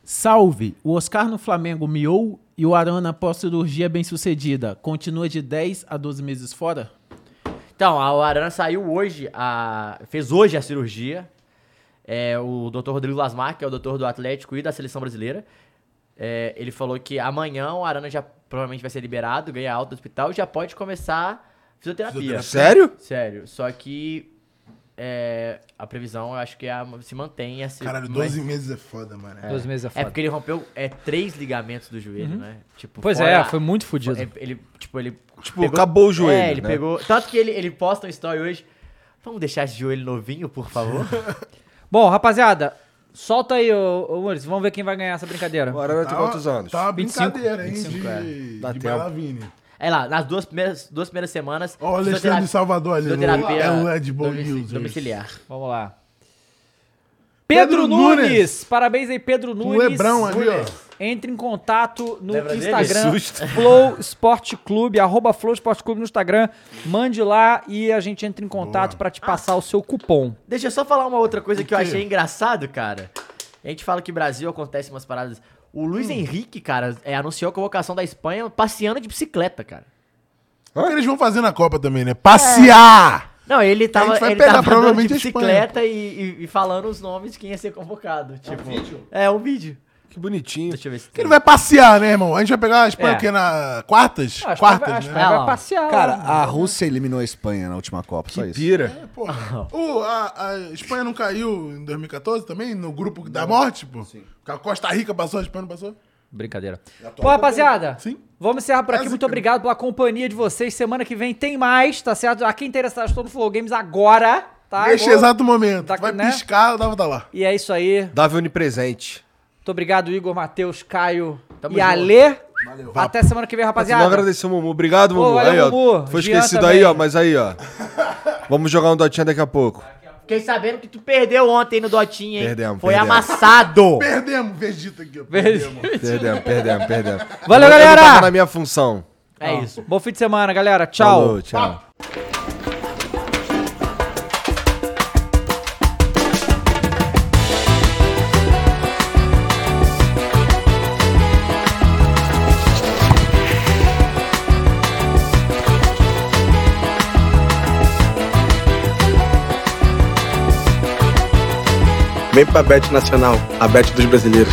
S8: Salve! O Oscar no Flamengo miou e o Arana após cirurgia bem sucedida. Continua de 10 a 12 meses fora?
S5: Então, a- o Arana saiu hoje, a- fez hoje a cirurgia. É, o Dr. Rodrigo Lasmar, que é o doutor do Atlético e da Seleção Brasileira, é, ele falou que amanhã o Arana já provavelmente vai ser liberado, ganha alta do hospital e já pode começar fisioterapia.
S3: Fisioterapia? Sério?
S5: Sério. Só que é, a previsão, eu acho que é a- se mantém. Essa,
S4: Caralho, 12 meses é foda, mano.
S15: 12 meses é
S5: É
S15: foda.
S5: porque ele rompeu é, três ligamentos do joelho,
S15: Uhum.
S5: né? Tipo,
S15: Pois é, foi muito fudido.
S5: é, Ele, tipo, ele.
S3: Tipo, acabou o
S5: É,
S3: joelho,
S5: ele
S3: né?
S5: pegou. Tanto que ele, ele posta um story hoje. Vamos deixar esse joelho novinho, por
S4: [LAUGHS]
S5: favfavor?
S1: Bom, rapaziada, solta aí, ô, ô Maurício, vamos ver quem vai ganhar essa brincadeira.
S3: O Arana tem né, quantos anos?
S4: Tá uma
S5: 25,
S4: brincadeira, hein,
S5: 25,
S4: de,
S5: é.
S3: Dá
S4: de
S3: tempo.
S4: Malavini.
S5: É lá, nas duas primeiras, duas primeiras semanas.
S4: Ó, o Alexandre de Salvador ali,
S5: fisioterapia
S4: é o Red Bull
S5: domici-
S4: News.
S5: Domiciliar.
S1: Vamos lá.
S4: Pedro
S1: Pedro, Nunes.
S4: Nunes.
S1: Parabéns aí, Pedro Nunes.
S4: Lebrão ali, ó.
S1: Entre em contato no
S5: Lembra dele?
S1: Instagram,
S5: Que susto.
S1: Flow Sport Clube, arroba Flow Sport Clube no Instagram. Mande lá e a gente entra em contato pra te passar o seu cupom.
S5: Deixa eu só falar uma outra coisa que eu
S1: quê?
S5: achei engraçado, cara. A gente fala que Brasil acontece umas paradas. O
S4: Hum.
S5: Luiz Henrique, cara, é, anunciou a convocação da Espanha passeando de bicicleta, cara.
S4: O que eles vão fazer na Copa também, né? Passear!
S5: Não, ele tava,
S4: gente vai
S5: ele
S4: pegar
S5: tava andando de
S4: provavelmente a Espanha.
S5: bicicleta e, e- e falando os nomes de quem ia ser convocado. Tipo, é um vídeo? É, um vídeo.
S3: Que bonitinho.
S5: Deixa eu ver se
S4: Ele vai passear, né, irmão? A gente vai pegar a Espanha
S5: É.
S4: o quê? Na quartas?
S5: Ah, a Espanha
S4: quartas,
S5: vai- a
S4: né?
S5: Espanha vai Ah, lá. passear
S9: Cara,
S4: lá.
S9: a Rússia eliminou a Espanha na última Copa, só isso.
S4: É, porra. O- a, a Espanha não caiu em 2014 também? No grupo da morte, pô? A Costa Rica passou, a Espanha não passou?
S1: Brincadeira. Bom, rapaziada, vamos encerrar por aqui. Muito obrigado pela companhia de vocês. Semana que vem tem mais, tá certo? A quem interessar, estou no Flow Games agora, tá?
S4: Neste
S1: Agora.
S4: exato momento.
S5: Tá
S4: vai
S1: né?
S4: piscar, dava tá lá.
S1: E é isso aí.
S3: Dava um onipresente.
S1: Muito obrigado, Igor, Matheus, Caio
S3: Tamo
S1: e
S3: junto.
S1: Ale. Até
S20: Tá,
S1: semana que vem, rapaziada.
S3: Vamos agradecer o Mumu. Obrigado,
S1: Pô,
S3: Mumu.
S1: valeu,
S3: aí, ó,
S1: Mumu.
S3: Foi
S1: Jean
S3: esquecido
S1: também.
S3: aí, ó, mas aí, ó. Vamos jogar um dotinha daqui a pouco.
S5: Fiquei sabendo que tu perdeu ontem no Dotinha, hein?
S3: Perdemos,
S5: Foi
S3: perdemos.
S5: amassado.
S4: Perdemos, Vegeta aqui, ó.
S3: Perdemos, perdemos, perdemos.
S1: Valeu,
S3: Eu não
S1: galera!
S3: tava na minha função.
S5: É
S1: Ó,
S5: isso.
S1: Bom fim de semana, galera. Tchau.
S3: Falou, tchau.
S21: Vem pra Bet Nacional, a Bet dos brasileiros.